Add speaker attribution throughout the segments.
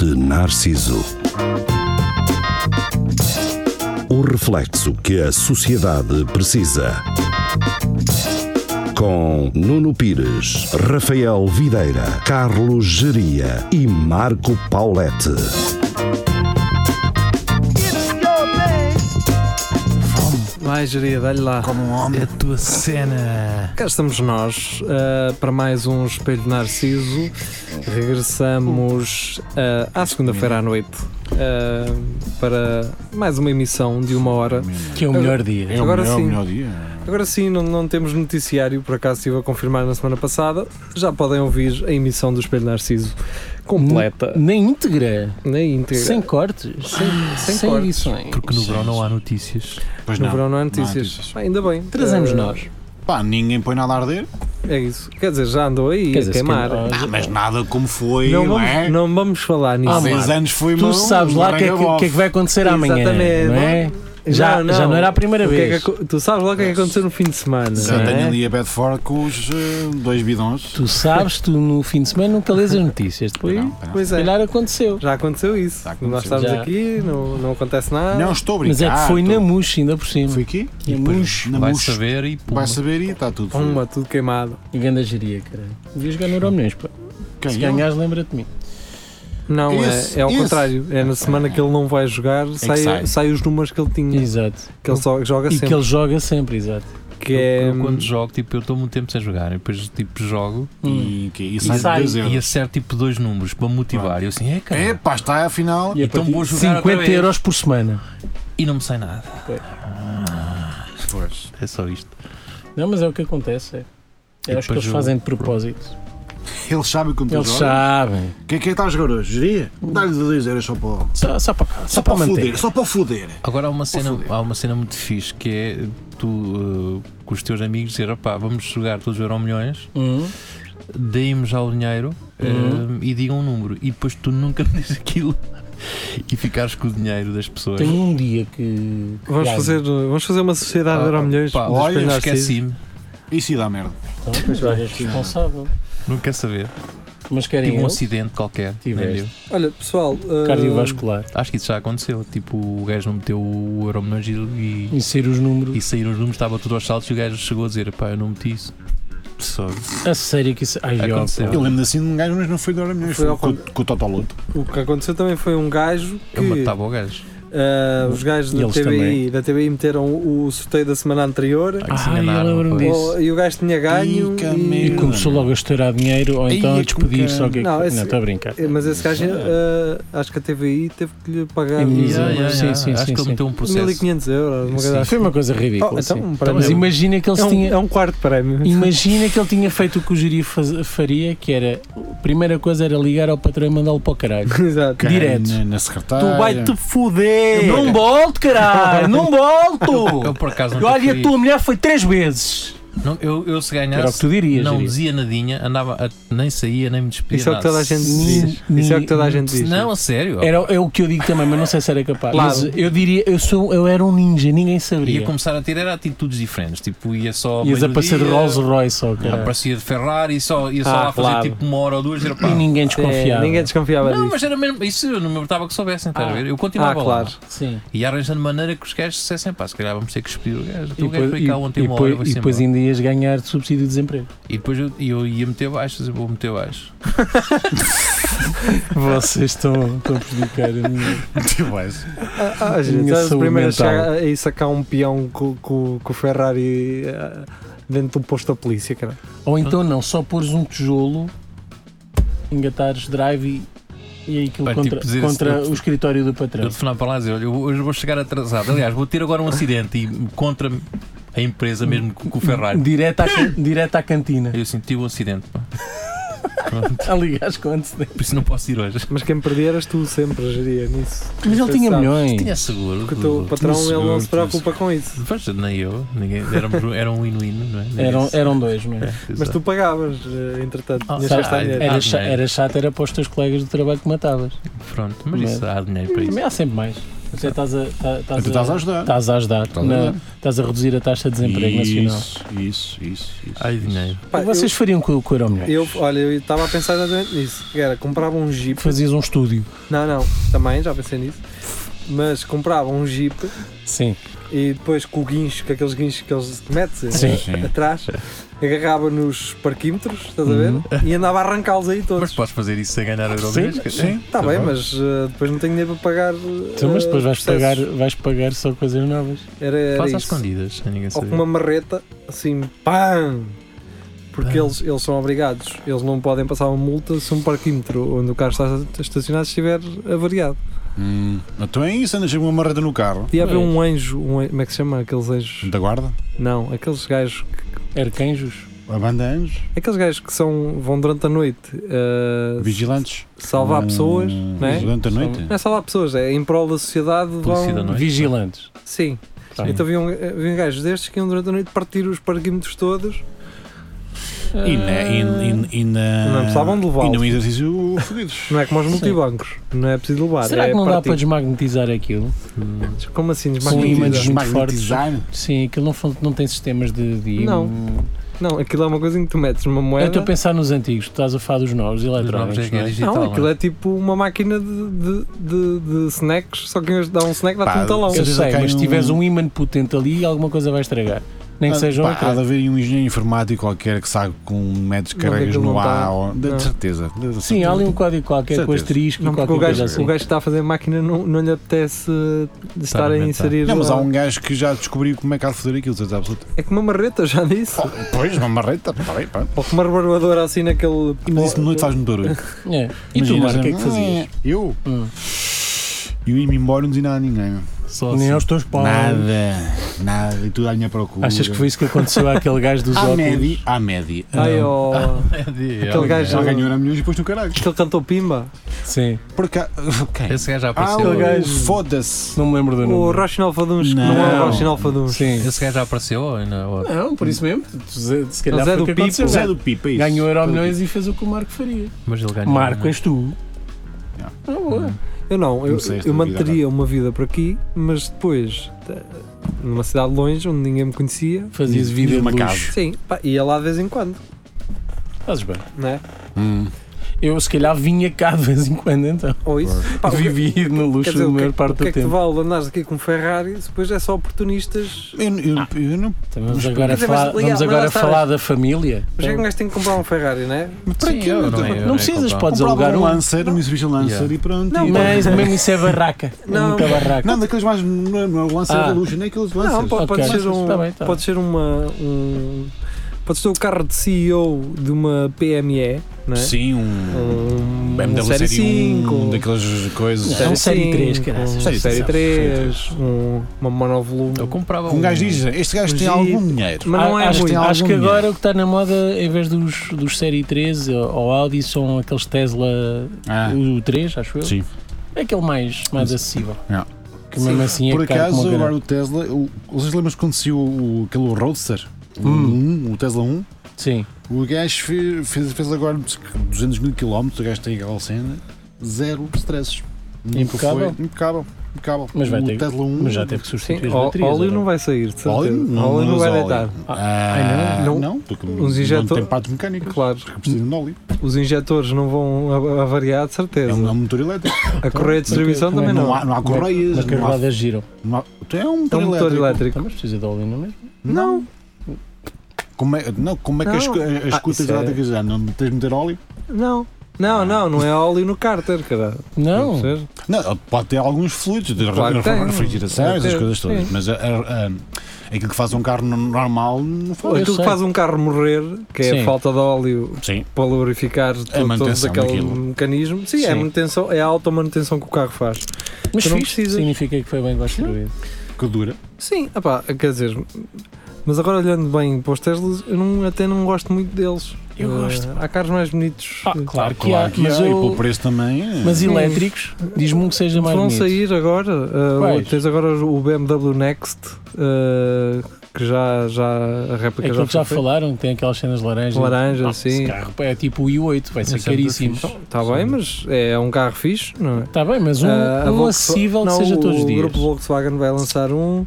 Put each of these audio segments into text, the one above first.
Speaker 1: de Narciso. O reflexo que a sociedade precisa. Com Nuno Pires, Rafael Videira, Carlos Geria e Marco Paulette.
Speaker 2: Vai, geria, dá-lhe lá.
Speaker 3: Como um homem.
Speaker 2: É a tua cena. Cá estamos nós ah, para mais um Espelho de Narciso. Regressamos ah, à segunda-feira à noite ah, para mais uma emissão de uma hora.
Speaker 3: É
Speaker 4: Que é o melhor dia.
Speaker 3: o
Speaker 2: Agora
Speaker 3: melhor,
Speaker 2: sim.
Speaker 3: o melhor dia.
Speaker 2: Agora sim, não, não temos noticiário, por acaso estive a confirmar na semana passada. Já podem ouvir a emissão do Espelho de Narciso completa,
Speaker 4: Na íntegra.
Speaker 2: na íntegra.
Speaker 4: Sem cortes. Sem,
Speaker 2: sem
Speaker 4: sem,
Speaker 2: cortes.
Speaker 4: edições.
Speaker 5: Porque no
Speaker 3: Sim,
Speaker 5: verão não
Speaker 3: sim.
Speaker 5: há notícias.
Speaker 3: Pois
Speaker 2: No
Speaker 3: não.
Speaker 2: verão não há
Speaker 3: há
Speaker 2: notícias. Ah, ainda bem.
Speaker 4: Trazemos
Speaker 2: Ah,
Speaker 4: nós.
Speaker 3: Pá, ninguém põe nada a arder.
Speaker 2: É isso. Quer dizer, já andou aí
Speaker 4: Quer
Speaker 2: a
Speaker 4: dizer, se
Speaker 2: queimar.
Speaker 4: queimar.
Speaker 3: Ah, mas nada como foi,
Speaker 2: Não
Speaker 3: não,
Speaker 2: vamos,
Speaker 3: é?
Speaker 2: não vamos falar
Speaker 3: Há
Speaker 2: nisso.
Speaker 4: Ah,
Speaker 3: seis
Speaker 4: Marco,
Speaker 3: anos foi
Speaker 4: Tu
Speaker 3: uma-
Speaker 4: sabes lá o que, é que,
Speaker 3: rangabof.
Speaker 4: que é que vai acontecer amanhã.
Speaker 2: Exatamente.
Speaker 4: Não é? Já, já não era a primeira
Speaker 2: O que é
Speaker 4: vez.
Speaker 2: que aco- tu sabes logo o que é que aconteceu no fim de semana.
Speaker 3: Já
Speaker 2: não é?
Speaker 3: tenho ali a Bedford com os eh, dois bidões.
Speaker 4: Tu sabes, tu no fim de semana nunca lês as notícias. Depois,
Speaker 3: Não, pá, não.
Speaker 2: Pois
Speaker 4: se
Speaker 2: é,
Speaker 4: calhar aconteceu.
Speaker 2: já aconteceu isso.
Speaker 3: Já aconteceu.
Speaker 2: Nós estamos
Speaker 4: Já.
Speaker 2: aqui, não, não acontece nada.
Speaker 3: Não estou a brincar.
Speaker 4: Mas é que foi na
Speaker 3: estou-
Speaker 4: Muxa, ainda por cima.
Speaker 3: Foi aqui?
Speaker 4: Na Muxa.
Speaker 3: Na
Speaker 5: Vai
Speaker 3: Muxa.
Speaker 5: saber e puma.
Speaker 3: Vai saber e está tudo.
Speaker 2: Uma, tudo queimado.
Speaker 4: E Ganda geria, cara. Devias ganhar Euromilhões, pá.
Speaker 3: Quem é?
Speaker 4: Se
Speaker 3: eu?
Speaker 4: ganhares, lembra-te de mim.
Speaker 2: Não,
Speaker 3: Esse-
Speaker 2: é, é ao
Speaker 3: esse.
Speaker 2: contrário. É na semana que ele não vai jogar, sai, sai.
Speaker 3: sai.
Speaker 2: os números que ele tinha.
Speaker 4: Exato.
Speaker 2: Que ele só joga
Speaker 4: E
Speaker 2: sempre.
Speaker 4: que ele joga Hum. sempre, exato.
Speaker 2: que
Speaker 5: Eu-
Speaker 2: é,
Speaker 5: eu quando jogo, tipo, eu estou muito tempo sem jogar. E depois, tipo, jogo
Speaker 4: Hum.
Speaker 3: E, que- e
Speaker 4: E sai.
Speaker 3: sai de 2
Speaker 5: e
Speaker 3: euros.
Speaker 5: acerto, tipo, dois números para me motivar. E eu assim, é, cara.
Speaker 3: É, pá, está afinal.
Speaker 4: E a
Speaker 5: Então
Speaker 4: partir
Speaker 5: vou
Speaker 4: de
Speaker 5: jogar outra
Speaker 4: 50
Speaker 5: vez.
Speaker 4: euros por semana.
Speaker 5: E não me sai nada.
Speaker 3: Pois.
Speaker 5: É só isto.
Speaker 4: Não, mas é o que acontece. É.
Speaker 5: E
Speaker 4: É acho que
Speaker 5: depois
Speaker 4: eles
Speaker 5: eu-
Speaker 4: fazem de propósito.
Speaker 3: Eles sabem quando tu
Speaker 4: Eles
Speaker 3: jogas.
Speaker 4: sabem.
Speaker 3: Quem, quem está a jogar hoje? Geria? Dá-lhe 2 euros só para.
Speaker 4: Só, só para, só
Speaker 3: Só
Speaker 4: para
Speaker 3: para
Speaker 4: manter.
Speaker 3: foder, só para foder.
Speaker 5: Agora há uma cena,
Speaker 3: foder.
Speaker 5: há uma cena muito fixe que é tu eh, com os teus amigos dizer, opá, vamos jogar todos os milhões,
Speaker 4: Hum.
Speaker 5: deem-me já o dinheiro eh,
Speaker 4: Uhum.
Speaker 5: e digam um número. E depois tu nunca me dizes aquilo e ficares com o dinheiro das pessoas.
Speaker 4: Tenho um dia que. que
Speaker 2: vamos,
Speaker 4: ganho.
Speaker 2: fazer, vamos fazer uma sociedade de Euromilhões.
Speaker 5: Ah, pá,
Speaker 2: dos
Speaker 5: olha,
Speaker 2: Penarcis.
Speaker 5: esqueci-me.
Speaker 3: Isso ia dar merda.
Speaker 4: Então, mas tu és responsável.
Speaker 5: Não quer saber.
Speaker 4: Mas querem
Speaker 5: Tive um
Speaker 4: eu?
Speaker 5: acidente qualquer. nem
Speaker 4: Tiveste.
Speaker 5: eu.
Speaker 2: Olha, pessoal. ah,
Speaker 4: Cardiovascular.
Speaker 5: Acho que isso já aconteceu. Tipo, o gajo não meteu o euro milhões e, e,
Speaker 4: Inserir os números.
Speaker 5: e saíram os números, estava tudo aos saltos e o gajo chegou a dizer: pá, eu não meti isso. Só.
Speaker 4: A sério que isso. Ai, ó,
Speaker 5: Aconteceu.
Speaker 4: pá.
Speaker 3: Eu lembro assim de um gajo, mas não foi de hora milhões,
Speaker 2: Foi
Speaker 3: foi,
Speaker 2: ao
Speaker 3: com, com o Totoloto.
Speaker 2: o que aconteceu também foi um gajo que.
Speaker 5: Eu matava o gajo.
Speaker 2: ah, os gajos da
Speaker 4: Eles
Speaker 2: TBI,
Speaker 4: também.
Speaker 2: da TBI meteram o sorteio da semana anterior.
Speaker 5: Ai, que se
Speaker 4: Ai, eu
Speaker 5: enganaram,
Speaker 4: lembro-me
Speaker 5: foi.
Speaker 4: um disso.
Speaker 2: Ou- e o gajo tinha ganho.
Speaker 3: Ih, que
Speaker 4: E
Speaker 2: E...
Speaker 3: merda.
Speaker 4: começou logo a estourar dinheiro ou
Speaker 3: Ai,
Speaker 4: então
Speaker 3: é
Speaker 4: a despedir
Speaker 3: com
Speaker 4: só que.
Speaker 2: Não, é
Speaker 4: Não,
Speaker 2: esse-
Speaker 4: estou a brincar.
Speaker 2: Mas esse gajo, eh, acho que a TVI teve que lhe pagar
Speaker 4: Sim,
Speaker 5: Yeah,
Speaker 2: eh,
Speaker 5: yeah,
Speaker 4: sim,
Speaker 5: yeah.
Speaker 4: sim,
Speaker 5: Acho
Speaker 4: sim,
Speaker 5: que ele
Speaker 4: sim.
Speaker 5: meteu um processo.
Speaker 2: 1500 euros. Uma
Speaker 5: Sim.
Speaker 2: coisa assim.
Speaker 4: Foi uma coisa ridícula.
Speaker 2: Oh, então,
Speaker 4: sim.
Speaker 2: para
Speaker 4: Mas
Speaker 2: mim-
Speaker 4: imagina que eles
Speaker 2: É um,
Speaker 4: tinham.
Speaker 2: é um quarto prémio.
Speaker 4: Imagina que ele tinha feito o que o Jiri faria, que era a primeira coisa era ligar ao patrão e mandá-lo para o caralho.
Speaker 2: Exato.
Speaker 3: Quem?
Speaker 4: Direto.
Speaker 3: é Na, na secretária. Então,
Speaker 4: foder! Não volto, caralho! Não
Speaker 5: Eu
Speaker 4: volto!
Speaker 5: por acaso não
Speaker 4: Olha, a
Speaker 5: preferia.
Speaker 4: tua mulher foi três vezes!
Speaker 5: Não, eu, eu se
Speaker 4: Era o que
Speaker 5: ganhasse,
Speaker 4: tu dirias,
Speaker 5: não
Speaker 4: Jiri.
Speaker 5: dizia nadinha, andava a- nem saía, nem me despedia.
Speaker 2: Isso é o que
Speaker 5: nada.
Speaker 2: toda a gente
Speaker 4: Sim.
Speaker 2: diz. Isso é o que toda a gente diz.
Speaker 5: Não, a sério.
Speaker 4: Era, é o que eu digo também, mas não sei se era capaz.
Speaker 2: Claro.
Speaker 4: Mas eu diria, eu, sou, eu era um ninja, ninguém
Speaker 5: Ia
Speaker 4: sabia.
Speaker 5: começar a ter era atitudes diferentes. Tipo, ia só. ao
Speaker 4: Ias a passar de
Speaker 5: meio-dia,
Speaker 4: Rolls Royce ou caralho.
Speaker 5: Aparecia de Ferrari e só, ia só
Speaker 2: Ah,
Speaker 5: lá fazer
Speaker 2: claro.
Speaker 5: tipo uma hora ou duas e era pá.
Speaker 4: E ninguém
Speaker 2: É,
Speaker 4: desconfiava.
Speaker 2: ninguém desconfiava
Speaker 5: Não,
Speaker 2: disso.
Speaker 5: mas era mesmo. Isso eu não me importava que soubessem, estás
Speaker 4: Ah.
Speaker 5: a ver? Eu
Speaker 2: Ah,
Speaker 5: continuava
Speaker 2: claro.
Speaker 5: lá.
Speaker 4: Sim.
Speaker 5: E arranjando maneira que os gajos dissessem, pá, se calhar vamos ter que despedir o gajo. Então
Speaker 4: E
Speaker 5: O gajo
Speaker 4: depois,
Speaker 5: foi cá
Speaker 4: e-
Speaker 5: ontem
Speaker 4: e
Speaker 5: uma
Speaker 4: depois-
Speaker 5: hora, vai
Speaker 4: e
Speaker 5: ser
Speaker 4: depois ainda ias ganhar subsídio de desemprego.
Speaker 5: E depois eu, eu ia meter baixo, eu vou meter baixo.
Speaker 4: Vocês estão, estão a prejudicar a minha.
Speaker 3: Tipo, és.
Speaker 2: Ah, ah, gente,
Speaker 4: Minha
Speaker 2: sabes,
Speaker 4: saúde
Speaker 2: primeiro a
Speaker 4: mental.
Speaker 2: chegar a- e sacar um peão com com- com o Ferrari eh, dentro do posto da polícia, cara.
Speaker 4: Ou então não, só pôres um tijolo, engatares drive e, e aquilo
Speaker 5: Pá, tipo,
Speaker 4: contra,
Speaker 5: dizer
Speaker 4: contra
Speaker 5: assim,
Speaker 4: o escritório do
Speaker 5: Eu
Speaker 4: patrão.
Speaker 5: telefonava para lá e dizer, olha, eu hoje vou chegar atrasado. Aliás, vou ter agora um acidente e contra a empresa mesmo com, com o Ferrari.
Speaker 4: Direto à, can- direto à cantina.
Speaker 5: Eu senti um acidente, pá. Pronto,
Speaker 3: Então.
Speaker 4: A ligares com antecedência.
Speaker 5: por isso não posso ir hoje.
Speaker 2: Mas quem perdia eras tu sempre, eu diria, nisso.
Speaker 4: Mas ele tinha
Speaker 2: Sabes,
Speaker 4: milhões.
Speaker 5: Tinha seguro.
Speaker 2: Porque o teu
Speaker 5: tudo.
Speaker 2: patrão ele não se
Speaker 3: seguro, tinha
Speaker 2: preocupa com isso.
Speaker 5: Pois, nem eu, ninguém, éramos, um- era um hino-hino, não é? Nem
Speaker 4: Eram,
Speaker 5: isso.
Speaker 4: eram dois, não
Speaker 5: É,
Speaker 4: é?
Speaker 2: Mas tu
Speaker 5: exato.
Speaker 2: pagavas, eh, entretanto,
Speaker 5: Ah,
Speaker 2: tinhas
Speaker 5: sabe,
Speaker 2: gastado dinheiro.
Speaker 5: é-
Speaker 4: Era,
Speaker 5: Ah,
Speaker 4: cha-
Speaker 5: dinheiro.
Speaker 4: era chato, era para os teus colegas do trabalho que matavas.
Speaker 5: Pronto, mas,
Speaker 4: Mas-
Speaker 5: isso há dinheiro para isso.
Speaker 4: Também há sempre mais. Você estás a, tá-
Speaker 3: Mas
Speaker 4: estás
Speaker 3: tu Então estás a ajudar.
Speaker 4: estás a ajudar.
Speaker 3: Estás a
Speaker 4: na-
Speaker 3: ajudar.
Speaker 4: Estás a reduzir a taxa de desemprego nacional.
Speaker 3: isso, isso, isso, isso.
Speaker 5: Ai,
Speaker 3: isso.
Speaker 5: dinheiro.
Speaker 2: Pá,
Speaker 4: é Vocês fariam com, com o Euro
Speaker 2: eu, eu, olha, eu estava a pensar exatamente nisso. Que era, comprava um Jeep.
Speaker 4: Fazias um estúdio.
Speaker 2: Não, não, também já pensei nisso. Mas comprava um Jeep
Speaker 4: Sim.
Speaker 2: e depois com o guincho, com aqueles guinchos que eles metem
Speaker 4: Sim.
Speaker 3: Sim.
Speaker 2: atrás, agarrava nos parquímetros, estás a ver?
Speaker 4: Uhum.
Speaker 2: E andava a arrancá-los aí todos.
Speaker 5: Mas podes fazer isso sem ganhar euro mês?
Speaker 3: Sim.
Speaker 2: Está bem, mas eh, depois não tenho dinheiro para pagar.
Speaker 4: Então, mas
Speaker 2: eh,
Speaker 4: depois vais pagar,
Speaker 2: processos.
Speaker 4: vais pagar só coisas novas.
Speaker 2: Era, era
Speaker 5: Faz
Speaker 2: isso.
Speaker 5: às escondidas, sem ninguém
Speaker 2: Ou
Speaker 5: saber.
Speaker 2: com uma marreta, assim, pam! Porque
Speaker 5: Pam.
Speaker 2: eles, eles são obrigados, eles não podem passar uma multa se um parquímetro onde o carro está estacionado estiver avariado.
Speaker 3: Hum. Então é isso, andas com uma marreta no carro.
Speaker 2: Podia haver
Speaker 4: Pois.
Speaker 2: um anjo, um anjo- como é que se chama? Aqueles anjos.
Speaker 3: Da guarda?
Speaker 2: Não, aqueles gajos.
Speaker 4: Arcanjos.
Speaker 3: A banda é Anjos?
Speaker 2: Aqueles gajos que são, vão durante a noite eh,
Speaker 3: Vigilantes?
Speaker 2: salvar
Speaker 3: Hum,
Speaker 2: pessoas,
Speaker 5: um
Speaker 2: não é?
Speaker 3: Vigilante à noite?
Speaker 2: Não é salvar pessoas, é em prol da sociedade.
Speaker 5: Polícia
Speaker 2: Vão,
Speaker 5: da noite. Tá.
Speaker 4: Vigilantes.
Speaker 2: Sim.
Speaker 4: Sim.
Speaker 2: Então havia um, havia um gajo destes que iam durante a noite partir os parquímetros todos.
Speaker 3: E, na, e, e, e na,
Speaker 5: Ah,
Speaker 2: Não é precisavam de levá-los.
Speaker 3: E no exercício fodidos.
Speaker 2: Não é como os
Speaker 4: Sim.
Speaker 2: multibancos, não é preciso levar.
Speaker 4: Será
Speaker 2: é
Speaker 4: que não dá para
Speaker 2: partir.
Speaker 4: desmagnetizar aquilo?
Speaker 2: Como assim?
Speaker 4: Com ímãs
Speaker 2: Desmagnetiza?
Speaker 4: muito Sim, aquilo não, fun- não tem sistemas de. de
Speaker 2: Não. Não, aquilo é uma coisa em que tu metes uma
Speaker 4: Eu
Speaker 2: moeda.
Speaker 4: estou a pensar nos antigos, tu estás a falar dos novos
Speaker 5: Os
Speaker 4: eletrónicos.
Speaker 5: nomes é que
Speaker 4: não
Speaker 5: é
Speaker 4: é?
Speaker 5: digital.
Speaker 2: Não,
Speaker 5: não
Speaker 2: aquilo é tipo uma máquina de, de, de, de snacks, só que em vez de dar um snack dá-te
Speaker 3: Pá,
Speaker 2: um talão.
Speaker 4: Eu
Speaker 3: Vocês
Speaker 4: sei,
Speaker 3: acabam-
Speaker 4: mas se tiveres um ímã potente ali, alguma coisa vai estragar. Nem que seja um
Speaker 3: Ah, Pá, Há de
Speaker 4: ecrã.
Speaker 3: haver um engenheiro informático qualquer que sabe com metros
Speaker 2: Não,
Speaker 3: carregas
Speaker 2: aquilo
Speaker 3: no
Speaker 2: não
Speaker 3: ar.
Speaker 2: tá.
Speaker 3: Ou, de
Speaker 2: Não.
Speaker 3: certeza. de certeza.
Speaker 4: Sim, há ali um código qualquer com
Speaker 3: Certeza.
Speaker 4: asterisco
Speaker 2: Não,
Speaker 4: e
Speaker 2: porque Tipo, o
Speaker 4: qualquer
Speaker 2: gajo,
Speaker 4: coisa
Speaker 2: o
Speaker 4: assim.
Speaker 2: gajo que está a fazer máquina não, não lhe apetece de estar a
Speaker 5: inventar.
Speaker 2: inserir.
Speaker 3: Não, mas há
Speaker 2: lá-
Speaker 3: um gajo que já descobriu como é que há de fazer aquilo, certeza absoluta.
Speaker 2: É que uma marreta, já disse.
Speaker 3: Oh, pois, uma marreta, está bem, pá.
Speaker 2: Ou com uma rebarbadora assim naquele.
Speaker 3: Mas isso de noite faz-me barulho.
Speaker 4: É. E tu,
Speaker 3: Imagina,
Speaker 4: Marco, o que é que
Speaker 3: assim,
Speaker 4: fazias?
Speaker 3: Eu?
Speaker 4: Hum.
Speaker 3: Eu ia-me embora e não dizia nada a ninguém. meu.
Speaker 5: Só
Speaker 4: Nem
Speaker 5: assim.
Speaker 4: aos teus pais.
Speaker 3: Nada, nada. E tudo à minha procura.
Speaker 4: Achas que foi isso que aconteceu àquele gajo dos
Speaker 3: À
Speaker 4: óculos?
Speaker 3: média. À média.
Speaker 2: Ai, ó.
Speaker 5: É de-
Speaker 2: Aquele gajo-
Speaker 3: Já Ah, ganhou né? na milhões e depois no caralho.
Speaker 2: Aquele cantou Pimba.
Speaker 4: Sim,
Speaker 3: Por cá. Quem?
Speaker 5: Esse é gajo já
Speaker 3: Ah,
Speaker 5: apareceu.
Speaker 3: o
Speaker 4: gajo-
Speaker 3: Foda-se.
Speaker 4: não me lembro do
Speaker 2: O
Speaker 4: nome.
Speaker 2: Rochin Alfaduns, que não é o
Speaker 3: Não.
Speaker 2: Rochin Alfaduns.
Speaker 4: Sim.
Speaker 5: Esse gajo já apareceu? ou ainda- ou-
Speaker 4: Não, por isso mesmo. Se se calhar
Speaker 2: O Zé
Speaker 4: foi o
Speaker 2: do
Speaker 4: que
Speaker 2: Pipo.
Speaker 4: aconteceu.
Speaker 2: O
Speaker 3: Zé do Pipa, é isso.
Speaker 4: Ganhou euro milhões
Speaker 3: Zé
Speaker 4: e fez o que o Marco faria.
Speaker 5: Mas ele ganhou. né?
Speaker 4: Marco, és tu.
Speaker 3: Yeah.
Speaker 4: Ah, boa.
Speaker 2: Eu não, eu,
Speaker 3: Comecei esta
Speaker 2: eu
Speaker 3: vida
Speaker 2: manteria uma vida por aqui, mas depois, tá, numa cidade longe, onde ninguém me conhecia,
Speaker 4: Fazias
Speaker 3: Diz-
Speaker 4: vida
Speaker 3: diz
Speaker 4: de
Speaker 3: uma
Speaker 4: luxo.
Speaker 3: casa.
Speaker 2: sim, pá, ia lá de vez em quando,
Speaker 4: Fazes bem.
Speaker 3: do
Speaker 2: né?
Speaker 3: Pipa. Hum.
Speaker 4: Eu se calhar vinha cá de vez em quando então.
Speaker 2: Ou isso. Pá, o que-
Speaker 4: Vivi no
Speaker 2: quer
Speaker 4: luxo
Speaker 2: dizer,
Speaker 4: a
Speaker 2: o que,
Speaker 4: maior
Speaker 2: o
Speaker 4: parte
Speaker 2: que
Speaker 4: do
Speaker 2: é que te
Speaker 4: tempo.
Speaker 2: vale andares aqui com um Ferrari se depois é só oportunistas?
Speaker 3: Eu, eu, eu não.
Speaker 4: Vamos agora,
Speaker 2: quer dizer,
Speaker 4: falar,
Speaker 2: mas legal,
Speaker 4: vamos
Speaker 2: mas
Speaker 4: agora
Speaker 2: lá está.
Speaker 4: falar da família.
Speaker 2: Mas é que um gajo tem que comprar um Ferrari, né?
Speaker 3: Para
Speaker 5: Sim,
Speaker 3: quê?
Speaker 5: eu
Speaker 3: Eu
Speaker 5: não,
Speaker 3: também-
Speaker 5: eu
Speaker 4: não
Speaker 5: nem
Speaker 2: é
Speaker 4: precisas,
Speaker 5: comprava.
Speaker 4: podes
Speaker 3: Comprava
Speaker 4: alugar
Speaker 3: um
Speaker 4: um.
Speaker 3: Lancer, um Mitsubishi Lancer
Speaker 5: Yeah.
Speaker 3: e pronto.
Speaker 2: Não,
Speaker 3: e-
Speaker 4: Mas mesmo isso é barraca.
Speaker 2: Não.
Speaker 4: Muita barraca.
Speaker 3: Não, daqueles mais. Não não é o Lancer
Speaker 4: Ah.
Speaker 3: Evolution, nem aqueles Lancers.
Speaker 2: Não, pode, pode
Speaker 4: Ok.
Speaker 2: ser um.
Speaker 4: Tá bem, tá
Speaker 2: pode ser uma. Um, pode ser o carro de CEO de uma PME, né?
Speaker 3: Sim, um.
Speaker 2: Um,
Speaker 4: É
Speaker 3: BMW
Speaker 2: um Série 5,
Speaker 3: um daquelas coisas. Então,
Speaker 4: Não. É um Série três, caraças.
Speaker 2: um
Speaker 3: Série
Speaker 2: Série
Speaker 3: três.
Speaker 2: 3, um, uma monovolume.
Speaker 5: Eu comprava
Speaker 3: Um gajo diz: Este gajo
Speaker 2: Um
Speaker 3: tem
Speaker 2: Jeep.
Speaker 3: algum dinheiro.
Speaker 2: Mas não
Speaker 4: Ah,
Speaker 2: é
Speaker 4: acho,
Speaker 2: muito.
Speaker 3: tem
Speaker 4: acho que
Speaker 3: algum
Speaker 4: agora o que está na moda, em vez dos, dos Série 13 ou ou Audi, são aqueles Tesla
Speaker 3: Ah,
Speaker 4: o 3, acho eu.
Speaker 3: sim.
Speaker 4: É aquele mais, mais acessível.
Speaker 3: É.
Speaker 4: Que mesmo assim é
Speaker 3: Por
Speaker 4: caro como
Speaker 3: acaso,
Speaker 4: o
Speaker 3: agora
Speaker 4: caralho.
Speaker 3: o Tesla. o- Vocês lembram-se quando se o, aquele Roadster? O
Speaker 4: Hum.
Speaker 3: um, o Tesla 1?
Speaker 4: Sim.
Speaker 3: O gajo fe- fez, fez agora 200 mil quilómetros, o gajo tem aquela cena, zero stresses. Nunca
Speaker 4: Impecável.
Speaker 3: foi- impecável, impecável.
Speaker 4: Mas vai
Speaker 3: o
Speaker 4: ter-
Speaker 3: Tesla 1,
Speaker 4: Mas já teve que
Speaker 2: Sim,
Speaker 4: substituir as
Speaker 2: ó-
Speaker 4: baterias.
Speaker 2: óleo
Speaker 4: ou
Speaker 2: não vai sair, de certeza.
Speaker 3: Óleo
Speaker 2: Óleo
Speaker 3: não,
Speaker 2: não, vai
Speaker 3: usa
Speaker 2: deitar.
Speaker 3: óleo.
Speaker 4: Ah,
Speaker 3: Ah,
Speaker 2: não?
Speaker 3: não,
Speaker 2: Não.
Speaker 3: porque
Speaker 4: um
Speaker 2: Uns
Speaker 3: não
Speaker 2: injetor-
Speaker 3: tem partes mecânicas.
Speaker 2: Claro,
Speaker 3: Porque precisa de óleo.
Speaker 2: os injetores não vão a- a variar, de
Speaker 3: É
Speaker 2: certeza.
Speaker 3: um, é um motor elétrico.
Speaker 2: a correia de distribuição
Speaker 4: Porque
Speaker 2: também
Speaker 3: Não,
Speaker 2: não.
Speaker 3: há, não há
Speaker 4: Como é-
Speaker 3: correias.
Speaker 4: Mas que as
Speaker 3: não há-
Speaker 4: rodas giram.
Speaker 3: não há- é um
Speaker 2: É
Speaker 3: motor
Speaker 2: um motor
Speaker 4: Ah,
Speaker 2: elétrico.
Speaker 4: mas precisa de óleo não é mesmo?
Speaker 2: Não,
Speaker 3: Como é, não, como é que as,
Speaker 2: Não.
Speaker 3: co- as
Speaker 4: Ah,
Speaker 3: escutas
Speaker 4: isso é-
Speaker 3: elétricas já não tens de meter óleo?
Speaker 2: não. Não, não, não é óleo no cárter, cara.
Speaker 4: Não.
Speaker 2: Percebes?
Speaker 3: Não, pode ter alguns fluidos, de
Speaker 2: Claro que tem.
Speaker 3: refrigeração, essas
Speaker 2: Tem,
Speaker 3: coisas todas.
Speaker 2: sim.
Speaker 3: Mas a- a- a- aquilo que faz um carro normal não
Speaker 4: Pô, eu
Speaker 2: Aquilo que
Speaker 4: sei.
Speaker 2: faz um carro morrer, que é
Speaker 4: Sim.
Speaker 2: a falta de óleo
Speaker 3: Sim.
Speaker 2: para lubrificar to- todo
Speaker 3: manutenção
Speaker 2: aquele
Speaker 3: daquilo.
Speaker 2: mecanismo. Sim, É, a
Speaker 4: Sim.
Speaker 2: manutenção, é a auto-manutenção que o carro faz.
Speaker 4: Mas
Speaker 2: Tu não
Speaker 4: fixe,
Speaker 2: precisas.
Speaker 4: significa que foi bem construído.
Speaker 3: Que dura.
Speaker 2: Sim, opá, quer dizer, mas agora olhando bem para os Teslas, eu não- até não gosto muito deles.
Speaker 4: Eu
Speaker 2: Eh,
Speaker 4: gosto.
Speaker 2: Há carros mais bonitos.
Speaker 4: Ah,
Speaker 2: eh,
Speaker 4: claro que
Speaker 3: Claro
Speaker 4: há.
Speaker 3: que
Speaker 4: mas
Speaker 3: há, e
Speaker 4: eu-
Speaker 3: pelo preço também. é.
Speaker 4: Mas elétricos, diz-me um que seja mais
Speaker 2: vão
Speaker 4: bonito.
Speaker 2: sair agora. eh,
Speaker 4: Quais?
Speaker 2: tens agora o BMW Next, eh, que já, já a
Speaker 4: É
Speaker 2: réplica
Speaker 4: aquilo
Speaker 2: já
Speaker 4: que já
Speaker 2: foi feita.
Speaker 4: falaram, tem aquelas cenas laranja.
Speaker 2: Laranja,
Speaker 4: Ah,
Speaker 2: assim.
Speaker 4: Esse carro pá, é tipo o i8, vai ser
Speaker 5: Esse é muito
Speaker 4: caríssimo.
Speaker 5: fixe.
Speaker 2: Está tá bem, mas é um carro fixe, não é?
Speaker 4: Está bem, mas um,
Speaker 2: Ah, a
Speaker 4: um
Speaker 2: Volkswagen-
Speaker 4: acessível que
Speaker 2: não,
Speaker 4: seja todos os
Speaker 2: O
Speaker 4: dias.
Speaker 2: grupo Volkswagen vai lançar um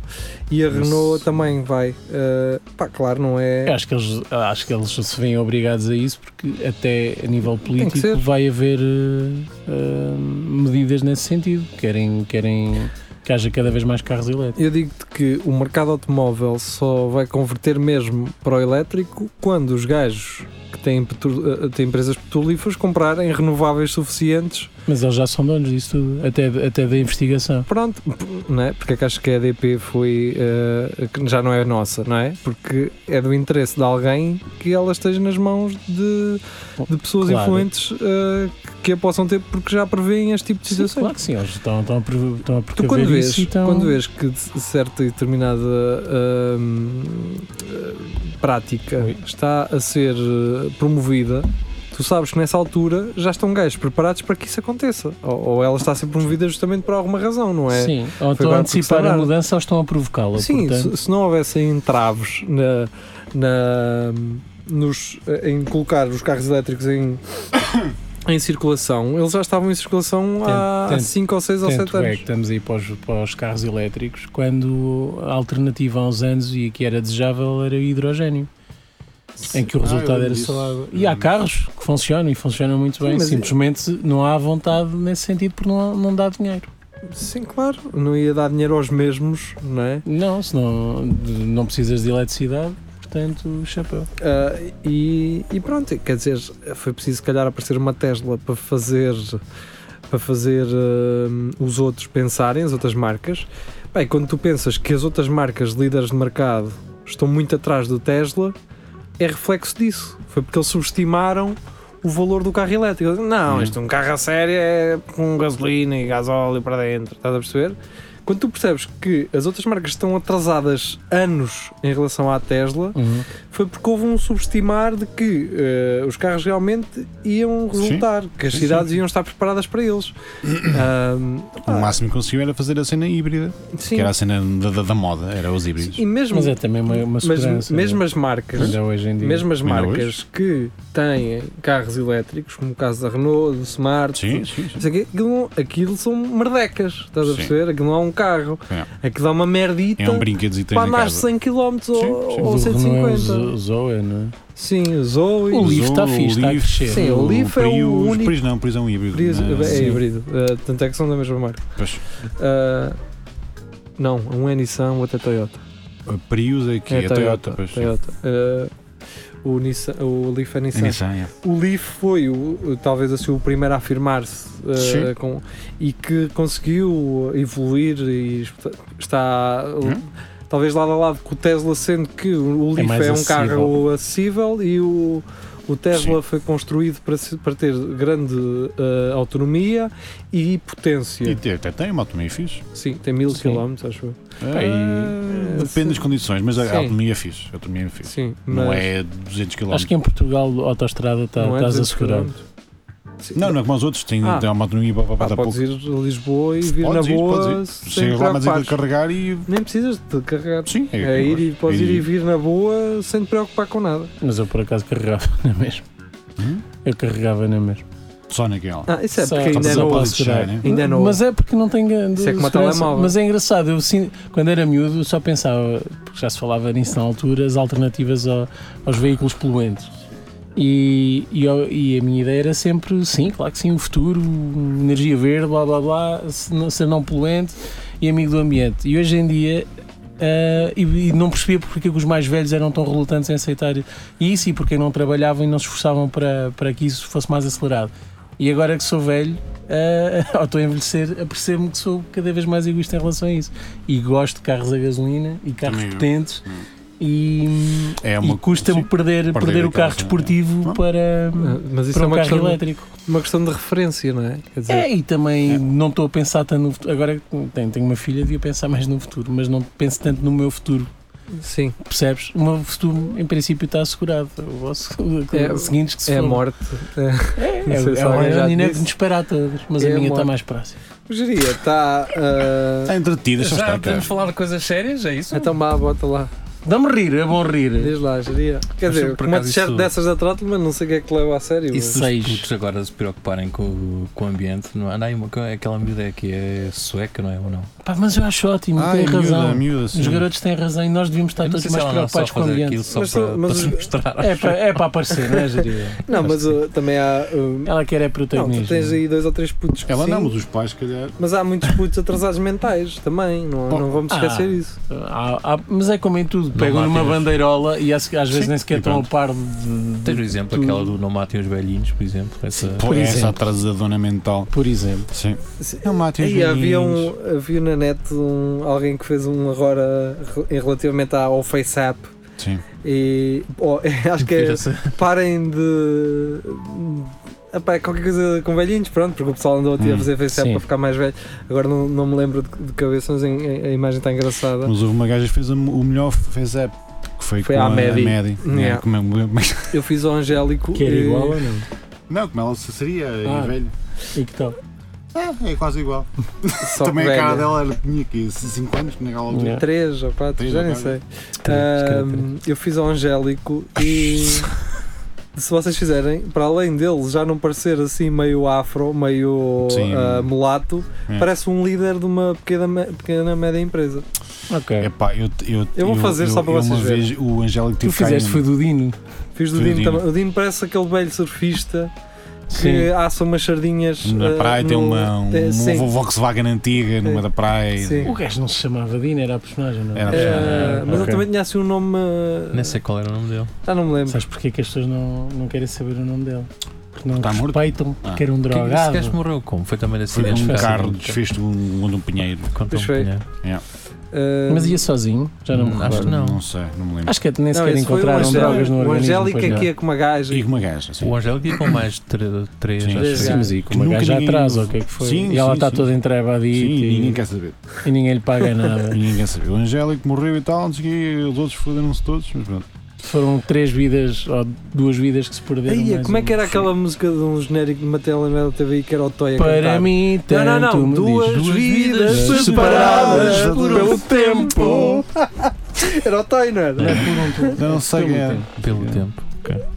Speaker 2: e a Renault também vai. Ah, pá, claro, não
Speaker 4: Eu
Speaker 2: é.
Speaker 4: Acho que, eles, acho que eles se veem obrigados a isso porque até a nível
Speaker 2: ser.
Speaker 4: político vai haver eh, eh, medidas nesse sentido. Querem, querem que haja cada vez mais carros elétricos.
Speaker 2: Eu digo-te que o mercado automóvel só vai converter mesmo para o elétrico quando os gajos que têm, petro- ah, têm empresas petrolíferas comprarem renováveis suficientes.
Speaker 4: Mas eles já são donos disso tudo, até, até da investigação.
Speaker 2: Pronto, p- não é? porque é que acho que a EDP foi. ah, que já não é nossa, não é? Porque é do interesse de alguém que ela esteja nas mãos de, de pessoas
Speaker 4: Claro.
Speaker 2: influentes ah, que a possam ter, porque já prevêem este tipo de
Speaker 4: Sim,
Speaker 2: situações.
Speaker 4: claro que sim, eles estão, estão a, pre- estão a
Speaker 2: Tu
Speaker 4: precaver
Speaker 2: quando vês,
Speaker 4: isso então. e estão...
Speaker 2: quando vês que de certa e determinada hum, prática
Speaker 4: Ui.
Speaker 2: está a ser eh, promovida, tu sabes que nessa altura já estão gajos preparados para que isso aconteça. Ou, ou ela está a ser promovida justamente por alguma razão, não é?
Speaker 4: Sim, ou estão
Speaker 2: agora
Speaker 4: a
Speaker 2: porque
Speaker 4: antecipar a
Speaker 2: sabraram.
Speaker 4: mudança ou estão a provocá-la.
Speaker 2: Sim,
Speaker 4: portanto,
Speaker 2: se, se não houvessem entraves na, na- nos, em colocar os carros elétricos em, em circulação, eles já estavam em circulação há
Speaker 4: tanto-
Speaker 2: 5 ou 6 ou 7
Speaker 4: tanto é
Speaker 2: anos.
Speaker 4: que estamos aí para os, para os carros elétricos, quando a alternativa há uns anos e que era desejável era o hidrogênio, em que o
Speaker 3: Ah, eu
Speaker 4: resultado era
Speaker 3: lembro disso. Uhum.
Speaker 4: só água.
Speaker 3: Eu
Speaker 4: E há
Speaker 3: lembro
Speaker 4: carros que funcionam e funcionam muito bem,
Speaker 2: mas-
Speaker 4: simplesmente não há vontade nesse sentido porque não, há- não dá dinheiro.
Speaker 2: Sim, claro, não ia dar dinheiro aos mesmos, não é?
Speaker 4: Não, se não, não precisas de eletricidade, portanto, chapéu.
Speaker 2: Ah, e, e pronto, quer dizer, foi preciso se calhar aparecer uma Tesla para fazer para fazer ah, os outros pensarem, as outras marcas. Bem, quando tu pensas que as outras marcas líderes de mercado estão muito atrás do Tesla, é reflexo disso. Foi porque eles subestimaram o valor do carro elétrico. Não, isto é um carro a sério é com gasolina e gasóleo para dentro, estás a perceber? Quando tu percebes que as outras marcas estão atrasadas anos em relação à Tesla,
Speaker 4: Uhum.
Speaker 2: foi porque houve um subestimar de que eh, os carros realmente iam resultar, que as
Speaker 3: Sim,
Speaker 2: cidades iam estar preparadas para eles. Ahm,
Speaker 3: O máximo que conseguiu era fazer a cena híbrida,
Speaker 2: sim,
Speaker 3: que era a cena da, da- da moda, era os híbridos.
Speaker 2: e mesmo,
Speaker 4: Mas é também uma, é? uma
Speaker 2: mas,
Speaker 4: segurança.
Speaker 2: mesmo assim, as marcas,
Speaker 4: ainda hoje em
Speaker 3: é.
Speaker 4: dia.
Speaker 2: mesmo as
Speaker 3: Ainda
Speaker 2: marcas que têm carros elétricos, como o caso da Renault, do Smart,
Speaker 3: Sim, sim, sim.
Speaker 2: não sei o quê, aquilo, não- aquilo são merdecas, estás a
Speaker 3: Sim.
Speaker 2: perceber? Aquilo não é um carro,
Speaker 3: É.
Speaker 2: aquilo é uma merdita
Speaker 3: É
Speaker 4: Então,
Speaker 3: um brinquedo e
Speaker 2: para
Speaker 3: tem
Speaker 2: andar
Speaker 3: casa.
Speaker 2: 100 km ou,
Speaker 3: sim.
Speaker 2: ou
Speaker 4: O do Renault é
Speaker 2: 150.
Speaker 4: o Zo- Zoe, não é?
Speaker 2: Sim, o Zoe.
Speaker 4: O
Speaker 3: Zoe,
Speaker 4: Leaf está fixe, está a
Speaker 3: Leaf,
Speaker 4: crescer.
Speaker 2: Sim, o Leaf é o
Speaker 3: Prius-
Speaker 2: único-
Speaker 3: Prius não, Prius é um híbrido.
Speaker 2: Prius-
Speaker 3: não é?
Speaker 2: é
Speaker 4: sim.
Speaker 2: híbrido, eh, tanto é que são da mesma marca.
Speaker 3: Pois,
Speaker 2: Ah, não, um é Nissan, o outro é Toyota.
Speaker 3: a Prius é que é, a Toyota. pois.
Speaker 2: Toyota. Ah, o, Nissan, o Leaf é
Speaker 3: É
Speaker 2: Nissan.
Speaker 3: Nissan, é.
Speaker 2: O Leaf foi o, o- talvez assim, o primeiro a afirmar-se ah,
Speaker 3: Sim.
Speaker 2: com- e que conseguiu evoluir e está- está
Speaker 3: Hum.
Speaker 2: talvez lado a lado com o Tesla, sendo que o
Speaker 4: É
Speaker 2: Leaf
Speaker 4: mais
Speaker 2: é, um
Speaker 4: acessível.
Speaker 2: carro acessível e o, o Tesla foi construído para, se- para ter grande ah, autonomia e potência.
Speaker 3: E tem- até tem uma autonomia fixe.
Speaker 2: Sim, tem mil
Speaker 4: Sim.
Speaker 2: quilómetros, acho eu.
Speaker 3: É, e-
Speaker 2: Ah,
Speaker 3: Depende das
Speaker 2: sim.
Speaker 3: condições, mas
Speaker 2: Sim.
Speaker 3: a autonomia é fixe. A autonomia é fixe.
Speaker 2: Sim,
Speaker 3: Não
Speaker 2: mas-
Speaker 3: é 200 km.
Speaker 4: Acho que em Portugal a tá, autostrada está,
Speaker 2: não é
Speaker 4: estás
Speaker 2: 200
Speaker 4: assegurado.
Speaker 2: quilómetros. Sim,
Speaker 3: Não, não é como os outros, tem,
Speaker 2: Ah.
Speaker 3: tem uma autonomia para, para,
Speaker 2: Pá,
Speaker 3: dar
Speaker 2: podes
Speaker 3: pouco.
Speaker 2: ir a Lisboa e vir
Speaker 3: Podes
Speaker 2: na
Speaker 3: ir,
Speaker 2: boa
Speaker 3: podes
Speaker 2: sem
Speaker 3: Chegas
Speaker 2: te
Speaker 3: lá, mas ainda
Speaker 2: preocupares.
Speaker 3: de carregar e.
Speaker 2: Nem precisas de carregar.
Speaker 3: Sim, é,
Speaker 2: É ir e podes
Speaker 3: E-
Speaker 2: ir e vir na boa sem te preocupar com nada.
Speaker 4: Mas eu por acaso carregava na mesma.
Speaker 3: Hum?
Speaker 4: Eu carregava na mesma.
Speaker 3: Só naquela.
Speaker 2: Ah, isso é
Speaker 4: Só-
Speaker 2: porque ainda é
Speaker 4: só
Speaker 2: novo.
Speaker 4: para
Speaker 3: Podes
Speaker 4: segurar.
Speaker 3: deixar, né?
Speaker 2: Ainda é novo.
Speaker 4: Mas é porque não tem grande
Speaker 2: Isso é como a
Speaker 4: segurança.
Speaker 2: telemóvel.
Speaker 4: Mas é engraçado, eu sin- quando era miúdo eu só pensava, porque já se falava nisso na altura, as alternativas ao- aos veículos poluentes. E, e, eu- e a minha ideia era sempre, sim, claro que sim, o futuro, energia verde, blá blá blá, se não- ser não poluente e amigo do ambiente. E hoje em dia ah, e, e não percebia porque é que os mais velhos eram tão relutantes em aceitar isso e porque não trabalhavam e não se esforçavam para, para que isso fosse mais acelerado. E agora que sou velho, ah, ao estou a envelhecer, apercebo-me que sou cada vez mais egoísta em relação a isso. E gosto de carros a gasolina e carros
Speaker 3: Também eu.
Speaker 4: potentes.
Speaker 3: Hum.
Speaker 4: E,
Speaker 3: É
Speaker 4: e custa-me
Speaker 3: sim.
Speaker 4: perder,
Speaker 3: Perder
Speaker 4: perder o
Speaker 3: aquela
Speaker 4: carro
Speaker 3: cena,
Speaker 4: desportivo
Speaker 3: é.
Speaker 4: para,
Speaker 2: Ah, Mas isso
Speaker 4: para
Speaker 2: é
Speaker 4: um
Speaker 2: uma
Speaker 4: carro
Speaker 2: questão,
Speaker 4: elétrico.
Speaker 2: uma questão de referência, não é? Quer dizer,
Speaker 4: É, e também não estou a pensar tanto no futuro. Agora que tenho, tenho uma filha, devia pensar mais no futuro, mas não penso tanto no meu futuro.
Speaker 2: sim,
Speaker 4: Percebes? O meu futuro, em princípio, está assegurado. O vosso,
Speaker 2: É-
Speaker 4: os seguintes que se
Speaker 2: é a
Speaker 4: for-
Speaker 2: morte.
Speaker 4: É,
Speaker 2: Não sei se
Speaker 4: é, é
Speaker 2: alguém já
Speaker 4: uma menina
Speaker 2: te
Speaker 4: que
Speaker 2: disse.
Speaker 4: nos para a todos, mas
Speaker 2: É a
Speaker 4: a minha
Speaker 2: morte.
Speaker 4: está mais próxima.
Speaker 2: O geria está. ah,
Speaker 3: Está entretido, deixa
Speaker 5: Já
Speaker 3: estar, cara.
Speaker 5: podemos falar de coisas sérias, é isso?
Speaker 2: Então vá, bota lá.
Speaker 4: Dá-me rir, é bom rir.
Speaker 2: Diz lá, geria. Quer
Speaker 5: Mas
Speaker 2: dizer, é
Speaker 5: por
Speaker 2: uma
Speaker 5: acaso
Speaker 2: t-shirt
Speaker 5: isso-
Speaker 2: dessas da Trotman, não sei o que é que leva a sério.
Speaker 5: E se
Speaker 4: Seis.
Speaker 5: os putos agora se preocuparem com, o- com o ambiente, não anda aí uma, co- aquela miúda aqui é sueca, não é? Ou não?
Speaker 4: Pá, mas eu acho ótimo,
Speaker 3: Ah,
Speaker 4: tem
Speaker 3: é miúda,
Speaker 4: razão.
Speaker 3: é miúda, sim.
Speaker 4: Os garotos têm razão e nós devíamos estar
Speaker 5: Eu não
Speaker 4: todos
Speaker 5: sei se
Speaker 4: mais
Speaker 5: ela não só
Speaker 4: preocupados com o
Speaker 5: fazer
Speaker 4: ambiente.
Speaker 5: aquilo só
Speaker 2: Mas
Speaker 5: para,
Speaker 2: tu- mas
Speaker 5: para se
Speaker 2: os-
Speaker 5: mostrar.
Speaker 4: É para, é para aparecer, não é, Jeria?
Speaker 2: mas- Não, mas uh, também há. uh,
Speaker 4: Ela quer é
Speaker 2: não,
Speaker 4: protagonismo.
Speaker 2: tu tens aí dois ou três putos
Speaker 4: É
Speaker 2: que
Speaker 3: Ela
Speaker 2: sim,
Speaker 3: não, mas os pais, se calhar.
Speaker 2: mas há muitos putos atrasados mentais também, não,
Speaker 3: Oh,
Speaker 2: não vamos esquecer
Speaker 4: ah.
Speaker 2: isso.
Speaker 4: Há- há- mas é como em tudo, pegam
Speaker 5: há
Speaker 4: numa
Speaker 5: tiros.
Speaker 4: bandeirola e às, às vezes
Speaker 5: Sim,
Speaker 4: nem sequer
Speaker 5: e
Speaker 4: estão a
Speaker 5: pronto.
Speaker 4: par de, de-
Speaker 5: Tens o exemplo,
Speaker 4: Tu-
Speaker 5: aquela do não matem os velhinhos, por exemplo. Essa,
Speaker 3: Pô, é essa
Speaker 4: exemplo.
Speaker 3: atrasadona mental.
Speaker 4: por exemplo.
Speaker 3: Sim.
Speaker 2: Sim.
Speaker 3: Não matem os
Speaker 2: E havia, um,
Speaker 3: meninos.
Speaker 2: havia na net um, alguém que fez um agora re- relativamente ao FaceApp
Speaker 3: Sim.
Speaker 2: e oh, acho que é
Speaker 5: essa-
Speaker 2: parem de. Epá, é qualquer coisa com velhinhos, pronto, porque o pessoal andou a tirar
Speaker 3: Hum,
Speaker 2: a fazer FaceApp
Speaker 4: sim.
Speaker 2: para ficar mais velho. Agora não, não me lembro de, de cabeça, mas a, a- a imagem está engraçada.
Speaker 3: Mas houve uma gaja que fez a- o melhor fez app, que foi,
Speaker 2: Foi
Speaker 3: com
Speaker 2: à
Speaker 3: a
Speaker 2: Medi.
Speaker 3: Medi.
Speaker 2: Yeah.
Speaker 3: É, como é- mas-
Speaker 2: Eu fiz ao Angélico.
Speaker 4: Que era
Speaker 2: e-
Speaker 4: igual ou não?
Speaker 3: Não, como ela se seria,
Speaker 4: Ah.
Speaker 3: e velho.
Speaker 4: E que tal?
Speaker 3: É, é quase igual.
Speaker 2: Só
Speaker 3: Também
Speaker 2: que
Speaker 3: a cara
Speaker 2: velha.
Speaker 3: dela era, tinha aqui 5 anos é naquela altura.
Speaker 4: Yeah.
Speaker 2: Três ou quatro,
Speaker 3: Três
Speaker 2: já
Speaker 3: ou
Speaker 2: nem
Speaker 3: quatro.
Speaker 2: sei.
Speaker 4: Três,
Speaker 2: Ahm,
Speaker 4: se calhar
Speaker 2: eu fiz ao Angélico e se vocês fizerem, para além dele já não parecer assim meio afro, meio
Speaker 3: Sim.
Speaker 2: ah, mulato,
Speaker 3: É.
Speaker 2: parece um líder de uma pequena, me- pequena média empresa. É
Speaker 4: Ok.
Speaker 3: Epá, eu, eu,
Speaker 2: Eu vou fazer só para
Speaker 3: eu
Speaker 2: vocês
Speaker 3: uma
Speaker 2: verem.
Speaker 3: vez o Angélico
Speaker 4: Tu
Speaker 2: tipo
Speaker 3: teve cá
Speaker 4: fizeste
Speaker 3: em-
Speaker 4: foi do Dino.
Speaker 2: Fiz do
Speaker 3: Foi o
Speaker 2: Dino
Speaker 3: Dino.
Speaker 2: também. O Dino parece aquele velho surfista que
Speaker 4: Sim.
Speaker 2: assa umas sardinhas
Speaker 3: na
Speaker 2: ah,
Speaker 3: praia, tem
Speaker 2: no-
Speaker 3: uma, um,
Speaker 2: tem- sim.
Speaker 3: uma Volkswagen antiga numa
Speaker 2: Sim.
Speaker 3: da praia.
Speaker 2: Sim.
Speaker 4: O gajo não se chamava Dino, era a personagem, não é?
Speaker 3: Era a
Speaker 2: Ah,
Speaker 3: personagem,
Speaker 2: mas
Speaker 4: ok.
Speaker 2: ele também tinha assim um nome. ah,
Speaker 5: Nem sei qual era o nome dele.
Speaker 2: Já não me lembro.
Speaker 4: Sabes porquê que as pessoas não, não querem saber o nome dele? Porque não
Speaker 3: Está Tá morto? Ah.
Speaker 4: respeitam, porque era um
Speaker 5: Quem esse gajo
Speaker 4: drogado.
Speaker 5: morreu como? Foi também de
Speaker 3: Foi com
Speaker 5: acidente.
Speaker 3: um
Speaker 4: fácil.
Speaker 3: carro, desfez-te um, um, de um pinheiro.
Speaker 5: Conta
Speaker 2: Pois foi. Ah,
Speaker 4: Mas ia sozinho? Já não me
Speaker 5: Hum,
Speaker 4: recordo.
Speaker 5: acho que não.
Speaker 3: Não sei, não me lembro.
Speaker 4: Acho que nem sequer
Speaker 2: esse foi o
Speaker 4: encontraram
Speaker 2: Angélico.
Speaker 4: um drogas no
Speaker 2: O
Speaker 4: organismo.
Speaker 2: Angélico
Speaker 4: pois não.
Speaker 2: aqui é com uma gaja.
Speaker 3: E com uma gaja, sim.
Speaker 5: O Angélico ia com mais de tre- três.
Speaker 3: Sim.
Speaker 5: acho que
Speaker 4: Sim,
Speaker 5: era.
Speaker 4: mas e com
Speaker 3: Que
Speaker 4: uma
Speaker 3: nunca
Speaker 4: gaja
Speaker 3: ninguém-
Speaker 4: atrás, ou o que é que foi?
Speaker 3: Sim,
Speaker 4: e ela
Speaker 3: sim,
Speaker 4: está
Speaker 3: sim.
Speaker 4: toda entrebadita
Speaker 3: Sim, ninguém
Speaker 4: e,
Speaker 3: quer saber.
Speaker 4: e ninguém lhe paga nada.
Speaker 3: Ninguém quer saber. O Angélico morreu e tal, não sei o quê, os outros foderam-se todos, mas pronto.
Speaker 4: Foram três vidas ou duas vidas que se perderam.
Speaker 2: Eia,
Speaker 4: mais um
Speaker 2: como é que era
Speaker 4: uma.
Speaker 2: aquela música de um genérico de uma telenovela TV que era o Toy a
Speaker 4: Para
Speaker 2: cantar?
Speaker 4: mim, tanto
Speaker 2: não, não,
Speaker 4: me
Speaker 2: duas,
Speaker 4: diz,
Speaker 2: vidas
Speaker 4: vidas
Speaker 2: separadas
Speaker 4: separadas
Speaker 2: por
Speaker 4: pelo
Speaker 2: um
Speaker 4: tempo.
Speaker 2: Era o Toy, não
Speaker 4: Não
Speaker 2: era?
Speaker 4: é por um tempo.
Speaker 3: Eu Então, não sei é-
Speaker 4: Pelo
Speaker 3: quem era.
Speaker 4: tempo.
Speaker 5: Pelo tempo.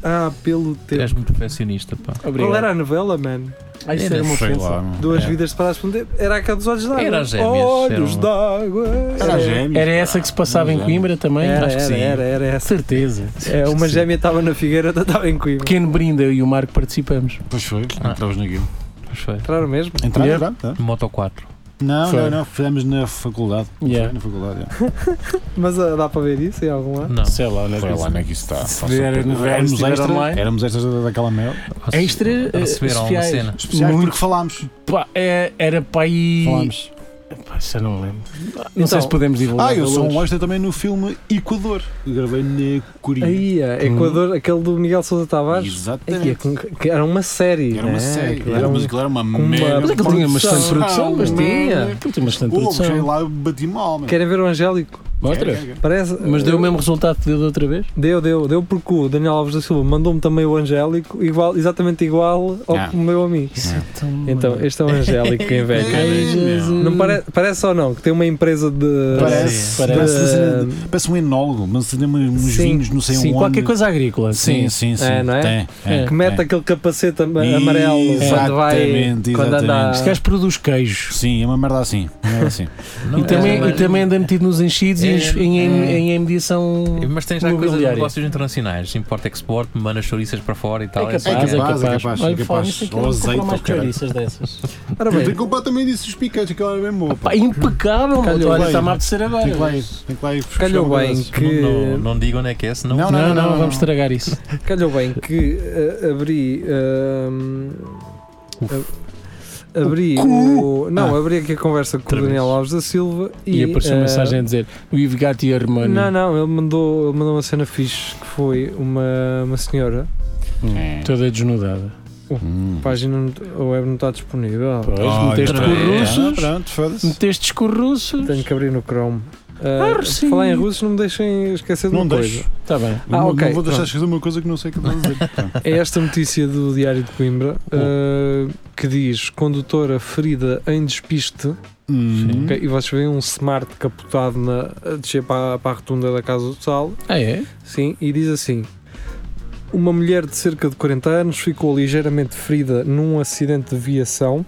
Speaker 2: Ah, pelo
Speaker 5: Tu és
Speaker 2: tempo.
Speaker 5: muito perfeccionista, pá.
Speaker 4: Obrigado.
Speaker 2: Qual era a novela, man?
Speaker 4: Ah, isso
Speaker 5: Era,
Speaker 4: era uma
Speaker 3: Sei
Speaker 4: ofensa.
Speaker 3: é. lá, não.
Speaker 2: Duas
Speaker 3: É.
Speaker 2: vidas separadas por um tempo. Era aquela dos olhos d'água.
Speaker 5: Era as gêmeas,
Speaker 2: Olhos
Speaker 5: eram-
Speaker 2: d'água.
Speaker 3: Era gêmeos.
Speaker 4: Era essa que se passava em
Speaker 3: é. Era.
Speaker 4: Coimbra também?
Speaker 2: Era,
Speaker 4: Acho que
Speaker 2: era,
Speaker 4: sim.
Speaker 2: era, era
Speaker 4: De
Speaker 2: essa.
Speaker 4: Certeza. um
Speaker 2: É, uma gêmea estava na Figueira, outra estava em Coimbra.
Speaker 4: Pequeno Brinda eu e o Marco participamos.
Speaker 3: Pois foi,
Speaker 5: Ah.
Speaker 3: entramos naquilo.
Speaker 5: Pois foi.
Speaker 2: Entraram mesmo?
Speaker 3: Entraram,
Speaker 4: Yeah.
Speaker 3: entraram, tá?
Speaker 5: Moto 4.
Speaker 3: Não,
Speaker 4: Foi.
Speaker 3: não, não, fizemos na faculdade.
Speaker 4: Yeah.
Speaker 3: Foi na faculdade, yeah.
Speaker 2: Mas ah, dá para ver isso em algum lado?
Speaker 5: Não.
Speaker 4: Sei lá, olha.
Speaker 3: Foi lá, onde é que isso está?
Speaker 4: Se
Speaker 3: Faço-
Speaker 4: vier no verão,
Speaker 3: Éramos
Speaker 4: se estiver
Speaker 3: extra-
Speaker 4: online.
Speaker 3: Éramos extras da- daquela merda.
Speaker 4: Extra, eh,
Speaker 5: Receberam uma
Speaker 4: especiais.
Speaker 5: cena.
Speaker 3: Especiais
Speaker 4: Muito.
Speaker 3: porque falámos.
Speaker 4: Pá, é- era para aí.
Speaker 3: Falámos.
Speaker 4: Pá, isso eu não me lembro. Não
Speaker 2: Então-
Speaker 4: sei se podemos divulgar.
Speaker 3: Ah, eu sou um
Speaker 4: valores.
Speaker 3: extra também no filme Equador. Gravei na Coreia.
Speaker 2: Aí, ah, Equador, aquele do Miguel Sousa Tavares. Aí, é
Speaker 3: Exatamente.
Speaker 2: com- que era uma série.
Speaker 3: Era uma
Speaker 2: né?
Speaker 3: série.
Speaker 2: Aquilo Era um-
Speaker 3: mas é aquilo era É, uma
Speaker 2: uma-
Speaker 3: merda.
Speaker 4: Mas aquilo tinha bastante
Speaker 3: Ah,
Speaker 4: produção, mas tinha.
Speaker 3: merda.
Speaker 4: Aquilo tinha bastante
Speaker 3: Pô, cheguei
Speaker 4: produção.
Speaker 3: lá é e bati mal, meu.
Speaker 2: Querem ver o Angélico?
Speaker 4: Mostra.
Speaker 2: Parece.
Speaker 4: Mas deu o mesmo resultado que deu da outra vez?
Speaker 2: Deu, deu, deu porque o Daniel Alves da Silva mandou-me também o Angélico, igual, exatamente igual ao
Speaker 3: Ah.
Speaker 2: que me deu a mim.
Speaker 4: Isso é tão.
Speaker 2: Então, este é o Angélico em velho.
Speaker 3: é,
Speaker 4: Ai, Jesus.
Speaker 2: Não pare- parece ou não que tem uma empresa de.
Speaker 3: Parece,
Speaker 4: Parece.
Speaker 3: parece, uma cena de- parece um enólogo, mas tem uns
Speaker 2: Sim.
Speaker 3: vinhos, não sei
Speaker 4: Sim,
Speaker 3: onde.
Speaker 4: qualquer coisa agrícola.
Speaker 3: um Sim, sim, sim.
Speaker 2: É, não é?
Speaker 3: Tem,
Speaker 4: É.
Speaker 2: Que mete aquele capacete ama- amarelo quando vai.
Speaker 3: Exatamente,
Speaker 2: Quando
Speaker 4: Este
Speaker 2: anda.
Speaker 4: gajo produz queijos.
Speaker 3: Sim, é uma merda assim. uma merda assim.
Speaker 5: Não,
Speaker 4: E,
Speaker 5: é,
Speaker 4: também,
Speaker 5: mas-
Speaker 4: e também anda metido nos enchidos e
Speaker 5: É,
Speaker 4: em, em,
Speaker 5: é.
Speaker 4: em, em mediação.
Speaker 5: Mas tem já coisas de
Speaker 4: Mobiliário.
Speaker 5: negócios internacionais, import-export, manda chouriças para fora e
Speaker 4: É
Speaker 5: tal.
Speaker 4: capaz,
Speaker 5: assim. essa
Speaker 4: é capaz.
Speaker 5: merda.
Speaker 3: capaz, é capaz,
Speaker 4: Olha,
Speaker 3: é
Speaker 4: fala
Speaker 3: capaz.
Speaker 4: nisso aqui, um
Speaker 3: Ou
Speaker 4: eu vou comprar
Speaker 3: azeite,
Speaker 4: umas
Speaker 3: ou caralho.
Speaker 4: chouriças dessas.
Speaker 2: Ora
Speaker 3: Eu tenho
Speaker 2: bem,
Speaker 3: que comprar também disso os picantes, que ela é bem boa. pá.
Speaker 4: Pá, impecável,
Speaker 3: Calhou
Speaker 4: olha,
Speaker 3: bem.
Speaker 4: está-me a apetecer agora.
Speaker 3: Tem que lá ir, tem que lá ir buscar
Speaker 2: calhou
Speaker 3: uma
Speaker 2: bem
Speaker 3: dessas.
Speaker 2: que.
Speaker 5: Não, não, não digo onde é que é, senão.
Speaker 3: Não,
Speaker 4: Não, não, vamos estragar isso.
Speaker 2: Calhou bem que eh, abri. eh, ab- abri o. Não, abri aqui a conversa com
Speaker 5: Outra
Speaker 2: o
Speaker 5: vez.
Speaker 2: Daniel Alves da Silva e.
Speaker 4: E apareceu
Speaker 2: eh,
Speaker 4: uma mensagem a dizer: We've got your money.
Speaker 2: Não, não, ele mandou, ele mandou uma cena fixe que foi uma, uma senhora.
Speaker 3: É.
Speaker 4: Toda desnudada.
Speaker 3: Hum.
Speaker 2: A página não- a web não está disponível.
Speaker 4: Pois,
Speaker 3: Ah,
Speaker 4: meteste
Speaker 3: outra
Speaker 4: com
Speaker 3: vez.
Speaker 4: russos.
Speaker 3: Ah, Pronto, foda-se.
Speaker 4: Meteste com russos.
Speaker 2: Tenho que abrir no Chrome. Ah,
Speaker 4: Ah, sim.
Speaker 2: falar em russos não me deixem esquecer de
Speaker 3: Não
Speaker 2: uma
Speaker 3: deixo.
Speaker 2: coisa.
Speaker 4: Está Tá bem.
Speaker 2: Ah,
Speaker 3: não,
Speaker 2: ok,
Speaker 3: não vou deixar
Speaker 2: pronto.
Speaker 3: de esquecer uma coisa que não sei o que estás a dizer. Pronto.
Speaker 2: É esta notícia do Diário de Coimbra ah, que diz condutora ferida em despiste
Speaker 4: Uhum.
Speaker 3: Hum.
Speaker 2: ok? e vocês veem um smart capotado na, a descer para, a- para a rotunda da Casa do Sal
Speaker 4: Ah, é?
Speaker 2: Sim, e diz assim: Uma mulher de cerca de 40 anos ficou ligeiramente ferida num acidente de viação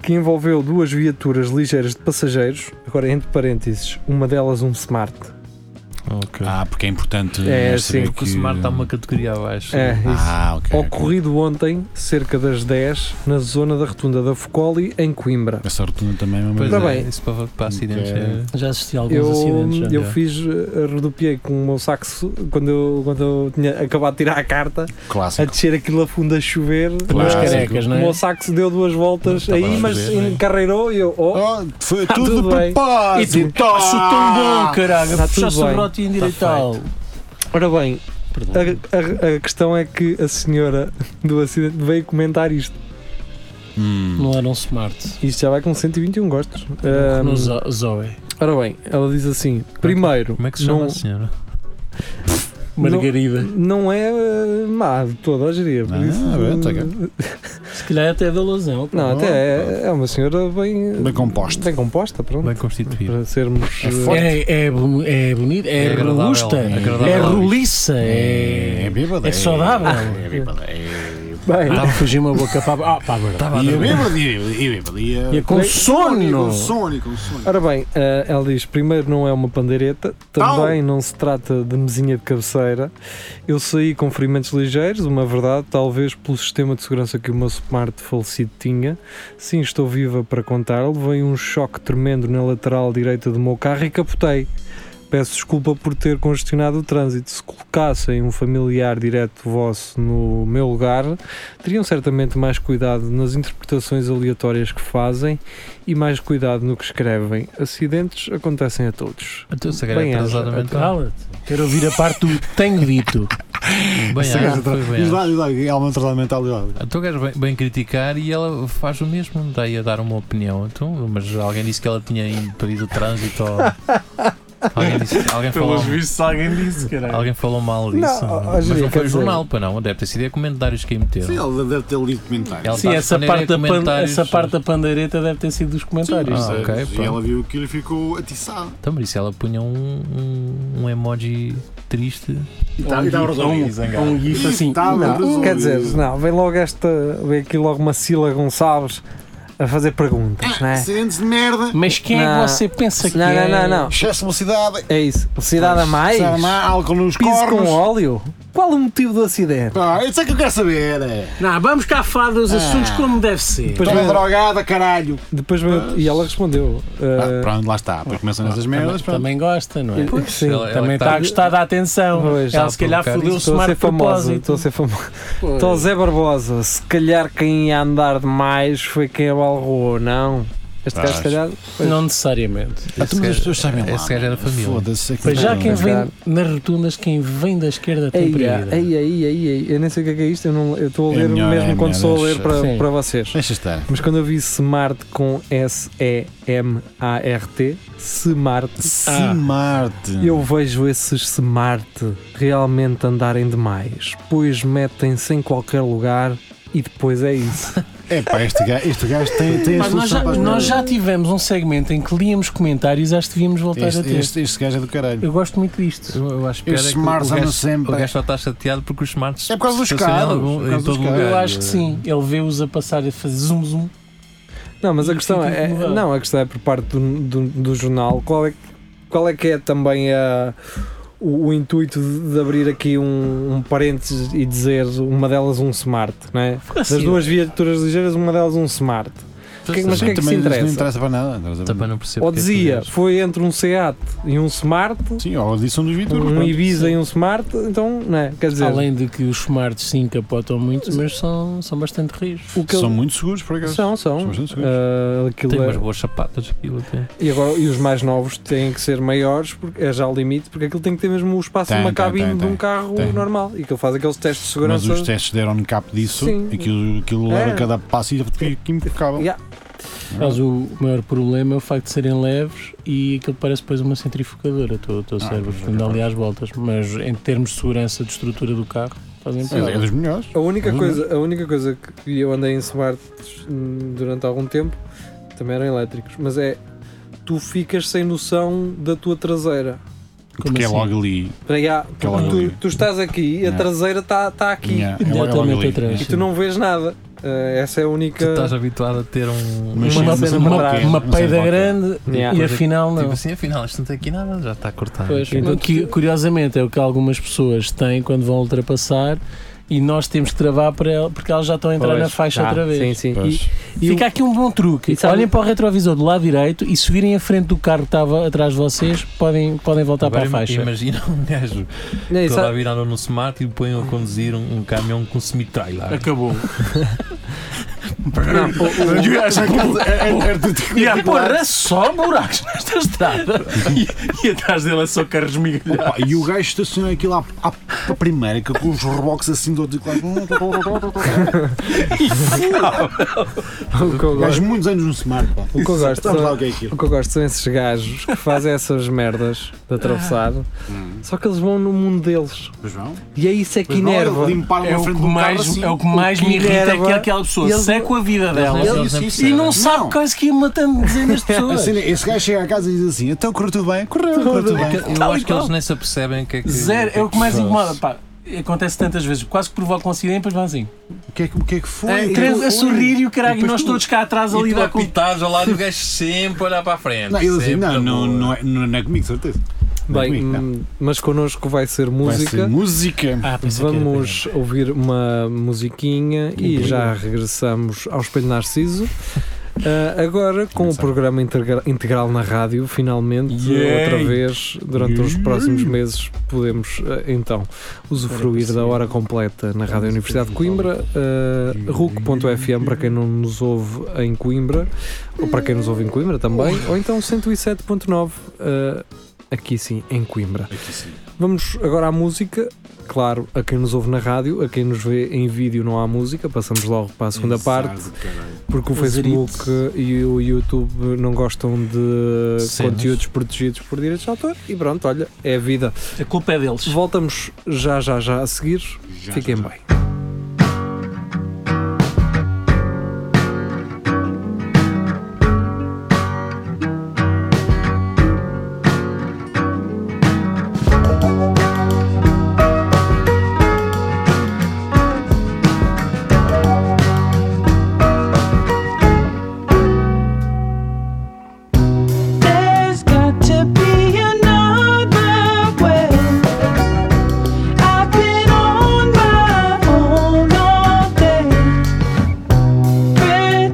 Speaker 2: que envolveu duas viaturas ligeiras de passageiros, agora entre parênteses, uma delas um Smart.
Speaker 3: Ah, porque é importante.
Speaker 2: É,
Speaker 3: nós saber
Speaker 2: sim.
Speaker 5: Porque o Smart está uma categoria abaixo.
Speaker 2: É, isso.
Speaker 3: Ah, ok. ok.
Speaker 2: Ocorrido ontem, cerca das 10, na zona da rotunda da Focoli, em Coimbra.
Speaker 3: Essa rotunda também é uma
Speaker 5: Pois
Speaker 2: Ora
Speaker 5: é,
Speaker 2: bem.
Speaker 5: isso para, para acidentes
Speaker 3: Ok.
Speaker 5: é-
Speaker 4: Já assisti a alguns
Speaker 2: Eu,
Speaker 4: acidentes. já.
Speaker 2: eu fiz, eh, rodopiei com o meu saxo quando eu, quando eu tinha acabado de tirar a carta, a
Speaker 3: clássica.
Speaker 2: descer aquilo a fundo a chover.
Speaker 4: Os
Speaker 3: Claro.
Speaker 2: Ah,
Speaker 4: carecas, não
Speaker 2: O
Speaker 4: é?
Speaker 2: meu saxo deu duas voltas
Speaker 5: Não,
Speaker 2: aí,
Speaker 5: estava a
Speaker 2: mas
Speaker 5: ver, né?
Speaker 2: encarreirou e eu. Oh,
Speaker 3: Oh, foi
Speaker 2: Tá
Speaker 3: tudo,
Speaker 2: tudo
Speaker 3: de
Speaker 2: bem.
Speaker 3: propósito. Tá.
Speaker 4: Ah, E tu, ah, sou tão bom, caralho.
Speaker 2: Está tudo
Speaker 4: Puxaste
Speaker 2: bem.
Speaker 4: o brotinho direital.
Speaker 2: Ora bem,
Speaker 4: Perdão.
Speaker 2: a, a- a questão é que a senhora do acidente veio comentar isto.
Speaker 3: Hum.
Speaker 4: Não era um smart.
Speaker 2: Isto já vai com 121 gostos.
Speaker 4: Um, no
Speaker 2: Ahm,
Speaker 4: Zo- Zoe.
Speaker 2: ora bem, ela diz assim: primeiro,
Speaker 5: Como é que se chama
Speaker 2: não-
Speaker 5: a senhora?
Speaker 4: Margarida.
Speaker 2: não, é eh, má de toda a geria. por
Speaker 3: Ah,
Speaker 2: isso,
Speaker 3: bem, tá
Speaker 2: eh,
Speaker 4: Se calhar até é da Lozão. pá.
Speaker 2: não, até é, é uma senhora bem.
Speaker 3: Bem composta.
Speaker 2: Bem composta, pronto.
Speaker 5: Bem constituída.
Speaker 2: para sermos. eh,
Speaker 4: É, é, boni- é bonita, é,
Speaker 5: É agradável,
Speaker 4: robusta,
Speaker 5: é agradável.
Speaker 4: é roliça, é,
Speaker 3: É bêbada.
Speaker 4: é saudável.
Speaker 3: É bêbada. É
Speaker 2: ah, bem,
Speaker 4: Estava a fugir uma boca para a ah, para a verdade.
Speaker 5: Estava a
Speaker 3: E é
Speaker 5: dormir.
Speaker 3: bêbada. E é bêbada. E é-
Speaker 4: E é com
Speaker 2: Bem,
Speaker 4: sono. Ah,
Speaker 3: Com sono. e Com sono.
Speaker 2: Ora bem, eh, ela diz: primeiro não é uma pandeireta, também não se trata de mesinha de cabeceira. Eu saí com ferimentos ligeiros, uma verdade, talvez pelo sistema de segurança que o meu smart falecido tinha. Sim, estou viva para contar. Levei um choque tremendo na lateral direita do meu carro e capotei. Peço desculpa por ter congestionado o trânsito. Se colocassem um familiar direto vosso no meu lugar, teriam certamente mais cuidado nas interpretações aleatórias que fazem e mais cuidado no que escrevem. Acidentes acontecem a todos.
Speaker 5: Então, se calhar é
Speaker 2: Bem,
Speaker 5: atrasada
Speaker 2: acho-
Speaker 4: Ah,
Speaker 5: mental.
Speaker 4: Cala-te. Quero ouvir a parte do tenho dito.
Speaker 5: Bem,
Speaker 3: Essa
Speaker 5: acho,
Speaker 3: gaja
Speaker 5: foi
Speaker 3: Diz
Speaker 5: bem.
Speaker 3: lá, diz lá,
Speaker 4: é
Speaker 3: e há uma atrasada mental. diz lá.
Speaker 5: Então o gajo vem, vem criticar e ela faz o mesmo, daí a dar uma opinião. Então, mas alguém disse que ela tinha impedido o trânsito ou. Alguém, disse, alguém, falou,
Speaker 4: vistos, alguém disse, caralho.
Speaker 5: alguém falou mal disso.
Speaker 2: Não, ó,
Speaker 5: mas
Speaker 2: Júlio,
Speaker 5: não
Speaker 2: quer
Speaker 5: foi
Speaker 2: dizer-
Speaker 5: jornal, para não. Deve ter sido é comentários que aí
Speaker 3: Sim,
Speaker 5: meteram.
Speaker 3: ela deve ter lido comentários.
Speaker 5: Ela
Speaker 4: Sim,
Speaker 5: está a
Speaker 4: essa
Speaker 5: responder
Speaker 4: parte,
Speaker 5: a
Speaker 4: da pan-
Speaker 5: comentários.
Speaker 4: essa parte da pandareta deve ter sido dos comentários.
Speaker 5: Ah,
Speaker 4: sabe?
Speaker 5: ok,
Speaker 3: e
Speaker 5: pronto.
Speaker 3: ela viu aquilo e ficou atiçada.
Speaker 5: Então, por isso ela punha um, um, um emoji triste. é?
Speaker 3: E
Speaker 4: Há
Speaker 3: tá- e tá resolvido.
Speaker 4: um, há um gif assim.
Speaker 3: Tá
Speaker 4: não.
Speaker 3: resolvido.
Speaker 2: Quer dizer, não, vem logo esta, vem aqui logo uma Sila Gonçalves a fazer perguntas, não é?
Speaker 3: Acidentes de merda.
Speaker 4: Mas quem é
Speaker 2: Não.
Speaker 4: que você pensa que
Speaker 2: Não,
Speaker 4: é?
Speaker 2: não, não, não.
Speaker 3: Excesso de velocidade.
Speaker 2: É isso. Velocidade a mais?
Speaker 3: Sabe lá, álcool nos
Speaker 2: Piso com
Speaker 3: cornos.
Speaker 2: óleo? Qual o motivo do acidente?
Speaker 3: Pá, isso é que eu quero saber. É.
Speaker 4: Não, vamos cá falar
Speaker 2: Ah.
Speaker 4: dos assuntos como deve ser.
Speaker 2: Pois
Speaker 3: Toma
Speaker 2: bem.
Speaker 3: drogada, caralho.
Speaker 2: Depois veio, e ela respondeu.
Speaker 3: Ah,
Speaker 2: ah,
Speaker 3: pronto, lá está. Depois começam essas merdas.
Speaker 4: Também,
Speaker 3: Pronto.
Speaker 4: também gosta, não é?
Speaker 2: Pois, Sim,
Speaker 5: ela- ela
Speaker 4: também
Speaker 5: que
Speaker 3: tá
Speaker 4: está a gostar da atenção.
Speaker 2: Pois, um
Speaker 4: ela
Speaker 5: está
Speaker 4: se
Speaker 5: a
Speaker 4: calhar
Speaker 5: provocar
Speaker 4: fodeu-se
Speaker 2: Estou a
Speaker 4: smart
Speaker 2: ser
Speaker 4: de
Speaker 2: famosa,
Speaker 4: propósito.
Speaker 2: estou a ser famosa. Então, Zé Barbosa, se calhar quem ia andar demais foi quem abalroou, não? Este gajo, se
Speaker 3: Acho.
Speaker 2: calhar. pois.
Speaker 4: Não necessariamente.
Speaker 3: Ah, tu, mas as pessoas sabem lá.
Speaker 5: Esse gajo era
Speaker 3: mano.
Speaker 5: família.
Speaker 3: Foda-se. é que
Speaker 4: Pois já quem
Speaker 2: Mas
Speaker 4: vem
Speaker 2: já-
Speaker 4: nas rotundas, quem vem da esquerda tem
Speaker 2: Ei,
Speaker 4: prioridade.
Speaker 2: ei, ei, ei, ei, eu nem sei o que é, que é isto, eu não- eu estou a
Speaker 3: É
Speaker 2: ler
Speaker 3: melhor,
Speaker 2: mesmo
Speaker 3: é melhor,
Speaker 2: quando estou a ler
Speaker 3: deixa.
Speaker 2: para,
Speaker 4: Sim.
Speaker 2: para vocês.
Speaker 3: Deixa estar.
Speaker 2: Mas quando eu vi Smart com S-E-M-A-R-T, Smart,
Speaker 3: Smart.
Speaker 2: eu vejo esses Smart realmente andarem demais, pois metem-se em qualquer lugar e depois é isso.
Speaker 3: É pá, este gajo, este gajo tem, tem a
Speaker 4: Pá, nós,
Speaker 3: solução
Speaker 4: já,
Speaker 3: para as
Speaker 4: nós
Speaker 3: merdas.
Speaker 4: já tivemos um segmento em que líamos comentários, acho que devíamos voltar a
Speaker 3: Este,
Speaker 4: ter.
Speaker 3: este, este gajo é do caralho.
Speaker 4: Eu gosto muito disto.
Speaker 5: Eu, eu acho pior
Speaker 3: Estes
Speaker 5: é que o
Speaker 3: smarts andam
Speaker 5: gajo,
Speaker 3: sempre.
Speaker 5: o gajo só está chateado porque os smarts
Speaker 3: É por causa dos
Speaker 5: estacionam
Speaker 3: carros,
Speaker 5: algum-
Speaker 3: por causa
Speaker 5: em
Speaker 3: dos
Speaker 5: todo
Speaker 3: carros.
Speaker 5: lugar.
Speaker 4: Eu acho que sim, ele vê-os a passar a fazer zoom zoom.
Speaker 2: Não, mas a
Speaker 4: E
Speaker 2: questão
Speaker 4: fica
Speaker 2: é,
Speaker 4: incomodado.
Speaker 2: não, a questão é por parte do, do- do jornal, qual é, que- qual é que é também a- o, o intuito de, de abrir aqui um, um parênteses e dizer uma delas um Smart, não é?
Speaker 4: assim,
Speaker 2: Das duas viaturas ligeiras, uma delas um Smart. que- mas o que é que se
Speaker 3: Também
Speaker 2: interessa?
Speaker 3: Não interessa para nada. interessa para
Speaker 5: Então, Também
Speaker 3: nada.
Speaker 5: não percebo
Speaker 2: Ou
Speaker 5: porque é que o
Speaker 2: dizia,
Speaker 5: gajo-
Speaker 2: foi entre um Seat e um Smart,
Speaker 3: Sim, ou a edição dos Vitor.
Speaker 2: um Ibiza e um Smart, então, não é? Quer dizer,
Speaker 4: Além de que os smarts sim capotam muito, mas são, são bastante rios.
Speaker 2: o que
Speaker 3: São
Speaker 2: ele-
Speaker 3: muito seguros, por acaso.
Speaker 2: são, são.
Speaker 3: São bastante seguros.
Speaker 2: Ah, aquilo
Speaker 5: Tem
Speaker 2: é-
Speaker 5: umas boas sapatas aquilo até.
Speaker 2: e, agora, e os mais novos têm que ser maiores, porque é já o limite, porque aquilo tem que ter mesmo o espaço
Speaker 3: Tem,
Speaker 2: de uma
Speaker 3: tem,
Speaker 2: cabine
Speaker 3: tem,
Speaker 2: de um
Speaker 3: tem.
Speaker 2: carro
Speaker 3: Tem.
Speaker 2: normal. E que ele faz aqueles testes de
Speaker 3: Mas
Speaker 2: segurança.
Speaker 3: os testes deram no cap disso.
Speaker 2: Sim.
Speaker 3: Aquilo, aquilo leva
Speaker 2: É.
Speaker 3: cada passo e fica impecável.
Speaker 2: Yeah.
Speaker 4: Mas o maior problema é o facto de serem leves e aquilo parece depois uma centrifugadora, o teu, o teu
Speaker 2: Ah,
Speaker 4: cérebro,
Speaker 3: pois é
Speaker 4: dando ali às voltas. Mas em termos de segurança de estrutura do carro, fazem
Speaker 3: É, é
Speaker 4: parte.
Speaker 3: dos melhores.
Speaker 2: A única,
Speaker 3: Uhum.
Speaker 2: coisa, a única coisa que eu andei em smart durante algum tempo também eram elétricos, mas é tu ficas sem noção da tua traseira.
Speaker 4: Como
Speaker 3: porque
Speaker 4: assim?
Speaker 3: é logo ali.
Speaker 2: Para já,
Speaker 3: Aquela
Speaker 2: tu,
Speaker 3: ali.
Speaker 2: tu estás aqui e a
Speaker 3: é Yeah.
Speaker 2: traseira está tá aqui
Speaker 3: Yeah, é logo- é logo
Speaker 4: Diretamente
Speaker 3: ali.
Speaker 4: atrás.
Speaker 2: e tu não vês nada. Eh, essa é a
Speaker 5: Tu
Speaker 2: única.
Speaker 5: estás habituado a ter um.
Speaker 3: Mas
Speaker 4: uma,
Speaker 3: sim, mas
Speaker 4: uma,
Speaker 3: não
Speaker 4: uma,
Speaker 3: qualquer, não
Speaker 4: uma
Speaker 3: sei
Speaker 4: peida
Speaker 3: qualquer.
Speaker 4: grande
Speaker 2: Yeah.
Speaker 4: e
Speaker 5: Coisa que-
Speaker 4: afinal não.
Speaker 5: Tipo assim, afinal, isto não tem aqui nada, já está cortado.
Speaker 4: Pois,
Speaker 2: Sim.
Speaker 4: mas que, curiosamente é o que algumas pessoas têm quando vão ultrapassar e nós temos que travar para ela, porque elas já estão a entrar
Speaker 2: Pois,
Speaker 4: na faixa
Speaker 2: tá,
Speaker 4: outra vez.
Speaker 2: Sim, sim.
Speaker 3: Pois.
Speaker 2: E, e
Speaker 4: Fica aqui um bom truque.
Speaker 2: E sabe-
Speaker 4: Olhem para o retrovisor do lado direito e se virem a frente do carro que estava atrás de vocês, podem, podem voltar para a
Speaker 5: Agora ima-
Speaker 4: faixa.
Speaker 5: Imagina um gajo
Speaker 2: o- não, e
Speaker 5: todo a
Speaker 2: sabe-
Speaker 5: virar no smart e põe a conduzir um, um caminhão com semi-trailer.
Speaker 6: Acabou.
Speaker 2: não, o- o-
Speaker 5: é
Speaker 6: E há porra só buracos nesta estrada. E, e atrás dele é só carros migalhados.
Speaker 3: Opa, e o gajo estaciona aquilo à, à- à primeira, que com os reboques assim do outro lado.
Speaker 2: o que
Speaker 3: Gajo
Speaker 2: eu gosto-
Speaker 3: muitos anos no smart. Pá.
Speaker 2: O que eu
Speaker 3: Sabes
Speaker 2: gosto são-
Speaker 3: lá o que é aquilo.
Speaker 2: o que eu gosto são esses gajos que fazem essas merdas de atravessar,
Speaker 3: Ah.
Speaker 2: Hum. só que eles vão no mundo deles.
Speaker 3: Mas vão.
Speaker 2: E é isso é que
Speaker 3: Mas não
Speaker 2: enerva.
Speaker 3: era limpar
Speaker 6: É
Speaker 3: uma
Speaker 6: o,
Speaker 3: frente
Speaker 6: que
Speaker 3: do
Speaker 6: mais,
Speaker 3: carro assim.
Speaker 6: é o que mais me irrita é
Speaker 2: enerva-
Speaker 6: que aquela pessoa
Speaker 2: ele-
Speaker 6: seca a vida dela
Speaker 5: Eles
Speaker 3: Ele
Speaker 5: não
Speaker 3: disse isso
Speaker 5: percebem.
Speaker 6: e não
Speaker 3: Não.
Speaker 6: sabe
Speaker 4: é
Speaker 6: quase que é ia matando dezenas de pessoas.
Speaker 3: Assim, esse gajo chega a casa e diz assim: então correu tudo bem? Correu, correu tudo bem.
Speaker 5: Eu
Speaker 6: Tal e
Speaker 5: acho que eles
Speaker 6: qual.
Speaker 5: nem se apercebem o que é que.
Speaker 6: Tá Zero, é o que mais
Speaker 5: se faz.
Speaker 6: incomoda, pá. Acontece tantas vezes, quase que provoca um acidente, depois vão assim.
Speaker 3: O que é que, o que, é que foi?
Speaker 6: É,
Speaker 3: O que é que
Speaker 6: três
Speaker 3: foi?
Speaker 6: a sorrir e o
Speaker 3: E
Speaker 6: caralho, e
Speaker 3: depois
Speaker 6: nós
Speaker 3: tu-
Speaker 6: todos cá atrás a
Speaker 5: E tu
Speaker 6: lidar com.
Speaker 5: apitares ao lado do gajo sempre a olhar para a frente.
Speaker 3: Não, ele assim,
Speaker 5: sempre
Speaker 3: não,
Speaker 5: na
Speaker 3: não,
Speaker 5: boa.
Speaker 3: não, é, não, não é comigo, de certeza. Não é
Speaker 2: Bem,
Speaker 3: comigo, não.
Speaker 2: hum, mas connosco vai ser música.
Speaker 3: Vai ser música.
Speaker 6: Ah,
Speaker 4: é
Speaker 6: pensei que era
Speaker 2: Vamos ouvir uma musiquinha e
Speaker 3: bom.
Speaker 2: já regressamos ao Espelho Narciso. Ah, agora com o programa integra- integral na rádio, finalmente,
Speaker 6: Yay!
Speaker 2: outra vez, durante os próximos meses, podemos ah, então usufruir da hora completa na Rádio Universidade de Coimbra, ah, RUC.fm para quem não nos ouve em Coimbra, ou para quem nos ouve em Coimbra também, ou então 107.9 ah, aqui sim, em Coimbra.
Speaker 3: Aqui sim.
Speaker 2: Vamos agora à música. Claro, a quem nos ouve na rádio, a quem nos vê em vídeo não há música, passamos logo para a segunda parte,
Speaker 3: Exato, caralho.
Speaker 2: porque o
Speaker 4: Lazarito.
Speaker 2: Facebook e o YouTube não gostam de
Speaker 5: Cenas.
Speaker 2: conteúdos protegidos por direitos de autor e pronto, olha, é a vida.
Speaker 6: A culpa é deles.
Speaker 2: Voltamos já, já, já a seguir.
Speaker 3: Já,
Speaker 2: Fiquem
Speaker 3: já, já.
Speaker 2: bem.
Speaker 7: There's got to be another way. I've been on my own all day,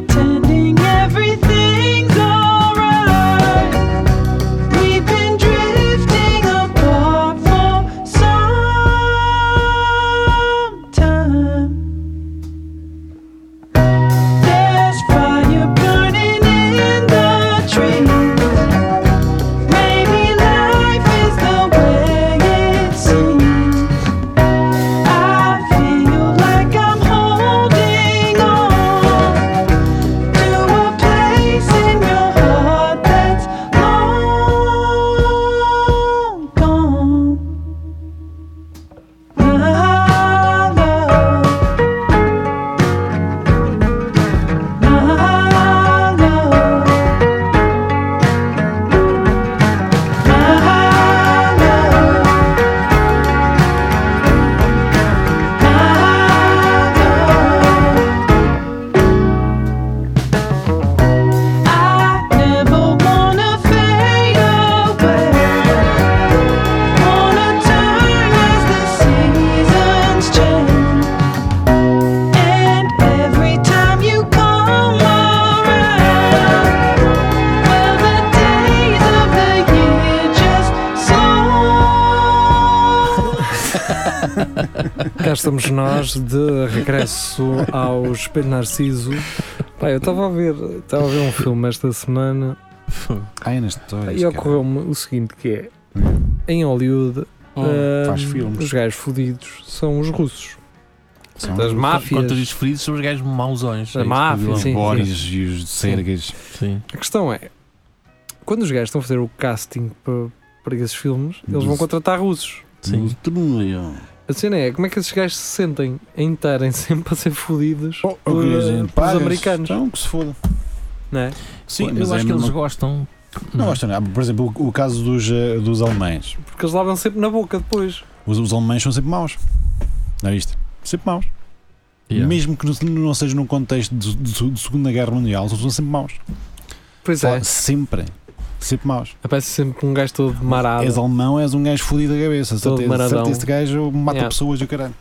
Speaker 7: pretending everything's alright. We've been drifting apart for some time. There's fire burning in the trees. Maybe life is the way it seems. I feel like I'm holding on to a place in your heart that's long gone. My love. My love, my love, my love. I never wanna fade away. Wanna turn as the seasons change. And every time you come around, well the days of the year just slow.
Speaker 2: Cá estamos nós de regresso ao Espelho Narciso. Pá, eu estava a ver, estava a ver um filme esta semana
Speaker 3: Ai, nas histórias.
Speaker 2: e
Speaker 3: É cara.
Speaker 2: ocorreu-me o seguinte que é em Hollywood
Speaker 6: Hum.
Speaker 2: ah,
Speaker 3: faz filmes.
Speaker 2: os gajos fodidos são os russos.
Speaker 3: São
Speaker 2: das máfias.
Speaker 5: Quando tu dizes feridos, são os gajos mauzões.
Speaker 2: Da
Speaker 5: é isso que
Speaker 2: máfia,
Speaker 5: eu digo.
Speaker 3: os
Speaker 2: sim,
Speaker 3: Boris e os Sergas.
Speaker 5: Sim.
Speaker 2: A questão é, quando os gajos estão a fazer o casting para, para esses filmes, eles vão
Speaker 3: Dos-
Speaker 2: contratar russos.
Speaker 5: Sim.
Speaker 3: No Trulho.
Speaker 2: A cena é, como é que esses gajos se sentem a entrarem sempre a ser fodidos
Speaker 3: Oh,
Speaker 2: por,
Speaker 3: ok,
Speaker 2: eh,
Speaker 3: gente,
Speaker 2: pelos
Speaker 3: pagas,
Speaker 2: americanos?
Speaker 3: Então, que se foda.
Speaker 2: Não é?
Speaker 5: Sim,
Speaker 3: Pois,
Speaker 5: eu
Speaker 3: é
Speaker 5: acho que eles
Speaker 3: uma-
Speaker 5: gostam.
Speaker 3: Não gostam, não. é? Ah, Por exemplo, o, o caso dos, eh, dos alemães.
Speaker 2: Porque eles lavam sempre na boca depois.
Speaker 3: Os, os alemães são sempre maus. Não é isto? Sempre maus.
Speaker 5: Yeah.
Speaker 3: Mesmo que não, não seja num contexto de, de- de Segunda Guerra Mundial, eles são sempre maus.
Speaker 2: Pois é,
Speaker 3: Sempre. Sempre maus.
Speaker 2: aparece sempre um gajo todo marado.
Speaker 3: És alemão, és um gajo fodido da cabeça.
Speaker 2: Todo
Speaker 3: Certeza,
Speaker 2: maradão.
Speaker 3: certeza, este gajo mata
Speaker 2: Yeah.
Speaker 3: pessoas e o caralho.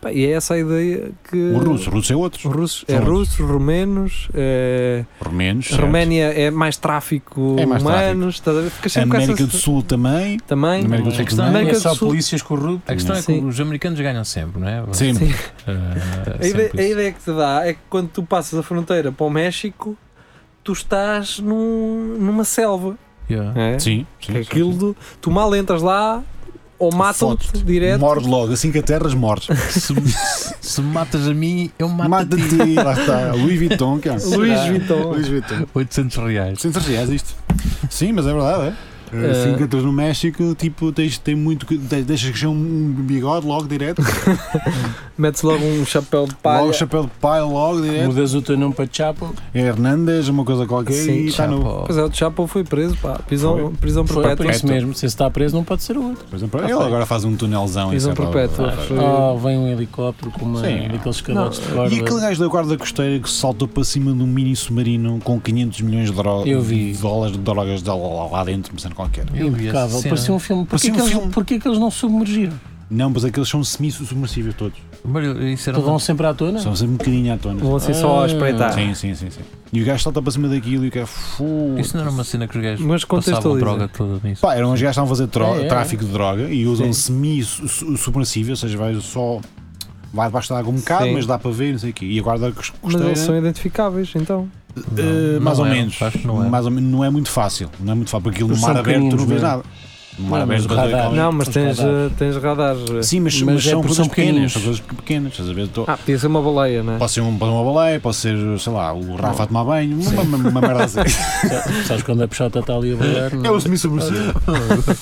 Speaker 2: Pá, E é essa a ideia que...
Speaker 3: O russo, o russo é
Speaker 2: Os
Speaker 3: outro.
Speaker 2: russos,
Speaker 3: São
Speaker 2: é
Speaker 3: outros.
Speaker 2: russos, romenos, é,
Speaker 3: Romenos.
Speaker 2: a
Speaker 3: certo.
Speaker 2: Roménia é mais tráfico
Speaker 3: É mais
Speaker 2: humanos, estás a ver? Ficas sempre com essa
Speaker 3: América do Sul também.
Speaker 2: também.
Speaker 3: América do Sul
Speaker 5: A questão
Speaker 3: também.
Speaker 2: América
Speaker 4: É
Speaker 2: do
Speaker 4: só
Speaker 2: Sul.
Speaker 4: polícias corruptas.
Speaker 5: A questão é que
Speaker 2: Sim.
Speaker 5: os americanos ganham sempre, não é?
Speaker 3: Sempre.
Speaker 2: Sim.
Speaker 5: Ah,
Speaker 2: A ideia,
Speaker 5: sempre
Speaker 2: a
Speaker 5: isso.
Speaker 2: ideia que te dá é que quando tu passas a fronteira para o México, tu estás num- numa selva.
Speaker 5: Yeah.
Speaker 2: É?
Speaker 3: Sim, sim.
Speaker 2: Aquilo do- tu mal entras lá ou matam-te
Speaker 3: Fode-te.
Speaker 2: direto.
Speaker 3: Morde logo, assim que aterras, morres.
Speaker 5: É Se, se- se me matas a mim, eu mato a ti.
Speaker 3: Mata-te, lá está. Louis Vuitton, é um cara.
Speaker 2: Luís Vitão.
Speaker 3: Luís Vuitton.
Speaker 5: 800 reais.
Speaker 3: 800 reais isto. Sim, mas é verdade, é?
Speaker 2: Eh,
Speaker 3: Assim que entras no México, tipo, tens, tem muito, que- tens, deixas crescer um bigode logo direto,
Speaker 2: Metes logo um chapéu de palha.
Speaker 3: logo chapéu de pai logo direto,
Speaker 4: Mudas o é teu nome para Chapo.
Speaker 3: é Hernandes, uma coisa qualquer,
Speaker 2: Sim,
Speaker 3: e está no.
Speaker 5: Chapo.
Speaker 2: Pois é, o Chapo foi preso, pá. Prisão, prisão
Speaker 4: Foi por
Speaker 2: perpétua.
Speaker 4: é
Speaker 3: É.
Speaker 4: isso mesmo. Se esse está preso, não pode ser o outro.
Speaker 3: Por exemplo, ele agora faz um tunelzão
Speaker 2: Prisão
Speaker 3: isso é
Speaker 2: perpétua.
Speaker 3: para-
Speaker 2: Foi-
Speaker 4: Oh, vem um helicóptero com uma,
Speaker 3: Sim.
Speaker 4: daqueles cadotes de
Speaker 3: E aquele
Speaker 4: corda.
Speaker 3: gajo da guarda costeira que saltou para cima de um mini submarino com 500 milhões de, dro-
Speaker 4: Eu vi.
Speaker 3: de dólares de drogas de lá, lá, lá dentro, mas não qualquer.
Speaker 5: Eu vi essa
Speaker 4: Impecável.
Speaker 5: cena.
Speaker 4: Parecia um filme. Porquê,
Speaker 3: Parecia é um
Speaker 4: que,
Speaker 3: filme.
Speaker 4: Eles, porquê que eles não submergiram?
Speaker 3: Não, mas aqueles são semi-submersíveis todos.
Speaker 5: Mas isso era
Speaker 4: Então
Speaker 5: um...
Speaker 4: vão sempre à tona?
Speaker 3: São sempre um bocadinho à tona.
Speaker 2: Vão assim só a
Speaker 4: Ah.
Speaker 2: espreitar.
Speaker 3: Sim, sim, sim, sim. E o gajo salta para cima daquilo e o cara. Fu...
Speaker 5: Isso não era uma cena que os gajos
Speaker 2: Mas né?
Speaker 5: passavam
Speaker 2: contextualiza.
Speaker 5: droga toda nisso.
Speaker 3: Pá, eram uns gajos que estavam a fazer tro-
Speaker 4: É, é.
Speaker 3: tráfico de droga e usam
Speaker 2: Sim.
Speaker 3: semi-submersível, ou seja, vai só. Vai debaixo da água um bocado,
Speaker 2: Sim.
Speaker 3: mas dá para ver, não sei o quê. E a guarda cos-
Speaker 2: Mas eles são
Speaker 3: costeira.
Speaker 2: identificáveis, então.
Speaker 3: eh,
Speaker 5: Não,
Speaker 3: mais
Speaker 5: não
Speaker 3: ou
Speaker 5: eram,
Speaker 3: menos.
Speaker 5: acho que não eram.
Speaker 3: mais ou menos. Não é muito fácil. Não é muito fácil, porque aquilo no
Speaker 4: Eles
Speaker 3: mar
Speaker 4: são
Speaker 3: aberto tu não
Speaker 4: pequeninos,
Speaker 3: vês
Speaker 4: não é?
Speaker 3: nada. No mar
Speaker 4: Não,
Speaker 3: aberto
Speaker 4: mas
Speaker 3: tu não vês
Speaker 4: radar.
Speaker 3: nada.
Speaker 2: Não, mas
Speaker 4: Os
Speaker 2: tens,
Speaker 4: radares.
Speaker 2: eh, tens radares.
Speaker 3: Sim, mas,
Speaker 4: mas
Speaker 3: mas
Speaker 4: é
Speaker 3: são
Speaker 4: porque
Speaker 3: coisas
Speaker 4: são
Speaker 3: pequenas.
Speaker 4: pequeninos.
Speaker 3: São coisas pequenas. Estás a ver? Tô-
Speaker 2: Ah, podia ser uma baleia, não é?
Speaker 3: Pode ser um, pode ser uma baleia, pode ser, sei lá, o Rafa a tomar banho, uma, uma, uma merda assim.
Speaker 4: Sabes quando a peixota está ali a brilhar?
Speaker 3: É o semi-submersível.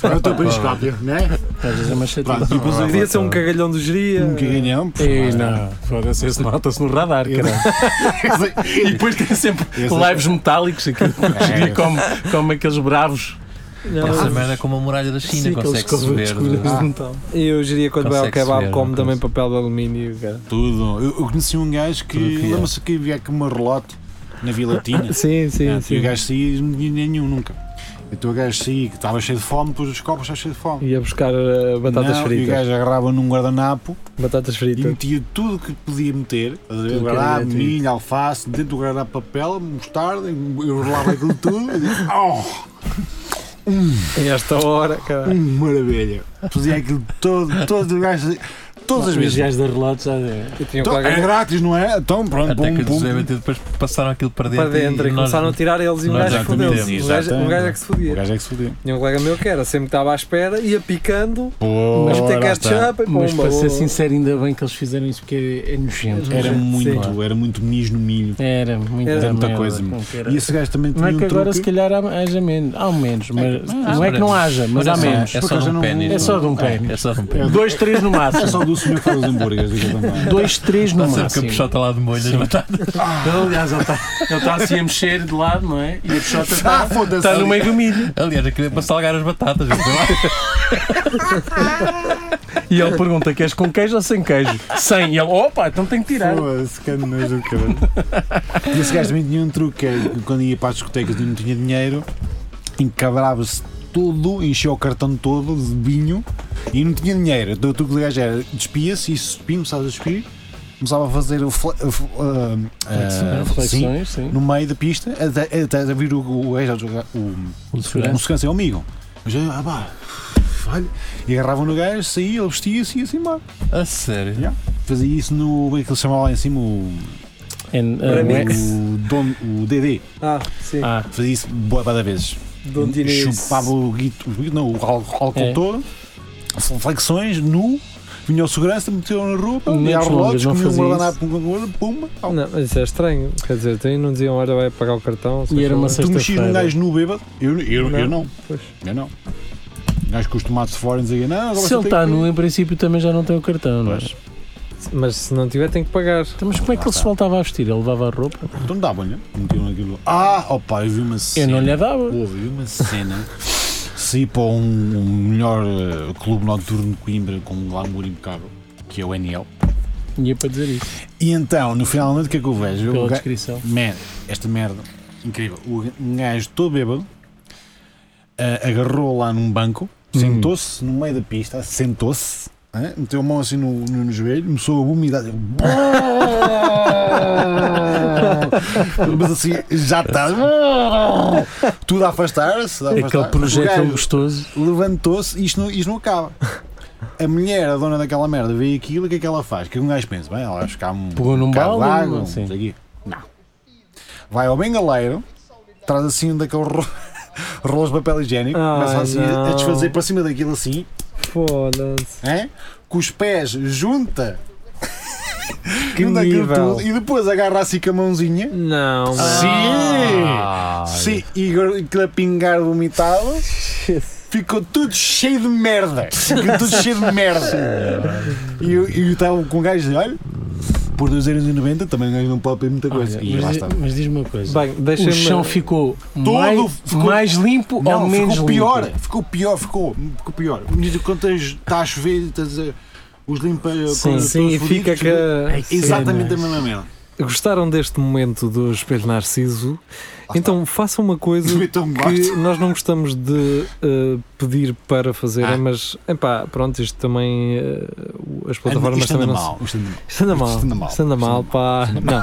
Speaker 3: É o teu periscópio, não é?
Speaker 4: Às vezes é
Speaker 3: Pronto,
Speaker 4: uma chatice.
Speaker 3: e depois
Speaker 2: Podia ser um cagalhão do geria.
Speaker 3: um cagalhão. pff,
Speaker 4: Ei, não, foda-se, esse nota-se no radar, caralho. E depois tem sempre
Speaker 3: Esse-
Speaker 4: lives metálicos, aquilo
Speaker 3: É.
Speaker 4: que como, como aqueles bravos.
Speaker 2: Não,
Speaker 5: Essa merda é como a muralha da China,
Speaker 4: Ah, Sim, aqueles
Speaker 5: consegue-se ver. ah,
Speaker 4: escuros
Speaker 5: de-
Speaker 4: de metal.
Speaker 2: E eu diria quando vai ao
Speaker 5: Consegue-se
Speaker 2: kebab
Speaker 5: ver,
Speaker 2: come
Speaker 5: não
Speaker 2: também papel de alumínio, cara.
Speaker 3: Tudo. Eu, eu conheci um gajo que.
Speaker 5: Tudo que é.
Speaker 3: Lembra-se que havia aqui uma relote na Vila Tina.
Speaker 2: Sim, sim,
Speaker 3: Ah, E
Speaker 2: sim.
Speaker 3: o gajo saía e não tinha nenhum nunca. Então o gajo saía que estava cheio de fome, pôs os copos, estava cheio de fome.
Speaker 2: Ia buscar eh, batatas
Speaker 3: Não, E o
Speaker 2: fritas.
Speaker 3: gajo agarrava num guardanapo
Speaker 2: Batatas
Speaker 3: e
Speaker 2: fritas.
Speaker 3: metia tudo que podia meter, estás a ver?
Speaker 2: Tudo que
Speaker 3: guardanapo,
Speaker 2: era gratuito.
Speaker 3: milho, alface, dentro do guardanapo papel, mostarda, e eu rolava aquilo tudo e dizia, oh,
Speaker 2: E esta hora, cara.
Speaker 3: hum, maravilha. Fazia aquilo todo, todo o gajo, todas as
Speaker 4: Os
Speaker 3: vezes.
Speaker 4: gajos da relote já é.
Speaker 2: Eu tinha um
Speaker 3: Então, é
Speaker 2: colega
Speaker 3: grátis, não é? Então pronto,
Speaker 5: Até
Speaker 3: pum,
Speaker 5: que os
Speaker 3: pum,
Speaker 5: dos
Speaker 3: pum.
Speaker 5: EBT depois passaram aquilo para dentro.
Speaker 2: para dentro e
Speaker 5: nós-
Speaker 2: começaram a tirar eles e um
Speaker 5: nós
Speaker 2: gajo
Speaker 5: não
Speaker 2: fodeu-se.
Speaker 3: temos,
Speaker 2: Um gajo- Um
Speaker 3: exatamente.
Speaker 2: gajo é que se
Speaker 3: O
Speaker 2: fodia.
Speaker 3: gajo é que se fodia.
Speaker 2: Tinha um colega meu que era sempre estava à espera, ia picando, mas
Speaker 3: Ora,
Speaker 2: tem
Speaker 3: lá está.
Speaker 2: ketchup e
Speaker 4: Mas
Speaker 2: pomba.
Speaker 4: para ser
Speaker 2: boa.
Speaker 4: sincero, ainda bem que eles fizeram isso porque é nojento.
Speaker 3: Era
Speaker 2: Sim.
Speaker 3: muito, era muito mis no milho.
Speaker 4: Era muito
Speaker 2: Era
Speaker 3: muita
Speaker 4: merda,
Speaker 3: coisa.
Speaker 4: como que era.
Speaker 3: E esse gajo também
Speaker 4: Não
Speaker 3: tinha
Speaker 4: é que
Speaker 3: um
Speaker 4: agora
Speaker 3: truque.
Speaker 4: se calhar há- haja menos. Há um menos, mas
Speaker 5: Ah,
Speaker 4: não é que não haja, mas há
Speaker 5: é só-
Speaker 4: menos.
Speaker 5: É
Speaker 3: Porque
Speaker 5: só
Speaker 3: eu
Speaker 5: de
Speaker 3: já
Speaker 5: um
Speaker 3: não-
Speaker 5: pênis.
Speaker 4: É só de um pênis.
Speaker 5: É só de um pênis.
Speaker 4: Dois, três no
Speaker 3: É só
Speaker 4: máximo.
Speaker 3: do senhor que faz os hambúrgueres, diga também.
Speaker 4: Dois, três no
Speaker 5: Está Tá sempre com
Speaker 4: máximo.
Speaker 5: a peixota lá de molho nas
Speaker 4: Sim.
Speaker 5: batatas.
Speaker 4: Ele, aliás, ele está ele está assim a mexer de lado, não é? E a peixota está,
Speaker 3: Ah, foda-se.
Speaker 4: está no meio do milho.
Speaker 5: Aliás, eu queria para salgar as batatas. eu sei lá.
Speaker 4: E ele pergunta: queres com queijo ou sem queijo? Sem. E ele, opa, então tem que tirar.
Speaker 3: Foda-se, que nojo do caralho. E esse gajo também tinha um truque, que é que quando ia para as discotecas e não tinha dinheiro, encabrava-se tudo, enchia o cartão todo de vinho e não tinha dinheiro. Então o truque do gajo era despia-se e se despia, começava a despir, começava a fazer o fle- o fl- ah,
Speaker 4: né?
Speaker 3: ah, sim,
Speaker 4: Reflexões, sim.
Speaker 3: no meio da pista, até, até a vir o, o gajo a jogar o,
Speaker 5: O
Speaker 3: um
Speaker 5: segurança.
Speaker 3: segurança é o amigo. Mas, ah, pá, olha, e agarravam no gajo, saía, ele vestia-se e ia-se embora.
Speaker 5: A sério.
Speaker 3: Fazia isso no. Como é que ele chamava lá em cima? O,
Speaker 4: And, uh, wax.
Speaker 3: o, dono- o DD.
Speaker 2: Ah, sim. um
Speaker 4: Ah,
Speaker 3: Fazia isso boa para vezes.
Speaker 2: Dom Dinês.
Speaker 3: Chupava o guito, o guito, não, o álcool
Speaker 4: É.
Speaker 3: todo, flexões, nu, Vinha o segurança, meteu na rua, pá,
Speaker 4: Não
Speaker 3: ia aos
Speaker 4: deslumbres,
Speaker 3: lotes,
Speaker 4: não
Speaker 3: comia um
Speaker 4: fazia
Speaker 3: guardanapo com gordura, pumba. um pau.
Speaker 2: Não, mas isso é estranho. Quer dizer, tem, não diziam, olha, vai pagar o cartão.
Speaker 4: E era uma
Speaker 2: seja
Speaker 3: Tu mexias num
Speaker 4: sexta-feira.
Speaker 3: gajo nu bêbado? Eu, eu, eu não.
Speaker 2: Pois.
Speaker 3: Eu não. Um gajo com os tomates fora e dizia, não, agora
Speaker 4: Se
Speaker 3: você
Speaker 4: ele
Speaker 3: tem
Speaker 4: está
Speaker 3: que-
Speaker 4: nu, em princípio também já não tem o cartão, não é?
Speaker 3: Pois.
Speaker 2: lá. Mas se não tiver, tem que pagar.
Speaker 4: Então, Mas como é que ele se voltava a vestir? Ele levava a roupa?
Speaker 3: Então davam-lhe. Metiam aquilo. Ah, opa, eu vi uma
Speaker 4: Eu
Speaker 3: cena.
Speaker 4: não lhe dava.
Speaker 3: Houve uma cena. Saí para um, um melhor eh, clube noturno de Coimbra com um glamour impecável, que é o NL.
Speaker 4: Ia para dizer isso,
Speaker 3: E então, no final da noite, o que é que eu vejo? Eu,
Speaker 4: pela
Speaker 3: ga-
Speaker 4: descrição.
Speaker 3: Man, esta merda, incrível. O ga- um gajo todo bêbado ah, agarrou lá num banco,
Speaker 4: Hum.
Speaker 3: sentou-se no meio da pista, sentou-se, hã? meteu a mão assim no, no, no joelho, começou a vomitar. eu, Mas assim, já está. Tudo a afastar-se. a
Speaker 4: Aquele
Speaker 3: afastar-se. O
Speaker 4: projeto
Speaker 3: gajo
Speaker 4: tão gostoso.
Speaker 3: levantou-se e isto não, isto não acaba. A mulher, a dona daquela merda, vê aquilo, o que é que ela faz? O Que é que um gajo pensa, bem, ela acho que há um.
Speaker 4: Pegou num
Speaker 3: um bocado de
Speaker 4: balde,
Speaker 3: água,
Speaker 4: sim.
Speaker 3: não sei o quê. Não. Vai ao bengaleiro, traz assim um daqueles ro- rolos de papel higiênico,
Speaker 2: Ai,
Speaker 3: começa assim a- a
Speaker 2: não.
Speaker 3: desfazer para cima daquilo assim,
Speaker 2: Foda-se.
Speaker 3: hein? com os pés junta.
Speaker 2: é Que
Speaker 3: junta aquilo
Speaker 2: nível.
Speaker 3: tudo, e depois agarra assim com a mãozinha.
Speaker 2: Não, mano.
Speaker 5: Ah,
Speaker 3: Sim! Sim, e agora aquilo a pingar vomitado. Ficou tudo cheio de merda. Ficou tudo cheio de merda. E eu e eu estava com um gajo de olha, por 2,90€ também um gajo não pode pedir muita coisa.
Speaker 2: Ah,
Speaker 4: Olha,
Speaker 3: e lá
Speaker 4: mas,
Speaker 3: está.
Speaker 4: di- mas diz-me uma coisa.
Speaker 2: Bem, deixa-me.
Speaker 4: o chão ficou,
Speaker 3: Todo
Speaker 4: mais,
Speaker 3: ficou-
Speaker 4: mais limpo
Speaker 3: Não,
Speaker 4: ou menos
Speaker 3: ficou pior,
Speaker 4: limpo?
Speaker 3: ficou pior, ficou, ficou pior. Menino, quando tens- está a chover, estás a- eh, os limpa eh,
Speaker 4: Sim,
Speaker 3: todos
Speaker 2: Sim, e fica
Speaker 3: fodidos,
Speaker 2: que.
Speaker 4: Ai, que
Speaker 3: Exatamente a
Speaker 4: cenas.
Speaker 3: mesma merda.
Speaker 2: Gostaram deste momento do Espelho Narciso? Então façam uma coisa
Speaker 3: Então,
Speaker 2: que
Speaker 3: gosto.
Speaker 2: nós não gostamos de eh, pedir para
Speaker 3: Ah.
Speaker 2: fazerem, mas epá, pronto, isto também eh, as plataformas
Speaker 3: Isto anda
Speaker 2: também não se-
Speaker 3: mal, isto é anda mal.
Speaker 2: Isto anda mal.
Speaker 3: Isto anda mal.
Speaker 2: Isto anda mal,
Speaker 3: Isto
Speaker 2: pá. Não.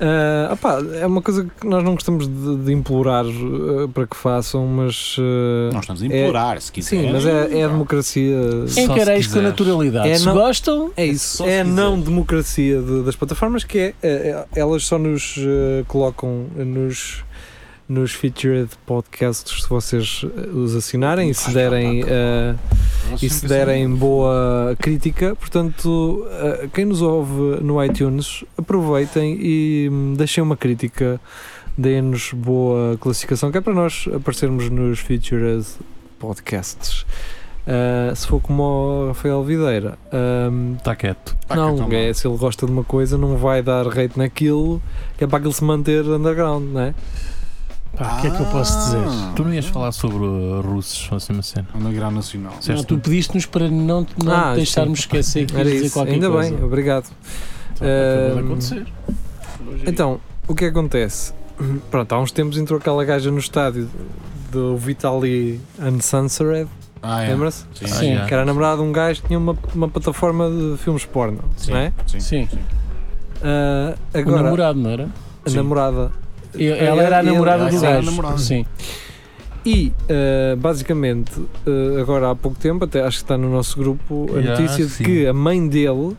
Speaker 2: Ah, opá, é uma coisa que nós não gostamos de, de implorar eh, para que façam, mas. eh,
Speaker 3: Nós estamos a
Speaker 2: É-
Speaker 3: implorar, se quiser.
Speaker 2: sim, mas é, é a democracia.
Speaker 5: Só se
Speaker 4: Encareis com
Speaker 5: quiseres.
Speaker 4: naturalidade.
Speaker 2: É,
Speaker 4: se
Speaker 2: não-
Speaker 4: gostam,
Speaker 2: É isso.
Speaker 3: só se
Speaker 2: É a
Speaker 3: quiser.
Speaker 2: não democracia de- das plataformas que é. eh, elas só nos eh, colocam nos. Nos featured podcasts, se vocês eh, os assinarem e se derem eh, e se derem boa crítica. Portanto, eh, quem nos ouve no iTunes, aproveitem e hum, deixem uma crítica, deem-nos boa classificação, que é para nós aparecermos nos featured podcasts. Eh, se for como o Rafael Videira, hum,
Speaker 5: Está quieto.
Speaker 2: não, é, se ele gosta de uma coisa, não vai dar rate naquilo, que é para aquilo se manter underground, não é?
Speaker 4: pá, o que é que eu
Speaker 3: Ah.
Speaker 4: posso dizer?
Speaker 5: Tu não ias falar sobre uh, russos, ou assim uma cena.
Speaker 3: Underground É Nacional.
Speaker 4: Não, tu pediste-nos para não, te- não
Speaker 2: Ah,
Speaker 4: te deixarmos esquecer que
Speaker 2: Era
Speaker 4: ias dizer
Speaker 2: isso,
Speaker 4: qualquer
Speaker 2: ainda
Speaker 4: coisa.
Speaker 2: bem, obrigado. Hum,
Speaker 4: Então, acabou de
Speaker 2: Ahm,
Speaker 4: acontecer.
Speaker 2: Então, o que acontece? Pronto, há uns tempos entrou aquela gaja no estádio do Vitaly Uncensored,
Speaker 3: Ah, é.
Speaker 2: lembra-se?
Speaker 3: Sim,
Speaker 4: Sim.
Speaker 5: Ah,
Speaker 2: Que era namorado de um gajo que tinha uma, uma plataforma de filmes porno, não é?
Speaker 3: sim.
Speaker 4: Sim,
Speaker 2: Ah,
Speaker 4: o
Speaker 2: agora,
Speaker 4: namorado, não era?
Speaker 2: a namorada.
Speaker 4: Eu- Ela era a
Speaker 2: Ele-
Speaker 4: namorada
Speaker 2: ele-
Speaker 4: do
Speaker 2: ela era a
Speaker 4: gajo. Sim.
Speaker 2: E, ah, basicamente, ah, agora há pouco tempo, até acho que está no nosso grupo, a
Speaker 5: Já,
Speaker 2: notícia de
Speaker 5: sim.
Speaker 2: que a mãe dele,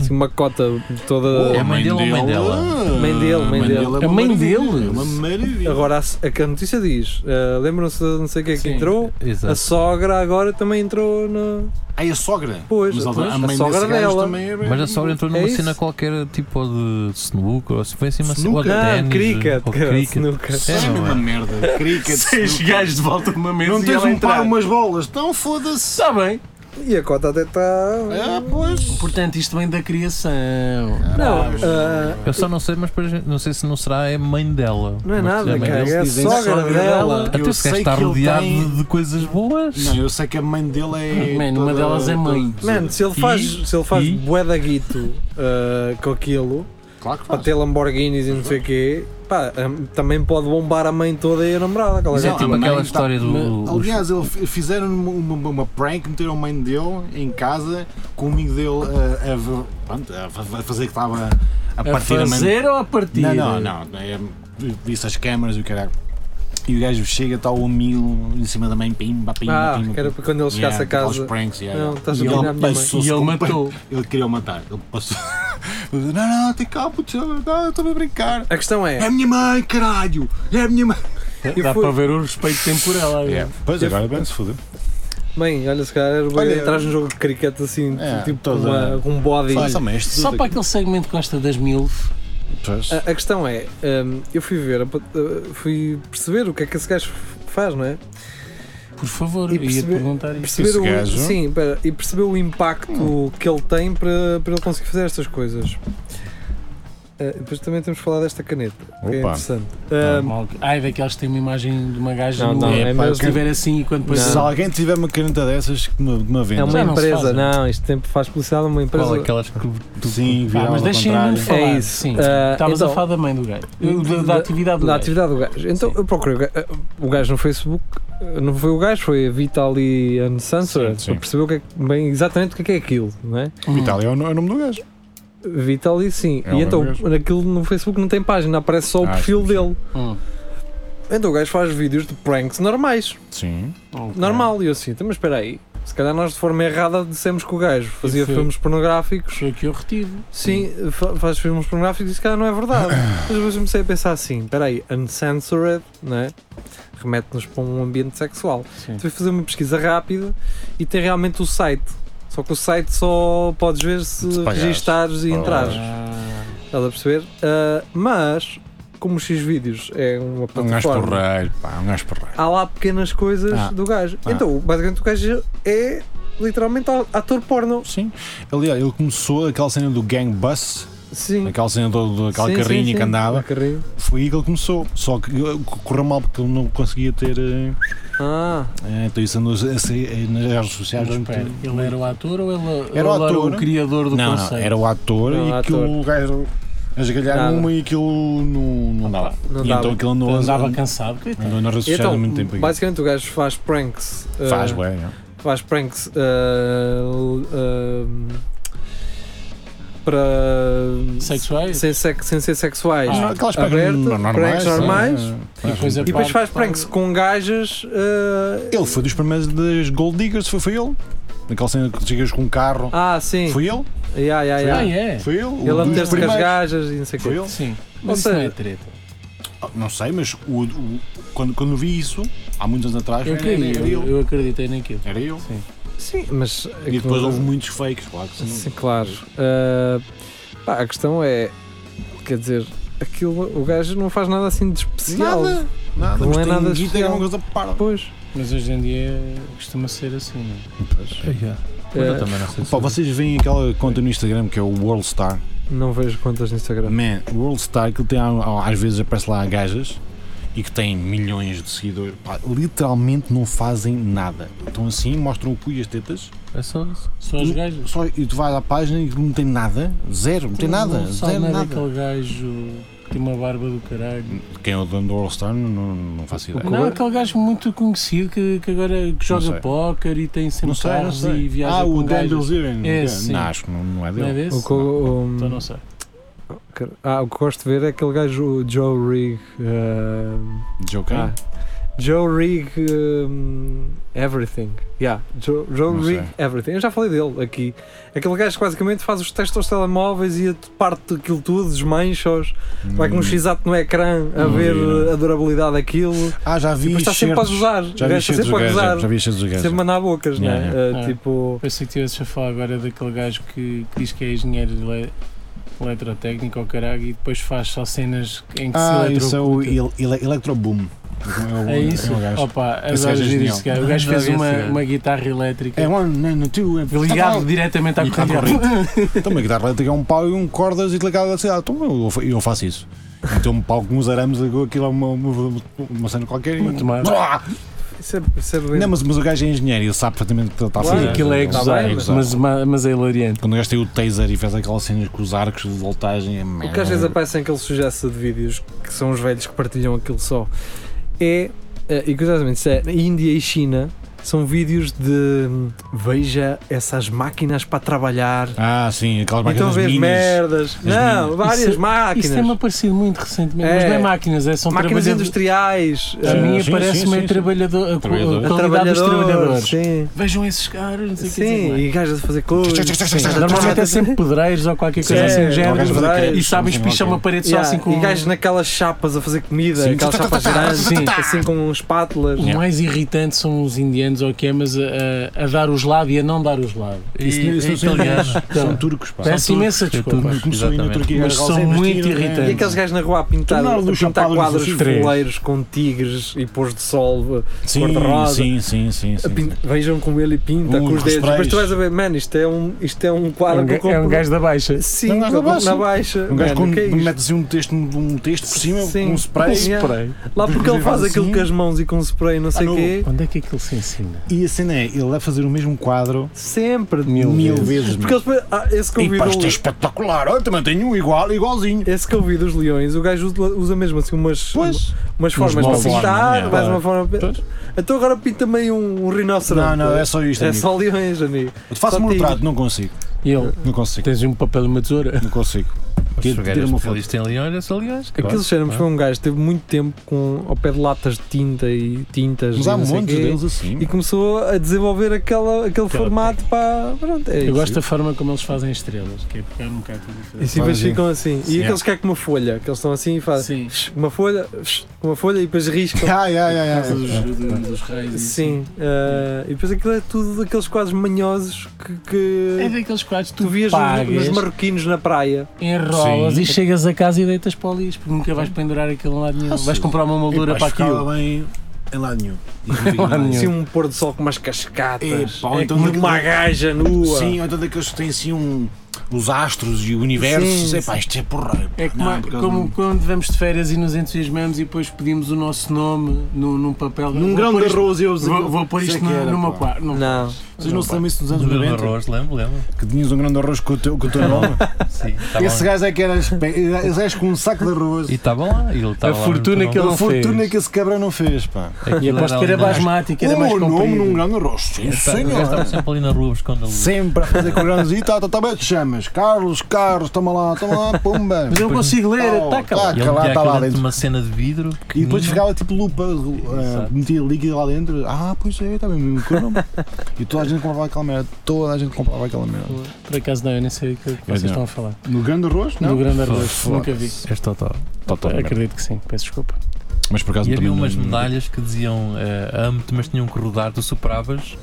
Speaker 2: assim, uma cota toda...
Speaker 3: Oh.
Speaker 5: É a mãe dele ou a mãe dela?
Speaker 2: Mãe dele, mãe dele.
Speaker 3: Ah, é uma
Speaker 4: A mãe
Speaker 3: maravilha,
Speaker 4: dele?
Speaker 3: é Uma maravilha.
Speaker 2: Agora, a, a notícia diz, ah, lembram-se de não sei quem é que
Speaker 4: Sim.
Speaker 2: entrou? A
Speaker 5: Exato.
Speaker 2: sogra agora também entrou na...
Speaker 3: Ai, a sogra.
Speaker 2: Pois,
Speaker 3: Mas
Speaker 2: pois,
Speaker 3: a mãe
Speaker 2: a sogra
Speaker 3: desse gajo
Speaker 2: dela.
Speaker 3: também é bem-
Speaker 5: Mas a sogra entrou numa
Speaker 2: É isso.
Speaker 5: cena qualquer tipo de snooker, ou se foi assim uma cena. ou
Speaker 3: Snooker?
Speaker 5: de
Speaker 2: Não,
Speaker 5: ténis,
Speaker 2: cricket,
Speaker 5: ou
Speaker 2: cara,
Speaker 5: cricket.
Speaker 2: snooker.
Speaker 3: É
Speaker 5: não
Speaker 3: uma
Speaker 5: é?
Speaker 3: merda. Cricket.
Speaker 6: Seis gajos de volta de uma mesa
Speaker 3: Não
Speaker 6: e
Speaker 3: tens
Speaker 6: ela
Speaker 3: um par,
Speaker 6: entrar.
Speaker 3: umas bolas. Então foda-se.
Speaker 4: Tá
Speaker 6: Está bem.
Speaker 2: E a cota até tá-
Speaker 3: Ah,
Speaker 2: está.
Speaker 3: pois.
Speaker 4: Portanto, isto vem da criação.
Speaker 2: Não,
Speaker 3: mas-
Speaker 2: ah,
Speaker 5: Eu só não sei, mas para- não sei se não será a mãe dela.
Speaker 2: não é
Speaker 5: Mas
Speaker 2: nada,
Speaker 5: a mãe
Speaker 2: cara.
Speaker 5: dele-
Speaker 2: É a
Speaker 3: eles dizem
Speaker 2: sogra
Speaker 3: sogra
Speaker 2: dela.
Speaker 3: dela. Eu
Speaker 5: Até se gajo
Speaker 3: sei
Speaker 5: está
Speaker 3: que ele
Speaker 5: rodeado
Speaker 3: tem-
Speaker 5: de coisas boas.
Speaker 3: Não, eu sei que a mãe dele é.
Speaker 4: Man, uma
Speaker 3: toda-
Speaker 4: delas é mãe.
Speaker 3: toda-
Speaker 2: Mano, se ele faz, se ele faz
Speaker 5: E?
Speaker 2: bué da guito ah, com aquilo,
Speaker 3: Claro que
Speaker 2: para
Speaker 3: faz.
Speaker 2: ter Lamborghinis e não sei o quê, pá, ah, também pode bombar a mãe toda e a namorada. Aquela
Speaker 5: Mas é
Speaker 2: gata.
Speaker 5: tipo
Speaker 3: a mãe
Speaker 5: aquela
Speaker 3: está-
Speaker 5: história do. os-
Speaker 3: Aliás, ele f- fizeram uma, uma, uma prank, meteram a mãe dele em casa com o amigo dele a, a, v- pronto, a f- a fazer que estava a
Speaker 4: A
Speaker 3: partir da mãe
Speaker 4: fazer ou a partir?
Speaker 3: Não, não, não. É, disse as câmaras e o caralho. E o gajo chega, está o amigo em cima da mãe, pimba, pimba,
Speaker 2: Ah,
Speaker 3: pimba.
Speaker 2: que era para quando ele chegasse
Speaker 3: Yeah,
Speaker 2: a casa.
Speaker 3: aqueles pranks, yeah,
Speaker 2: Não,
Speaker 3: yeah.
Speaker 2: estás a
Speaker 3: E
Speaker 2: enganar a
Speaker 3: ele
Speaker 2: minha mãe.
Speaker 3: passou-se
Speaker 4: E ele
Speaker 3: com-
Speaker 4: matou.
Speaker 3: Ele queria matar. Ele passou. Ele disse, não, não, tem cá, puto, não, estou a brincar.
Speaker 2: A questão
Speaker 3: É
Speaker 2: é,
Speaker 3: a minha mãe, caralho! É a minha mãe!
Speaker 4: Dá
Speaker 2: Eu fui-
Speaker 4: um para ver o respeito que tem por ela.
Speaker 3: É, Pois,
Speaker 2: agora
Speaker 3: bem, se fodeu.
Speaker 2: Bem, olha, se calhar era boa
Speaker 3: Olha,
Speaker 2: ideia. Traz um jogo de cricket assim,
Speaker 3: É,
Speaker 2: tipo com
Speaker 3: toda-
Speaker 2: uma, com um body.
Speaker 3: Olha, também este
Speaker 4: Só
Speaker 3: tudo
Speaker 4: para
Speaker 3: aqui.
Speaker 4: aquele segmento que gosta das MILF.
Speaker 3: Pois.
Speaker 2: A, a questão é, hum, eu fui ver, a- uh, fui perceber o que é que esse gajo f- faz, não é?
Speaker 4: Por favor,
Speaker 2: E
Speaker 4: eu ia te
Speaker 2: perceber-
Speaker 4: perguntar isso.
Speaker 2: Perceber
Speaker 3: Esse
Speaker 2: o,
Speaker 3: gajo?
Speaker 2: Sim, pera, e perceber o impacto que ele tem para, para ele conseguir fazer estas coisas. Uh, depois também temos de falar desta caneta, que é
Speaker 3: Opa.
Speaker 2: interessante.
Speaker 4: Ah,
Speaker 2: Hum,
Speaker 4: mal- Ai, daqueles que têm uma imagem de uma gaja
Speaker 2: Não,
Speaker 4: nua.
Speaker 2: não, é
Speaker 4: É, pá,
Speaker 2: mesmo-
Speaker 4: se tiver assim e quando depois.
Speaker 3: Se alguém tiver uma caneta dessas, que me, que me venda.
Speaker 2: é uma
Speaker 4: Já não se
Speaker 2: empresa,
Speaker 4: faz, não é
Speaker 2: não, isto tempo faz publicidade a uma empresa.
Speaker 5: Qual é aquelas que tu
Speaker 3: Sim,
Speaker 4: Pá,
Speaker 3: viral
Speaker 4: mas
Speaker 3: ao
Speaker 4: deixem-me
Speaker 3: contrário.
Speaker 4: falar.
Speaker 2: É isso.
Speaker 4: Sim.
Speaker 2: Ah,
Speaker 4: Estavas
Speaker 2: então-
Speaker 4: a falar da mãe do gajo. Eu- Da, da atividade do
Speaker 2: da
Speaker 4: gajo.
Speaker 2: atividade do gajo. Então
Speaker 4: Sim.
Speaker 2: eu procurei o ga- eh, o gajo no Facebook, eh, não foi o gajo, foi a Vitaly Uncensored,
Speaker 3: Sim, sim.
Speaker 2: para perceber o que é que- bem, exatamente o que é que é aquilo, não é?
Speaker 4: Hum.
Speaker 3: Vital é o no- é o nome do gajo.
Speaker 2: Vitaly sim.
Speaker 3: É
Speaker 2: e
Speaker 3: um
Speaker 2: então
Speaker 3: gajo.
Speaker 2: naquilo no Facebook não tem página, aparece só o
Speaker 3: Ah,
Speaker 2: perfil
Speaker 3: sim, sim.
Speaker 2: dele.
Speaker 4: Hum.
Speaker 2: Então o gajo faz vídeos de pranks normais,
Speaker 3: Sim.
Speaker 4: Ok.
Speaker 2: normal,
Speaker 3: É.
Speaker 2: e eu assim, então, mas espera aí. Se calhar nós de forma errada dissemos que o gajo fazia
Speaker 3: é
Speaker 4: foi.
Speaker 2: filmes pornográficos,
Speaker 4: Foi o que eu retive.
Speaker 2: sim, fa- faz filmes pornográficos e se calhar não é verdade. Mas depois eu comecei a pensar assim, espera aí, uncensored, não é? Remete-nos para um ambiente sexual.
Speaker 4: Sim.
Speaker 2: Tu vais fazer uma pesquisa rápida e tem realmente o site. Só que o site só podes ver se
Speaker 3: Se pagares.
Speaker 2: registares e
Speaker 3: Ah.
Speaker 2: entrares.
Speaker 4: Ah,
Speaker 2: Estás a perceber? Ah, mas, como o Xvideos é uma
Speaker 3: Um gajo
Speaker 2: plataforma,
Speaker 3: porreiro, pá, um gajo porreiro.
Speaker 2: há lá pequenas coisas
Speaker 3: Ah.
Speaker 2: do gajo.
Speaker 3: Ah.
Speaker 2: Então, basicamente, o gajo é literalmente a- ator porno.
Speaker 3: Sim. Aliás, ele começou aquela cena do gang bus,
Speaker 2: Sim.
Speaker 3: aquela cena do, do- aquela
Speaker 2: Sim, sim,
Speaker 3: carrinha
Speaker 2: sim.
Speaker 3: que andava,
Speaker 2: A carrinha.
Speaker 3: foi aí que ele começou. Só que eh, correu mal porque ele não conseguia ter. eh,
Speaker 2: Ah,
Speaker 3: eh, Então isso andou a ser- eh, nas redes sociais.
Speaker 4: mas
Speaker 3: muito-
Speaker 4: espera, ele era o ator ou ele
Speaker 3: Era o
Speaker 4: ele
Speaker 3: ator.
Speaker 4: era o criador do
Speaker 3: Não, não,
Speaker 4: conceito?
Speaker 3: era o ator
Speaker 2: Era o
Speaker 3: e
Speaker 2: ator.
Speaker 3: aquilo o gajo
Speaker 2: Nada.
Speaker 3: esgalhar uma e aquilo não, não dava.
Speaker 2: não
Speaker 3: e
Speaker 2: dava.
Speaker 3: então aquilo andou,
Speaker 4: Ele andava
Speaker 3: andou
Speaker 4: cansado. coitado.
Speaker 3: nas redes sociais há
Speaker 2: Então,
Speaker 3: muito tempo. aqui.
Speaker 2: basicamente, o gajo faz pranks. ah,
Speaker 3: Faz, ué. é.
Speaker 2: faz pranks ah, ah, para
Speaker 4: Sexuais?
Speaker 2: sem, sex- sem ser sexuais
Speaker 4: Ah,
Speaker 3: aquelas eh,
Speaker 2: aberto,
Speaker 3: no-
Speaker 2: pranks normais.
Speaker 3: sim,
Speaker 4: E
Speaker 3: é.
Speaker 4: depois a-
Speaker 2: e depois faz
Speaker 4: Claro,
Speaker 2: pranks com gajas ah,
Speaker 3: Ele foi dos primeiros das Gold Diggers, foi, foi ele. Naquela cena que chegas com um carro.
Speaker 2: ah sim
Speaker 3: Foi ele?
Speaker 2: yeah, yeah, yeah.
Speaker 4: Ah, é?
Speaker 3: Foi ele? O
Speaker 2: ele a
Speaker 3: dos
Speaker 2: meter-se com as
Speaker 3: primeiros.
Speaker 2: gajas e não sei o
Speaker 3: Foi
Speaker 2: quê
Speaker 3: ele?
Speaker 4: Sim.
Speaker 2: Ou
Speaker 4: Mas isso não é
Speaker 2: seja-
Speaker 4: treta.
Speaker 3: Ah, Não sei, mas o- o- quando, quando eu vi isso, há muitos anos atrás,
Speaker 4: Eu,
Speaker 3: era, era,
Speaker 4: creio, eu,
Speaker 3: ele.
Speaker 4: eu acreditei naquilo.
Speaker 3: Era eu.
Speaker 2: sim mas
Speaker 3: E depois houve um- muitos fakes, claro que
Speaker 2: É sim
Speaker 3: sim.
Speaker 2: claro Ah, pá, a questão é quer dizer aquilo o gajo não faz nada assim de especial
Speaker 3: Nada, nada.
Speaker 2: Não
Speaker 3: mas
Speaker 2: é
Speaker 3: tem-
Speaker 2: nada
Speaker 3: e tem
Speaker 2: especial.
Speaker 3: uma coisa para.
Speaker 2: pois
Speaker 4: Mas hoje em dia costuma ser assim, não é?
Speaker 5: Mas eu
Speaker 2: Ah,
Speaker 5: também não sei se.
Speaker 3: Pá, vocês veem aquela conta no Instagram que é o Worldstar.
Speaker 2: não vejo contas no Instagram
Speaker 3: Man, o Worldstar que tem, às vezes aparece lá gajas e que têm milhões de seguidores. Pá, literalmente não fazem nada. Então assim, mostram o cu e as tetas.
Speaker 5: É só isso.
Speaker 4: Só os gajos.
Speaker 3: Só, e tu vais à página e não tem nada. Zero, não tem nada.
Speaker 4: Não, só
Speaker 3: zero,
Speaker 4: não era
Speaker 3: nada.
Speaker 4: aquele gajo que tem uma barba do caralho.
Speaker 3: Quem é o dono do Worldstar não, não, não faço ideia.
Speaker 4: Não, aquele gajo muito conhecido que, que agora que joga
Speaker 3: sei.
Speaker 4: póquer e tem sempre carros e viaja
Speaker 3: Ah,
Speaker 4: com
Speaker 3: o
Speaker 4: gajos.
Speaker 3: Daniel Zirin.
Speaker 4: É, sim.
Speaker 3: Não, acho que não, não é
Speaker 4: Não é
Speaker 3: dele.
Speaker 4: desse?
Speaker 2: o que, eu- o-
Speaker 4: Então não sei.
Speaker 2: Ah, o que gosto de ver é aquele gajo, o Joe Rigg. ah,
Speaker 3: Joker?
Speaker 2: ah, Joe Rigg hum, Everything. Yeah, Joe, Joe
Speaker 3: Não sei.
Speaker 2: Rigg Everything. Eu já falei dele aqui. Aquele gajo que basicamente faz os testes aos telemóveles e a parte daquilo tudo, desmancha-os, vai com um x-ato no ecrã a
Speaker 3: Hum. Não
Speaker 2: ver
Speaker 3: vi, não.
Speaker 2: eh, a durabilidade daquilo.
Speaker 3: Ah, já
Speaker 2: E
Speaker 3: vi
Speaker 2: depois está tá sempre a
Speaker 3: certos-
Speaker 2: gozar. O
Speaker 3: Já
Speaker 2: gajo
Speaker 3: vi
Speaker 2: está
Speaker 3: certos
Speaker 2: sempre a
Speaker 3: gajos,
Speaker 2: gozar.
Speaker 3: Já vi certos gajos.
Speaker 2: Sempre a mandar bocas,
Speaker 3: Yeah,
Speaker 2: né?
Speaker 3: yeah. É.
Speaker 2: Ah,
Speaker 4: Ah.
Speaker 2: Tipo.
Speaker 4: Pensei que estivesse a falar agora daquele gajo que, que diz que é engenheiro de ele- eletrotécnico ou caralho e depois faz só cenas em que
Speaker 3: Ah,
Speaker 4: se
Speaker 3: isso é o
Speaker 4: eletrocuta.
Speaker 3: ele- ele- Electroboom. o-
Speaker 4: É isso?
Speaker 3: É o gajo.
Speaker 4: Opa,
Speaker 3: Esse
Speaker 4: adoro
Speaker 3: gajo é
Speaker 4: ver
Speaker 3: genial.
Speaker 4: isso, cara. O gajo
Speaker 5: Adoro
Speaker 4: fez uma,
Speaker 5: esse gajo.
Speaker 4: uma guitarra elétrica
Speaker 3: É one, não, não, two, é
Speaker 4: ligado diretamente à
Speaker 3: E à
Speaker 4: corrente.
Speaker 3: Então, uma guitarra elétrica é um pau e um cordas e ligado à cidade. Então, eu, fa- eu faço isso. Então, um pau com uns arames, aquilo é uma, uma, uma cena qualquer. e-
Speaker 4: Muito mal.
Speaker 3: Brá!
Speaker 2: Isso é, isso é bem-
Speaker 3: Não, mas, mas o gajo é engenheiro, ele sabe perfeitamente o que ele está a
Speaker 2: Claro.
Speaker 3: fazer.
Speaker 4: Sim, aquilo é
Speaker 2: Tá
Speaker 4: gozar,
Speaker 2: bem,
Speaker 3: mas-
Speaker 4: mas, ma- mas é hilariante.
Speaker 3: Quando o gajo tem o taser e faz aquelas cenas com os arcos de voltagem, é
Speaker 2: O que às vezes aparece em aquele sugesto de vídeos que são os velhos que partilham aquilo só é, eh, e curiosamente, isso é na Índia e China. São vídeos de hum, veja essas máquinas para trabalhar.
Speaker 3: Ah, sim, aquelas
Speaker 2: então
Speaker 3: máquinas
Speaker 2: vês
Speaker 3: minis.
Speaker 2: merdas. não,
Speaker 3: minis.
Speaker 2: várias
Speaker 4: Isso- Isso tem-me
Speaker 2: máquinas.
Speaker 4: aparecido muito recentemente, mas
Speaker 2: É.
Speaker 4: não é máquinas, é, são
Speaker 2: Máquinas
Speaker 4: trabalhadores.
Speaker 2: industriais.
Speaker 4: A
Speaker 3: Sim,
Speaker 2: eh,
Speaker 4: minha
Speaker 3: sim,
Speaker 4: parece-me
Speaker 3: sim,
Speaker 4: é
Speaker 3: sim.
Speaker 4: trabalhador, a, co-
Speaker 3: Trabalhadores.
Speaker 4: a qualidade dos trabalhadores.
Speaker 2: Sim,
Speaker 4: Vejam esses caras, não sei o que dizer
Speaker 2: sim
Speaker 4: mais.
Speaker 2: e gajas a fazer coisas.
Speaker 4: Sim, Normalmente é sempre pedreiros ou qualquer coisa
Speaker 2: Sim,
Speaker 4: assim do
Speaker 2: é,
Speaker 4: género.
Speaker 2: gajo fazer
Speaker 4: E
Speaker 2: cremes,
Speaker 4: sabem espichar uma parede só
Speaker 2: Yeah,
Speaker 4: assim com
Speaker 2: E gajos naquelas chapas a fazer comida,
Speaker 3: Sim.
Speaker 2: aquelas chapas grandes,
Speaker 4: Sim.
Speaker 2: assim com espátulas.
Speaker 4: O mais irritante são os indianos italianos ou o quê, mas a, a- a dar os lados e a não dar os lados.
Speaker 5: E,
Speaker 3: Isso não- isso
Speaker 5: é
Speaker 3: não são
Speaker 5: italiano.
Speaker 3: São turcos, pá.
Speaker 4: Peço imensa
Speaker 5: turcos, é
Speaker 4: desculpa.
Speaker 5: tudo-
Speaker 3: Começou aí na
Speaker 5: Exatamente.
Speaker 3: Turquia.
Speaker 4: Mas
Speaker 3: agora
Speaker 4: são
Speaker 3: vocês
Speaker 4: muito
Speaker 3: tiram, né?
Speaker 4: irritantes.
Speaker 2: E aqueles gajos na rua a pintar,
Speaker 3: Tornar
Speaker 2: a
Speaker 3: do
Speaker 2: pintar
Speaker 3: chapado dos
Speaker 2: quadros
Speaker 3: azuis.
Speaker 2: fuleiros com tigres e pôs de sol eh,
Speaker 3: Sim,
Speaker 2: cor-de-rosa.
Speaker 3: Sim, sim, sim.
Speaker 2: A
Speaker 3: sim,
Speaker 2: pin- Vejam como ele pinta
Speaker 3: Ui,
Speaker 2: com os
Speaker 3: os
Speaker 2: dedos.
Speaker 3: sprays.
Speaker 2: Mas tu vais a ver, mano, isto é um, isto é um
Speaker 4: É
Speaker 2: quadro
Speaker 4: um, ga-
Speaker 2: com
Speaker 4: é um gajo da baixa.
Speaker 2: Sim,
Speaker 3: Não,
Speaker 2: na
Speaker 3: na
Speaker 2: baixa.
Speaker 3: baixa. Um gajo
Speaker 2: Mano,
Speaker 3: com,
Speaker 2: que é isto?
Speaker 3: mete assim um texto, um texto por cima,
Speaker 2: Sim.
Speaker 3: com um spray.
Speaker 2: Com um
Speaker 3: spray.
Speaker 2: Lá porque ele faz
Speaker 3: Assim.
Speaker 2: aquilo com as mãos e com um spray, não sei o
Speaker 3: Ah, no-
Speaker 2: quê.
Speaker 4: Onde é que aquilo se ensina?
Speaker 3: E a cena é, ele vai fazer o mesmo quadro
Speaker 2: Sempre.
Speaker 3: mil,
Speaker 4: Mil
Speaker 3: vezes.
Speaker 2: Porque
Speaker 3: meu.
Speaker 2: eles, ah, esse
Speaker 3: E
Speaker 2: convida
Speaker 3: pá, isto é espetacular. Olha, também tenho um igual, igualzinho.
Speaker 2: esse convida os leões, o gajo usa- usa mesmo assim umas,
Speaker 3: Pois.
Speaker 2: umas formas
Speaker 3: Mas
Speaker 2: para
Speaker 3: uma forma,
Speaker 2: pintar,
Speaker 3: é.
Speaker 2: mais uma forma.
Speaker 3: Pois.
Speaker 2: Então agora pinta meio um, um rinoceronte.
Speaker 3: Não, não, é só isto,
Speaker 2: É
Speaker 3: amigo.
Speaker 2: só leões, amigo.
Speaker 3: Faço-me
Speaker 2: Só
Speaker 3: um
Speaker 2: tigres.
Speaker 3: retrato, não consigo.
Speaker 4: E ele,
Speaker 3: Não consigo,
Speaker 4: tens um papel e uma tesoura?
Speaker 3: não consigo.
Speaker 5: Os
Speaker 3: Tira- Tira
Speaker 5: jogadores
Speaker 3: uma foto.
Speaker 5: especialistas em leões são leões. claro.
Speaker 2: Aquilo cheira-me foi um gajo que teve muito tempo com, ao pé de latas de tinta e tintas.
Speaker 3: Mas
Speaker 2: e
Speaker 3: há
Speaker 2: não sei
Speaker 3: montes
Speaker 2: quê,
Speaker 3: deles assim.
Speaker 2: E começou a desenvolver aquela, aquele formato para. Pronto, é
Speaker 4: Eu
Speaker 2: isso.
Speaker 4: gosto da forma como eles fazem estrelas, que é pegar um bocado tudo e fazer.
Speaker 2: E se depois
Speaker 3: Fazem.
Speaker 2: ficam assim. E
Speaker 3: Sim.
Speaker 2: aqueles que é com uma folha, que eles estão assim e fazem
Speaker 4: Sim.
Speaker 2: uma folha, uma folha e depois riscam.
Speaker 3: Ai, ai, ai,
Speaker 4: Casa dos,
Speaker 3: ai.
Speaker 4: dos- dos reis. e
Speaker 2: Sim, eh, e depois aquilo é tudo daqueles quadros manhosos que, que
Speaker 4: assim. É daqueles quadros que
Speaker 2: tu vias nos- nos,
Speaker 4: pagas,
Speaker 2: marroquinos na praia.
Speaker 4: enrolas
Speaker 3: Sim.
Speaker 4: e chegas a casa e deitas para o lixo, porque nunca vais pendurar aquilo em lado nenhum.
Speaker 3: Ah,
Speaker 4: vais
Speaker 3: sim.
Speaker 4: comprar uma moldura
Speaker 3: Epá,
Speaker 4: para
Speaker 3: isto ficava
Speaker 4: aquilo.
Speaker 3: bem em lado nenhum.
Speaker 4: lado
Speaker 3: é?
Speaker 4: nenhum.
Speaker 2: Assim um pôr do sol com umas cascatas. É
Speaker 3: Epá, ou então
Speaker 2: uma
Speaker 3: daquele-
Speaker 2: gaja nua.
Speaker 3: Sim, ou então daqueles que têm assim um, os astros e o universo.
Speaker 2: Sim,
Speaker 3: Epá, isto é porreiro.
Speaker 4: É como,
Speaker 3: Não, por causa
Speaker 4: como
Speaker 3: do-
Speaker 4: quando vamos de férias e nos entusiasmamos e depois pedimos o nosso nome num, num papel.
Speaker 3: Num
Speaker 4: Vou
Speaker 3: grão
Speaker 4: pôr
Speaker 3: de
Speaker 4: isto-
Speaker 3: arroz eu vos-
Speaker 4: Vou, vou pôr
Speaker 3: Sei
Speaker 4: isto
Speaker 3: é que
Speaker 4: na-
Speaker 3: era,
Speaker 4: numa
Speaker 3: pá.
Speaker 4: quarto.
Speaker 2: Não.
Speaker 3: Vocês não se lembram isso dos anos
Speaker 5: Do
Speaker 3: 90?
Speaker 5: arroz, lembro, lembro.
Speaker 3: Que tinhas um grande arroz com o teu, com o teu nome.
Speaker 5: Sim, tá estava
Speaker 3: Esse
Speaker 5: lá.
Speaker 3: gajo é que era. espe- Esse gajo com um saco de arroz.
Speaker 5: E estava lá. Ele estava lá
Speaker 4: fortuna
Speaker 5: muito
Speaker 4: que
Speaker 5: bom.
Speaker 4: ele
Speaker 3: A
Speaker 4: não
Speaker 3: fortuna é
Speaker 4: fez.
Speaker 3: que esse cabrão não fez, pá.
Speaker 5: Aquilo
Speaker 4: E aposto que era
Speaker 5: ali na-
Speaker 4: basmático, era
Speaker 3: Oh,
Speaker 4: mais Uh,
Speaker 3: nome num
Speaker 4: comprido.
Speaker 3: grande arroz. Sim,
Speaker 5: Ele estava- o gajo tá estava
Speaker 3: senhor.
Speaker 5: sempre ali na rua buscando a luz.
Speaker 3: Sempre a fazer com o grãozinho. Tá, tá, tá, bem, te chamas. Carlos, Carlos, toma lá, toma lá, pumba.
Speaker 4: Mas eu não consigo ler,
Speaker 3: Oh,
Speaker 4: ataca lá.
Speaker 5: E ele
Speaker 3: Aquela
Speaker 5: metia
Speaker 3: tá lá
Speaker 5: aquilo dentro de
Speaker 3: dentro.
Speaker 5: uma cena de vidro.
Speaker 3: E depois
Speaker 5: pequenina.
Speaker 3: ficava tipo lupa, uh,
Speaker 5: Exato.
Speaker 3: metia líquido lá dentro. Ah, pois é, está mesmo com o nome. E toda a gente comprava aquela merda. Toda a gente comprava aquela merda.
Speaker 4: Por acaso não, eu nem sei o que vocês
Speaker 3: não.
Speaker 4: estão a falar.
Speaker 3: No grande É arroz, não?
Speaker 4: Do grande arroz,
Speaker 3: Foda-se.
Speaker 4: nunca vi.
Speaker 5: És totó.
Speaker 3: Total merda.
Speaker 4: Acredito que sim, peço desculpa.
Speaker 3: Tá, Mas por acaso
Speaker 5: E havia
Speaker 3: também
Speaker 5: umas
Speaker 3: não-
Speaker 5: medalhas que diziam eh, amo-te, mas tinham que rodar, tu superavas.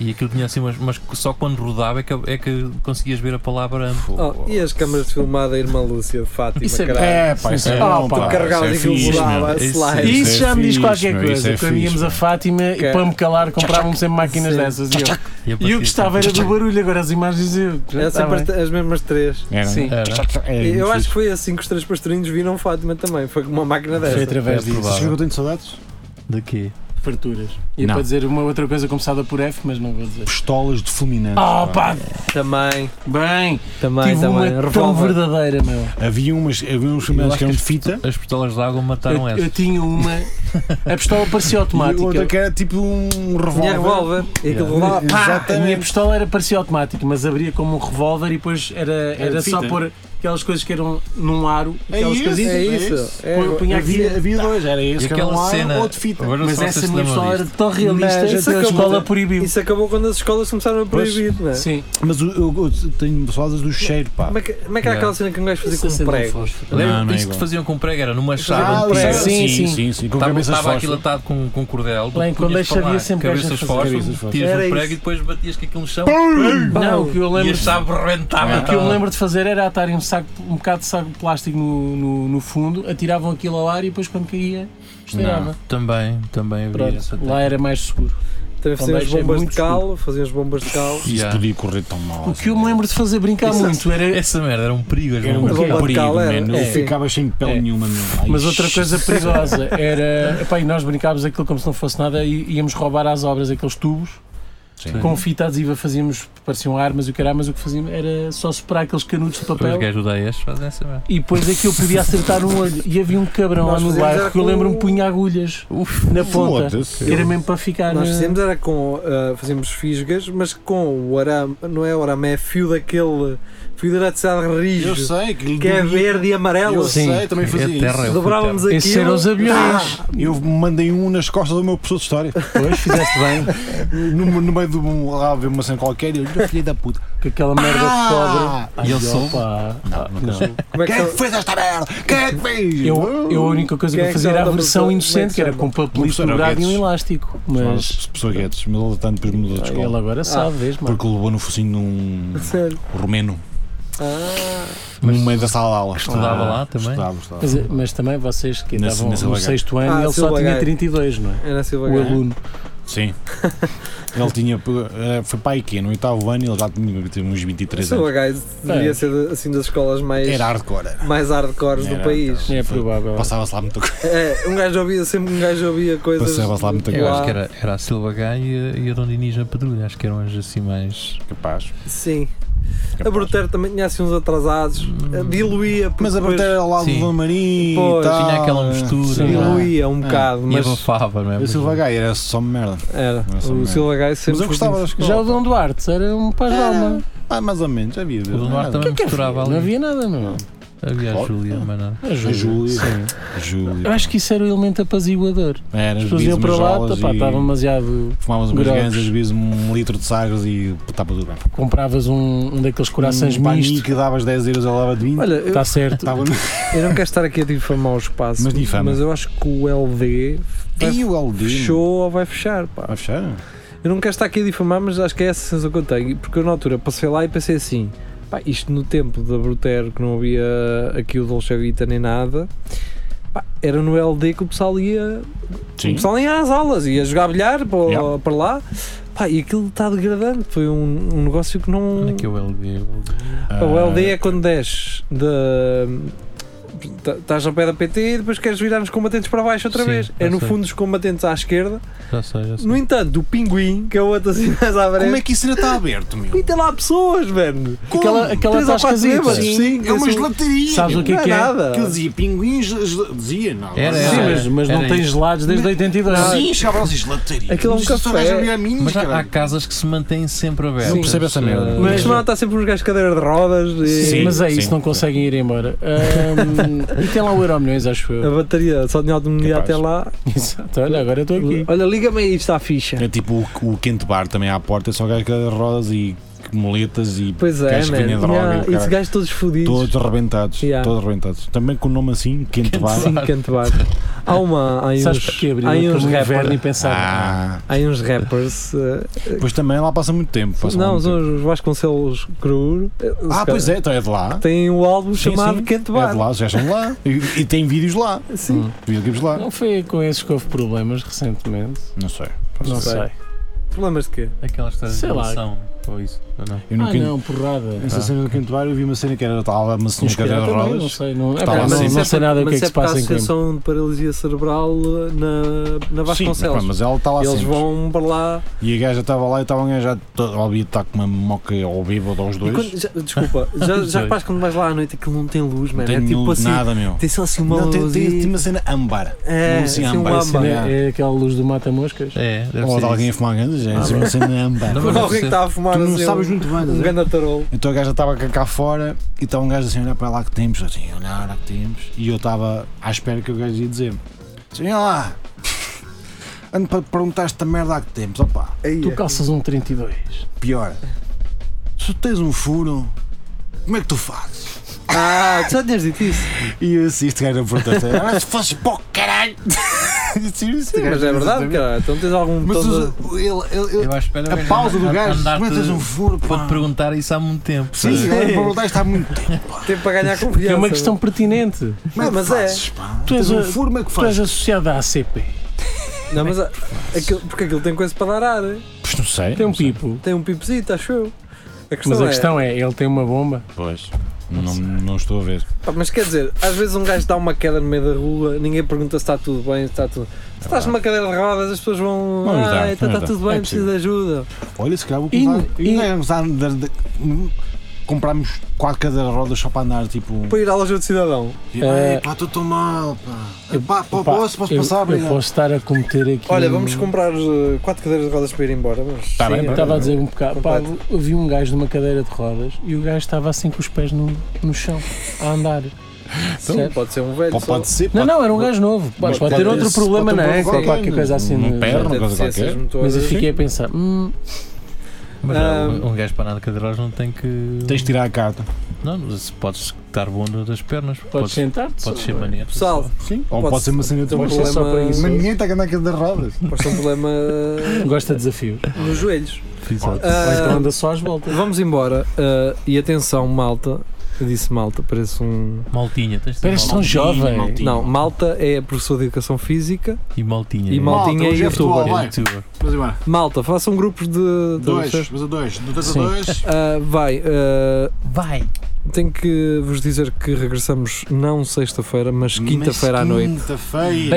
Speaker 5: E aquilo tinha assim, mas, mas só quando rodava é que, é que conseguias ver a palavra amo.
Speaker 2: Oh, e as câmaras de filmar da irmã Lúcia de Fátima,
Speaker 4: Isso é-
Speaker 2: caralho.
Speaker 3: É, pá, isso é
Speaker 4: Ah,
Speaker 3: bom,
Speaker 4: pá,
Speaker 3: pá.
Speaker 2: carregava
Speaker 3: Isso é
Speaker 2: aquilo,
Speaker 3: fixe,
Speaker 2: mudava
Speaker 3: meu.
Speaker 2: a
Speaker 5: Isso-
Speaker 2: slide.
Speaker 4: Isso,
Speaker 3: Isso é
Speaker 4: já me diz
Speaker 3: fixe,
Speaker 4: qualquer
Speaker 3: meu, isso
Speaker 4: coisa.
Speaker 3: é
Speaker 4: Quando
Speaker 3: fixe,
Speaker 4: íamos a
Speaker 3: meu.
Speaker 4: Fátima e
Speaker 2: Cara.
Speaker 4: para me calar comprávamos sempre máquinas
Speaker 2: Sim.
Speaker 4: dessas. E eu,
Speaker 5: E
Speaker 4: e eu
Speaker 5: aparecia
Speaker 4: gostava era do barulho, agora as imagens eu.
Speaker 2: É
Speaker 4: tá
Speaker 2: sempre
Speaker 4: bem.
Speaker 2: as- as mesmas três.
Speaker 3: Era.
Speaker 4: Sim.
Speaker 5: Era.
Speaker 3: É,
Speaker 2: E eu
Speaker 3: muito
Speaker 2: acho
Speaker 3: fixe.
Speaker 2: que foi assim que os três pastorinhos viram Fátima também. Foi com uma máquina
Speaker 4: Foi
Speaker 2: dessa.
Speaker 4: através
Speaker 5: É
Speaker 4: de
Speaker 5: provável.
Speaker 3: Sabes o que eu tenho de saudades?
Speaker 5: De quê?
Speaker 4: farturas. E
Speaker 3: Não.
Speaker 4: para dizer uma outra coisa começada por F, mas não vou dizer.
Speaker 3: Pistolas de fulminante.
Speaker 4: Oh pá,
Speaker 2: Também,
Speaker 4: bem,
Speaker 2: também,
Speaker 3: tá
Speaker 4: tive
Speaker 2: também.
Speaker 4: uma tão
Speaker 2: Revólver.
Speaker 4: verdadeira, meu.
Speaker 3: Havia, umas, havia uns fulminantes que é eram de fita.
Speaker 5: As pistolas de água mataram
Speaker 4: Eu, eu
Speaker 5: essa.
Speaker 4: tinha uma. A pistola parecia
Speaker 3: E outra
Speaker 4: automática.
Speaker 3: que era tipo um
Speaker 2: Tinha
Speaker 3: revólver.
Speaker 2: revólver. E aquilo
Speaker 5: Yeah.
Speaker 2: rolava.
Speaker 4: Pá, a
Speaker 3: Exatamente.
Speaker 4: minha pistola era parecia automática, mas abria como um revólver e depois era, era
Speaker 3: de
Speaker 4: só
Speaker 3: fita.
Speaker 4: pôr aquelas coisas que eram num aro,
Speaker 3: É
Speaker 4: aquelas
Speaker 3: isso,
Speaker 4: coisinhas.
Speaker 2: É
Speaker 3: É
Speaker 2: isso.
Speaker 3: isso.
Speaker 2: É,
Speaker 4: Põe- põe aqui.
Speaker 3: Havia, havia dois, era esse
Speaker 5: E
Speaker 3: que era um
Speaker 5: aquela cena-
Speaker 3: ar ou de fita.
Speaker 5: Agora
Speaker 4: Mas
Speaker 5: só se
Speaker 4: essa
Speaker 5: se
Speaker 4: minha
Speaker 5: lembram
Speaker 4: história era
Speaker 5: disto.
Speaker 4: tão realista
Speaker 2: Mas
Speaker 4: que a
Speaker 2: até
Speaker 4: escola
Speaker 2: acabou-
Speaker 4: proibiu.
Speaker 2: Isso acabou quando as escolas começaram a proibir, não é?
Speaker 4: Sim.
Speaker 3: Mas eu, eu, eu tenho saudades do cheiro, pá.
Speaker 2: Como é que, como é que era
Speaker 5: Yeah.
Speaker 2: aquela cena que um gajo fazia
Speaker 4: Isso
Speaker 2: com
Speaker 4: é
Speaker 2: um prego?
Speaker 4: fósforo.
Speaker 5: Lembra
Speaker 3: Não, não é
Speaker 5: isso que
Speaker 3: igual.
Speaker 5: fazia com prego? Era numa
Speaker 3: Ah,
Speaker 5: chave de
Speaker 3: o
Speaker 5: prego.
Speaker 3: cheiro,
Speaker 4: Sim, sim.
Speaker 3: sim, com
Speaker 5: Estava,
Speaker 3: cabeças
Speaker 5: estava aquilo
Speaker 3: fósforas.
Speaker 5: atado com, com cordel, tu
Speaker 4: Lá em
Speaker 5: punhas
Speaker 4: Condeixa
Speaker 5: para lá,
Speaker 4: havia sempre gajas a
Speaker 5: cabeças
Speaker 4: fazer
Speaker 5: fósforas,
Speaker 3: isso.
Speaker 5: tiras
Speaker 2: Era
Speaker 5: o prego
Speaker 2: isso.
Speaker 5: e depois batias com aquilo no chão
Speaker 4: Não, o que eu
Speaker 5: e tá-
Speaker 4: lembro.
Speaker 5: a chave rebentava.
Speaker 4: O que eu
Speaker 3: Ah.
Speaker 4: lembro de fazer era atarem um, saco, um bocado de saco de plástico no, no, no fundo, atiravam aquilo ao ar e depois quando caía, esteirava.
Speaker 5: Também, também havia essa
Speaker 4: Pronto, lá era mais seguro.
Speaker 2: Também faziam as
Speaker 4: Também é
Speaker 2: bombas de
Speaker 4: muito
Speaker 2: cal, faziam as bombas de cal.
Speaker 3: Isso
Speaker 5: Yeah.
Speaker 3: podia correr tão mal. assim.
Speaker 4: O que eu me lembro de fazer brincar
Speaker 2: Isso-
Speaker 4: muito era.
Speaker 5: Essa merda era um perigo. as
Speaker 3: Era um
Speaker 2: Mas
Speaker 5: bombas.
Speaker 2: o
Speaker 3: perigo,
Speaker 2: local era-
Speaker 3: mano. Eu
Speaker 2: é.
Speaker 3: ficava sem pele
Speaker 4: É.
Speaker 3: nenhuma. meu. Ai,
Speaker 4: Mas outra
Speaker 3: shit.
Speaker 4: coisa perigosa era. Epá, e nós brincávamos aquilo como se não fosse nada e íamos roubar às obras aqueles tubos
Speaker 3: Sim.
Speaker 4: com fita adesiva, fazíamos. pareciam armas e o que era, mas o que fazíamos era só superar aqueles canudos de
Speaker 5: Os
Speaker 4: papel
Speaker 5: gajos odeias fazem essa merda.
Speaker 4: e depois aquilo podia acertar um olho. E havia um cabrão
Speaker 2: Nós
Speaker 4: lá no
Speaker 2: fazíamos era
Speaker 4: bairro que eu
Speaker 2: com-
Speaker 4: lembro-me punha agulhas na ponta.
Speaker 3: Foda-se.
Speaker 4: Que era mesmo para ficar. eh,
Speaker 2: Nós
Speaker 4: na-
Speaker 2: fizemos era com. ah, fazíamos fisgas, mas com o arame. Não é arame, é fio daquele. Fio de eletricidade rijo.
Speaker 3: Eu sei que,
Speaker 2: Que é verde e amarelo.
Speaker 3: Eu sei, também
Speaker 5: É
Speaker 3: fazia
Speaker 5: terra,
Speaker 3: isso.
Speaker 5: eu-
Speaker 2: Dobrávamos aquilo. Ah!
Speaker 4: Esses eram os aviões.
Speaker 3: Eu mandei um nas costas do meu professor de história,
Speaker 4: Pois, fizeste bem.
Speaker 3: no, no meio meio de um, lá ver uma cena qualquer e eu olho, filha da puta.
Speaker 4: Com aquela merda de
Speaker 3: Ah!
Speaker 4: cobra. Ai,
Speaker 5: E ele soube?
Speaker 4: opa. Ah, não.
Speaker 2: Como é que
Speaker 3: Quem é que
Speaker 2: são-
Speaker 3: fez esta merda? Quem é que fez?
Speaker 4: Eu, eu a única coisa que
Speaker 2: Quem é
Speaker 4: eu
Speaker 2: que
Speaker 4: fazia
Speaker 2: dá
Speaker 4: era a
Speaker 2: uma
Speaker 4: versão
Speaker 2: pessoa-
Speaker 4: inocente, que era com
Speaker 3: Uma
Speaker 4: papelito
Speaker 3: pessoa era
Speaker 4: dobrado e um
Speaker 3: Guedes.
Speaker 4: elástico. Mas
Speaker 3: Mas, pessoa é Guedes, mas ele tanto depois mudou de
Speaker 4: ele
Speaker 3: escola.
Speaker 2: Ah.
Speaker 4: agora sabe, vês, mano.
Speaker 3: Porque levou no focinho de um
Speaker 2: Sério.
Speaker 3: romeno,
Speaker 2: Ah,
Speaker 3: no meio da sala de aula. Ah,
Speaker 5: Estudava lá também?
Speaker 3: Estudava, estudava.
Speaker 4: Mas, eh, mas também vocês que
Speaker 3: Nesse-
Speaker 4: estavam
Speaker 3: nesse
Speaker 4: no
Speaker 3: lugar.
Speaker 4: sexto ano,
Speaker 2: Ah,
Speaker 4: ele
Speaker 2: seu
Speaker 4: só tinha
Speaker 2: lagarto.
Speaker 4: 32, não é?
Speaker 2: era Silva
Speaker 4: O
Speaker 2: Gaia.
Speaker 4: aluno.
Speaker 3: Sim. ele tinha. eh, Foi para a IQ, no oitavo ano, ele já tinha teve uns 23 anos.
Speaker 2: Silva Gaia devia
Speaker 4: É.
Speaker 2: ser de- assim das escolas mais,
Speaker 3: Era hardcore. era.
Speaker 2: mais hardcores do
Speaker 3: Era,
Speaker 2: país.
Speaker 4: É provável.
Speaker 3: Passava-se lá muita coisa.
Speaker 2: É, um gajo ouvia, sempre um gajo ouvia coisas.
Speaker 3: Passava-se lá muita
Speaker 5: Eu
Speaker 2: Lá.
Speaker 5: acho que era, era a Silva Gay e a, e a Dona Inês na Pedrulha, acho que eram as assim mais.
Speaker 3: Capaz.
Speaker 2: Sim. A Brutero também tinha assim uns atrasados. Eh, Diluía, porque
Speaker 3: Mas a
Speaker 2: depois
Speaker 3: bater ao lado
Speaker 5: Sim.
Speaker 3: do Marim
Speaker 2: Pois,
Speaker 3: e tal.
Speaker 5: Tinha aquela mistura.
Speaker 4: Sim.
Speaker 5: lá,
Speaker 2: diluía um
Speaker 3: Ah.
Speaker 2: bocado,
Speaker 5: E
Speaker 2: mas
Speaker 5: abafava, não é?
Speaker 3: O Silva Gaia era só merda.
Speaker 2: era.
Speaker 3: Não é só
Speaker 2: O
Speaker 3: merda.
Speaker 2: Silva Gaia
Speaker 3: Mas
Speaker 2: sempre.
Speaker 3: eu gostava da
Speaker 2: foi-
Speaker 4: Já
Speaker 3: escola.
Speaker 4: o Dom Duarte era um paz de alma.
Speaker 3: Ah, mais ou menos, havia.
Speaker 5: O Donar
Speaker 2: é
Speaker 5: também misturava
Speaker 4: Não
Speaker 5: ali.
Speaker 4: havia nada, não.
Speaker 5: Havia a
Speaker 3: Claro.
Speaker 5: Júlia, mas não.
Speaker 4: A Júlia.
Speaker 3: Júlia.
Speaker 4: Sim.
Speaker 3: Júlio.
Speaker 4: Eu acho que isso era o elemento apaziguador.
Speaker 3: Era,
Speaker 4: As pessoas iam para lá, pá, estava demasiado.
Speaker 3: Fumavas umas
Speaker 4: Grogos.
Speaker 3: ganzas, bebias um litro de sagres e estava tudo bem.
Speaker 4: Compravas um, um daqueles corações
Speaker 3: um Tá. paninho
Speaker 4: mistos.
Speaker 3: que davas 10 euros, ele dava de 20.
Speaker 2: Olha, eu,
Speaker 4: Está certo.
Speaker 3: Estava no...
Speaker 2: eu não quero estar aqui a difamar o espaço,
Speaker 3: Mas difama.
Speaker 2: eu acho que o LD vai-
Speaker 3: E o Aldino?
Speaker 2: fechou ou vai fechar. Pá.
Speaker 3: Vai fechar?
Speaker 2: Eu não quero estar aqui a difamar, mas acho que é essa a sensação que eu tenho, porque eu na altura passei lá e pensei assim: pá, isto no tempo da Brutero, que não havia aqui o Dolce Vita nem nada, pá, era no LD que o pessoal ia O
Speaker 3: Sim.
Speaker 2: pessoal ia às aulas, ia jogar bilhar para,
Speaker 3: Yeah.
Speaker 2: para lá. Pá, e aquilo está degradando. Foi um, um negócio que não.
Speaker 5: Onde é que é o LD?
Speaker 3: Ah,
Speaker 2: O LD é quando desces da. tá- Estás ao pé da PT e depois queres virar nos combatentes para baixo outra
Speaker 5: Sim,
Speaker 2: vez.
Speaker 3: tá
Speaker 5: já
Speaker 2: É no
Speaker 5: sei.
Speaker 2: fundo dos combatentes à esquerda.
Speaker 5: Já sei, já sei.
Speaker 2: No entanto, o pinguim, que é o outro assim mais à
Speaker 3: Como
Speaker 2: frente.
Speaker 3: é que isso ainda está aberto, meu?
Speaker 2: E tem lá pessoas, velho.
Speaker 4: Aquela, aquela
Speaker 2: Três ou quatro
Speaker 4: tascazita.
Speaker 2: bêbados.
Speaker 4: Sim,
Speaker 2: Sim,
Speaker 3: é uma
Speaker 2: esse-
Speaker 3: gelataria.
Speaker 4: Sabes o
Speaker 3: meu.
Speaker 4: que é
Speaker 2: não é
Speaker 4: que é?
Speaker 2: nada.
Speaker 3: Que ele dizia pinguins, gel- dizia, não.
Speaker 5: Era,
Speaker 3: não.
Speaker 5: era.
Speaker 4: Sim, mas, mas não
Speaker 5: Era
Speaker 4: tens gelados desde 82.
Speaker 3: Sim, chavalas e gelataria.
Speaker 2: Aquilo é um
Speaker 3: Isto só
Speaker 2: café.
Speaker 3: vais abrir a minis,
Speaker 5: Mas há, há
Speaker 3: caralho.
Speaker 5: casas que se mantêm sempre abertas.
Speaker 2: Não percebo
Speaker 3: essa merda.
Speaker 5: Eh,
Speaker 2: Mas lá está sempre uns gajos de cadeira de rodas e
Speaker 3: Sim,
Speaker 4: mas é isso,
Speaker 3: sim.
Speaker 4: não conseguem ir embora. Ahm, e tem lá o Euro Milhões, acho
Speaker 2: a
Speaker 4: eu.
Speaker 2: bateria só tinha autonomia
Speaker 3: Capaz.
Speaker 2: até lá.
Speaker 4: Exato, olha, agora estou aqui.
Speaker 2: Olha, liga-me aí, está a ficha.
Speaker 3: É tipo o, o quente bar também à porta, é só gajo de rodas e moletas e
Speaker 2: Pois é,
Speaker 3: gajos que
Speaker 2: man.
Speaker 3: vendem droga. e o
Speaker 2: Yeah,
Speaker 3: caralho.
Speaker 2: esses gajos todos fodidos.
Speaker 3: Todos arrebentados,
Speaker 2: Yeah.
Speaker 3: todos arrebentados. Também com o nome assim, quente bar.
Speaker 2: Sim, canto bar. Há uma. Há
Speaker 4: Sabes
Speaker 2: uns,
Speaker 4: porquê abrir
Speaker 2: há uns,
Speaker 4: aquele inverno e
Speaker 2: rapper,
Speaker 4: pensar?
Speaker 3: Ah,
Speaker 2: há uns rappers. eh,
Speaker 3: pois também lá passa muito tempo. Passa
Speaker 2: não,
Speaker 3: muito
Speaker 2: os,
Speaker 3: tempo.
Speaker 2: os Vasconcelos Cruz. eh, os
Speaker 3: Ah,
Speaker 2: ca-
Speaker 3: pois é, então é de lá.
Speaker 2: Têm um álbum
Speaker 3: Sim,
Speaker 2: chamado
Speaker 3: sim,
Speaker 2: Canto
Speaker 3: É
Speaker 2: Bar.
Speaker 3: de lá, já são lá. E, e tem vídeos lá.
Speaker 2: Sim.
Speaker 3: Videoclipes lá.
Speaker 4: hum, Não foi com esses que houve problemas recentemente?
Speaker 3: Não sei.
Speaker 4: Não
Speaker 2: sei.
Speaker 4: sei.
Speaker 2: Problemas de quê?
Speaker 5: Aquela história
Speaker 4: Sei
Speaker 5: de
Speaker 4: lá.
Speaker 5: relação. Ou isso. Ou não?
Speaker 3: Eu no
Speaker 4: ah,
Speaker 3: quente-
Speaker 4: não, porrada.
Speaker 3: Nessa
Speaker 5: Ah.
Speaker 3: cena do quinto bar eu vi uma cena que era estava uma senhora de cadeira de
Speaker 4: também, não
Speaker 3: rodas. assim.
Speaker 4: sei, não, é,
Speaker 3: Está
Speaker 4: pá,
Speaker 3: lá
Speaker 4: não,
Speaker 3: sempre.
Speaker 4: não sei nada o que é que se passa em
Speaker 2: Mas é porque há a
Speaker 4: Coimbra.
Speaker 2: Associação de Paralisia Cerebral eh, na, na
Speaker 3: Sim, mas,
Speaker 2: Vasconcelos.
Speaker 3: pá, mas ela está lá
Speaker 2: Eles
Speaker 3: sempre.
Speaker 2: vão para lá.
Speaker 3: E a gaja estava lá e estava um gajo já todo- óbvio está tá com uma moca ao bêbado aos
Speaker 2: E
Speaker 3: dois.
Speaker 2: quando, já, desculpa, já, já reparas quando vais lá à noite aquilo não tem luz, mano.
Speaker 3: não tem
Speaker 2: É tipo
Speaker 3: nu-
Speaker 2: assim.
Speaker 3: nada, meu.
Speaker 2: Tem só assim uma
Speaker 3: Não, tem,
Speaker 2: luz.
Speaker 3: tem,
Speaker 2: e-
Speaker 3: tem uma cena âmbar.
Speaker 2: É,
Speaker 3: Não, sim,
Speaker 2: assim, um
Speaker 3: âmbar,
Speaker 2: lamba.
Speaker 3: sim,
Speaker 4: É, é aquela luz do mata-moscas.
Speaker 5: É, deve
Speaker 3: Ou
Speaker 5: ser
Speaker 3: de alguém a
Speaker 5: isso.
Speaker 3: fumar gandas,
Speaker 2: Ah,
Speaker 3: é assim, uma cena âmbar.
Speaker 5: Não,
Speaker 3: Tu
Speaker 5: mas
Speaker 2: Alguém que
Speaker 5: deve ser-
Speaker 2: está a fumar
Speaker 3: não
Speaker 2: assim,
Speaker 3: sabes
Speaker 2: um-
Speaker 3: muito bem,
Speaker 2: um
Speaker 3: estás a ver?
Speaker 2: ganda tarol.
Speaker 3: Então a gaja estava cá, cá fora e estava um gajo assim a olhar para lá que temos, assim, a olhar lá que temos. E eu estava à espera que o gajo ia dizer-me: assim, olha lá, ando para te perguntar esta merda há que temos, opá,
Speaker 2: é.
Speaker 4: Tu calças um 32.
Speaker 3: pior. Se tu tens um furo, como é que tu fazes?
Speaker 2: Ah, tu já tinhas dito isso.
Speaker 3: E eu assim, este gajo a perguntar: "Ah, se fosses para o caralho! Sim,
Speaker 2: Mas é verdade, cara. Então tens algum
Speaker 3: Mas
Speaker 2: botão
Speaker 3: os- ele- ele- ele-
Speaker 5: Eu à espera
Speaker 3: a pausa do gajo, como é que tens um furo, pá?
Speaker 5: Vou-te perguntar isso há muito tempo.
Speaker 3: Sim,
Speaker 5: Sim.
Speaker 3: agora para voltar está muito tempo.
Speaker 2: de tempo para ganhar confiança.
Speaker 4: É uma questão pertinente.
Speaker 3: Como é que
Speaker 2: Mas é.
Speaker 3: fazes, pá?
Speaker 4: Tu és
Speaker 3: Tens um
Speaker 4: a-
Speaker 3: furo, como é que
Speaker 4: Tu és
Speaker 3: fazes?
Speaker 4: associado à ACP.
Speaker 2: Não, mas há- aquilo- porque aquilo tem coisa para dar ar. hein?
Speaker 3: Pois não sei.
Speaker 4: Tem um pipo.
Speaker 2: Tem um pipozito, acho eu. A questão
Speaker 4: Mas a
Speaker 2: é-
Speaker 4: questão é, ele tem uma bomba.
Speaker 3: Pois. Não, não estou a ver.
Speaker 2: Pá, mas quer dizer, às vezes um gajo dá uma queda no meio da rua, ninguém pergunta se está tudo bem, se está tudo. Se estás numa cadeira de rodas, as pessoas vão.
Speaker 3: Vamos
Speaker 2: ah,
Speaker 3: dar,
Speaker 2: então
Speaker 3: vamos
Speaker 2: está
Speaker 3: dar.
Speaker 2: tudo bem,
Speaker 4: É
Speaker 2: preciso de ajuda.
Speaker 3: Olha, se calhar vou
Speaker 4: E-
Speaker 3: comprar.
Speaker 4: e-
Speaker 3: E, ganhamos a andar de- hum, Comprámos quatro cadeiras de rodas só para andar, tipo.
Speaker 2: Para ir à loja do cidadão.
Speaker 3: e,
Speaker 4: eh,
Speaker 3: "Ei, pá, estou tão mal, pá.
Speaker 4: eu-
Speaker 3: Pá, pá,
Speaker 4: Pá,
Speaker 3: posso, posso
Speaker 4: eu,
Speaker 3: passar, né?
Speaker 4: eu
Speaker 3: obrigado."
Speaker 4: posso estar a cometer aqui.
Speaker 2: Olha,
Speaker 4: um-
Speaker 2: vamos comprar eh, quatro cadeiras de rodas para ir embora. Mas
Speaker 3: Tá
Speaker 2: sim,
Speaker 3: bem,
Speaker 2: é-
Speaker 4: Eu
Speaker 3: tá
Speaker 4: estava a dizer um bocado, pá,
Speaker 2: Completo.
Speaker 4: eu vi um gajo numa cadeira de rodas e o gajo estava assim com os pés no, no chão, a andar.
Speaker 2: Sim,
Speaker 4: Certo?
Speaker 2: pode ser um velho.
Speaker 3: Pode,
Speaker 2: só.
Speaker 3: pode ser,
Speaker 4: Não,
Speaker 3: pode-
Speaker 4: não, era um gajo novo. Pá,
Speaker 3: Mas
Speaker 4: Pode,
Speaker 3: pode ter-
Speaker 4: ter outro
Speaker 3: pode
Speaker 4: problema
Speaker 3: ter um
Speaker 4: na
Speaker 3: problema
Speaker 4: anta ou
Speaker 3: qualquer,
Speaker 4: qualquer coisa assim.
Speaker 3: um
Speaker 4: de-
Speaker 3: perno,
Speaker 2: Deve
Speaker 3: coisa
Speaker 2: ser essas
Speaker 3: qualquer.
Speaker 2: motoras.
Speaker 4: Mas eu fiquei a pensar, hum,
Speaker 5: Mas
Speaker 2: Ah,
Speaker 5: um, um gajo para andar de cadeiros não tem que.
Speaker 3: Tens de tirar a carta.
Speaker 5: Não, mas se podes estar bom das pernas,
Speaker 4: Podes
Speaker 5: podes,
Speaker 4: sentar-te.
Speaker 5: podes
Speaker 4: só,
Speaker 5: ser
Speaker 4: não é?
Speaker 5: maneiro.
Speaker 2: Pessoal,
Speaker 3: Sim. Ou
Speaker 2: Pode
Speaker 3: pode, ser uma cena de
Speaker 2: ter um
Speaker 4: Pode
Speaker 3: Mas
Speaker 4: ser é só
Speaker 2: problema-
Speaker 4: para isso.
Speaker 3: ninguém está a andar cadeiras rodas.
Speaker 2: pode ser um problema eh,
Speaker 4: Gosta de desafios.
Speaker 2: nos joelhos.
Speaker 5: Exato.
Speaker 4: Ou então
Speaker 2: Ah,
Speaker 4: anda só às voltas.
Speaker 2: vamos embora. ah, e atenção, malta. Eu disse malta, parece um.
Speaker 5: Maltinha, tens de ter
Speaker 4: Parece tão
Speaker 5: maltinha
Speaker 4: jovem.
Speaker 2: Não, malta é a professora de educação física.
Speaker 5: e maltinha.
Speaker 2: E maltinha
Speaker 3: Malta,
Speaker 2: é
Speaker 3: hoje é
Speaker 2: youtuber.
Speaker 3: futebol,
Speaker 5: É
Speaker 3: vai.
Speaker 5: youtuber.
Speaker 3: Mas Ivan,
Speaker 2: Malta, façam grupos de. de-
Speaker 3: dois, mas a dois, do dois a
Speaker 4: Sim.
Speaker 3: dois.
Speaker 2: Ah, vai, ah,
Speaker 5: Vai!
Speaker 2: tenho que vos dizer que regressamos não sexta-feira, mas quinta-feira à
Speaker 3: Mas
Speaker 2: noite.
Speaker 3: Quinta-feira.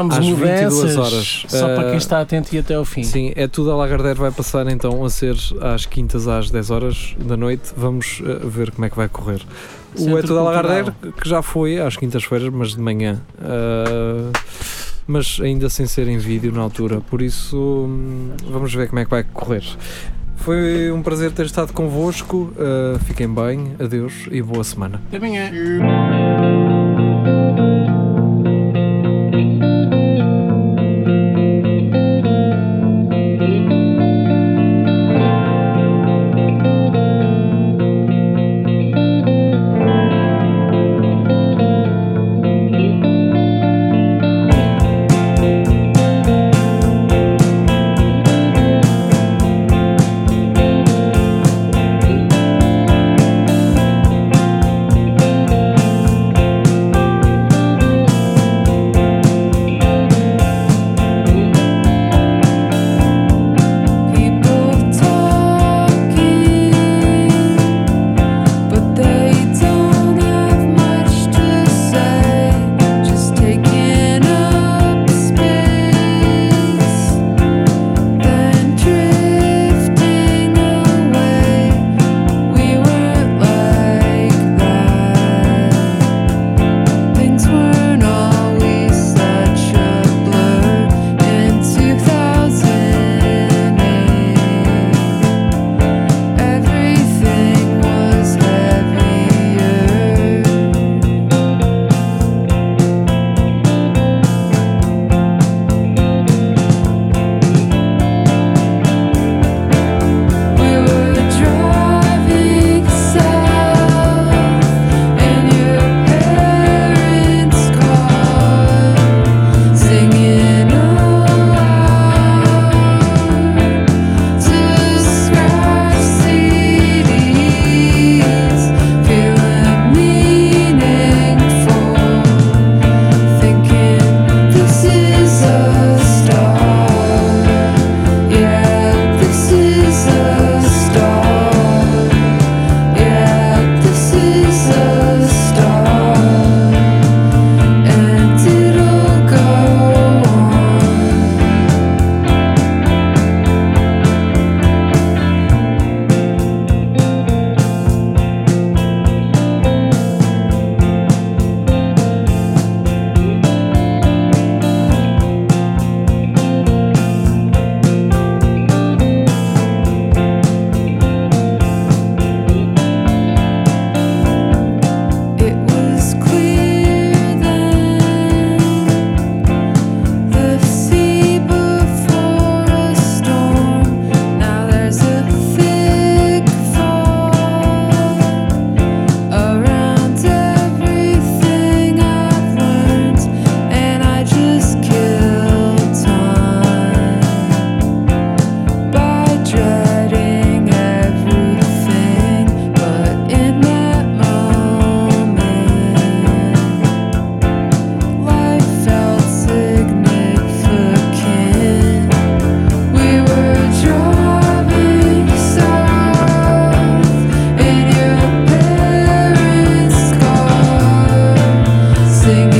Speaker 4: Bams,
Speaker 2: Às 22
Speaker 4: mudanças.
Speaker 2: horas.
Speaker 4: Só
Speaker 2: Ah,
Speaker 4: para quem está atento e até ao fim.
Speaker 2: Sim, é tudo a Lagardère vai passar então a ser às quintas às 10 horas da noite. Vamos eh, ver como é que vai correr. o
Speaker 4: Centro
Speaker 2: É tudo a
Speaker 4: Cultural.
Speaker 2: Lagardère que já foi às quintas-feiras, mas de manhã. Ah, mas ainda sem ser em vídeo na altura. Por isso, hum, vamos ver como é que vai correr. Foi um prazer ter estado convosco. Ah, fiquem bem, adeus e boa semana.
Speaker 4: Até amanhã.
Speaker 8: People talking, but they don't have much to say. Just taking up space, then drifting away. We weren't like that. Things weren't always such a blur. In 2008, everything was heavier. We were driving south in your parents' car. Singing aloud to scratch CDs, feeling meaningful, thinking this is a star. Yeah, this is a star. Yeah, this is a star. And it'll go on. It was clear then the sea before a storm. Now there's a thick fog around everything I've learned, and I just killed time by dreading everything, but in that moment, life felt significant. We were driving south in your parents' car, singing.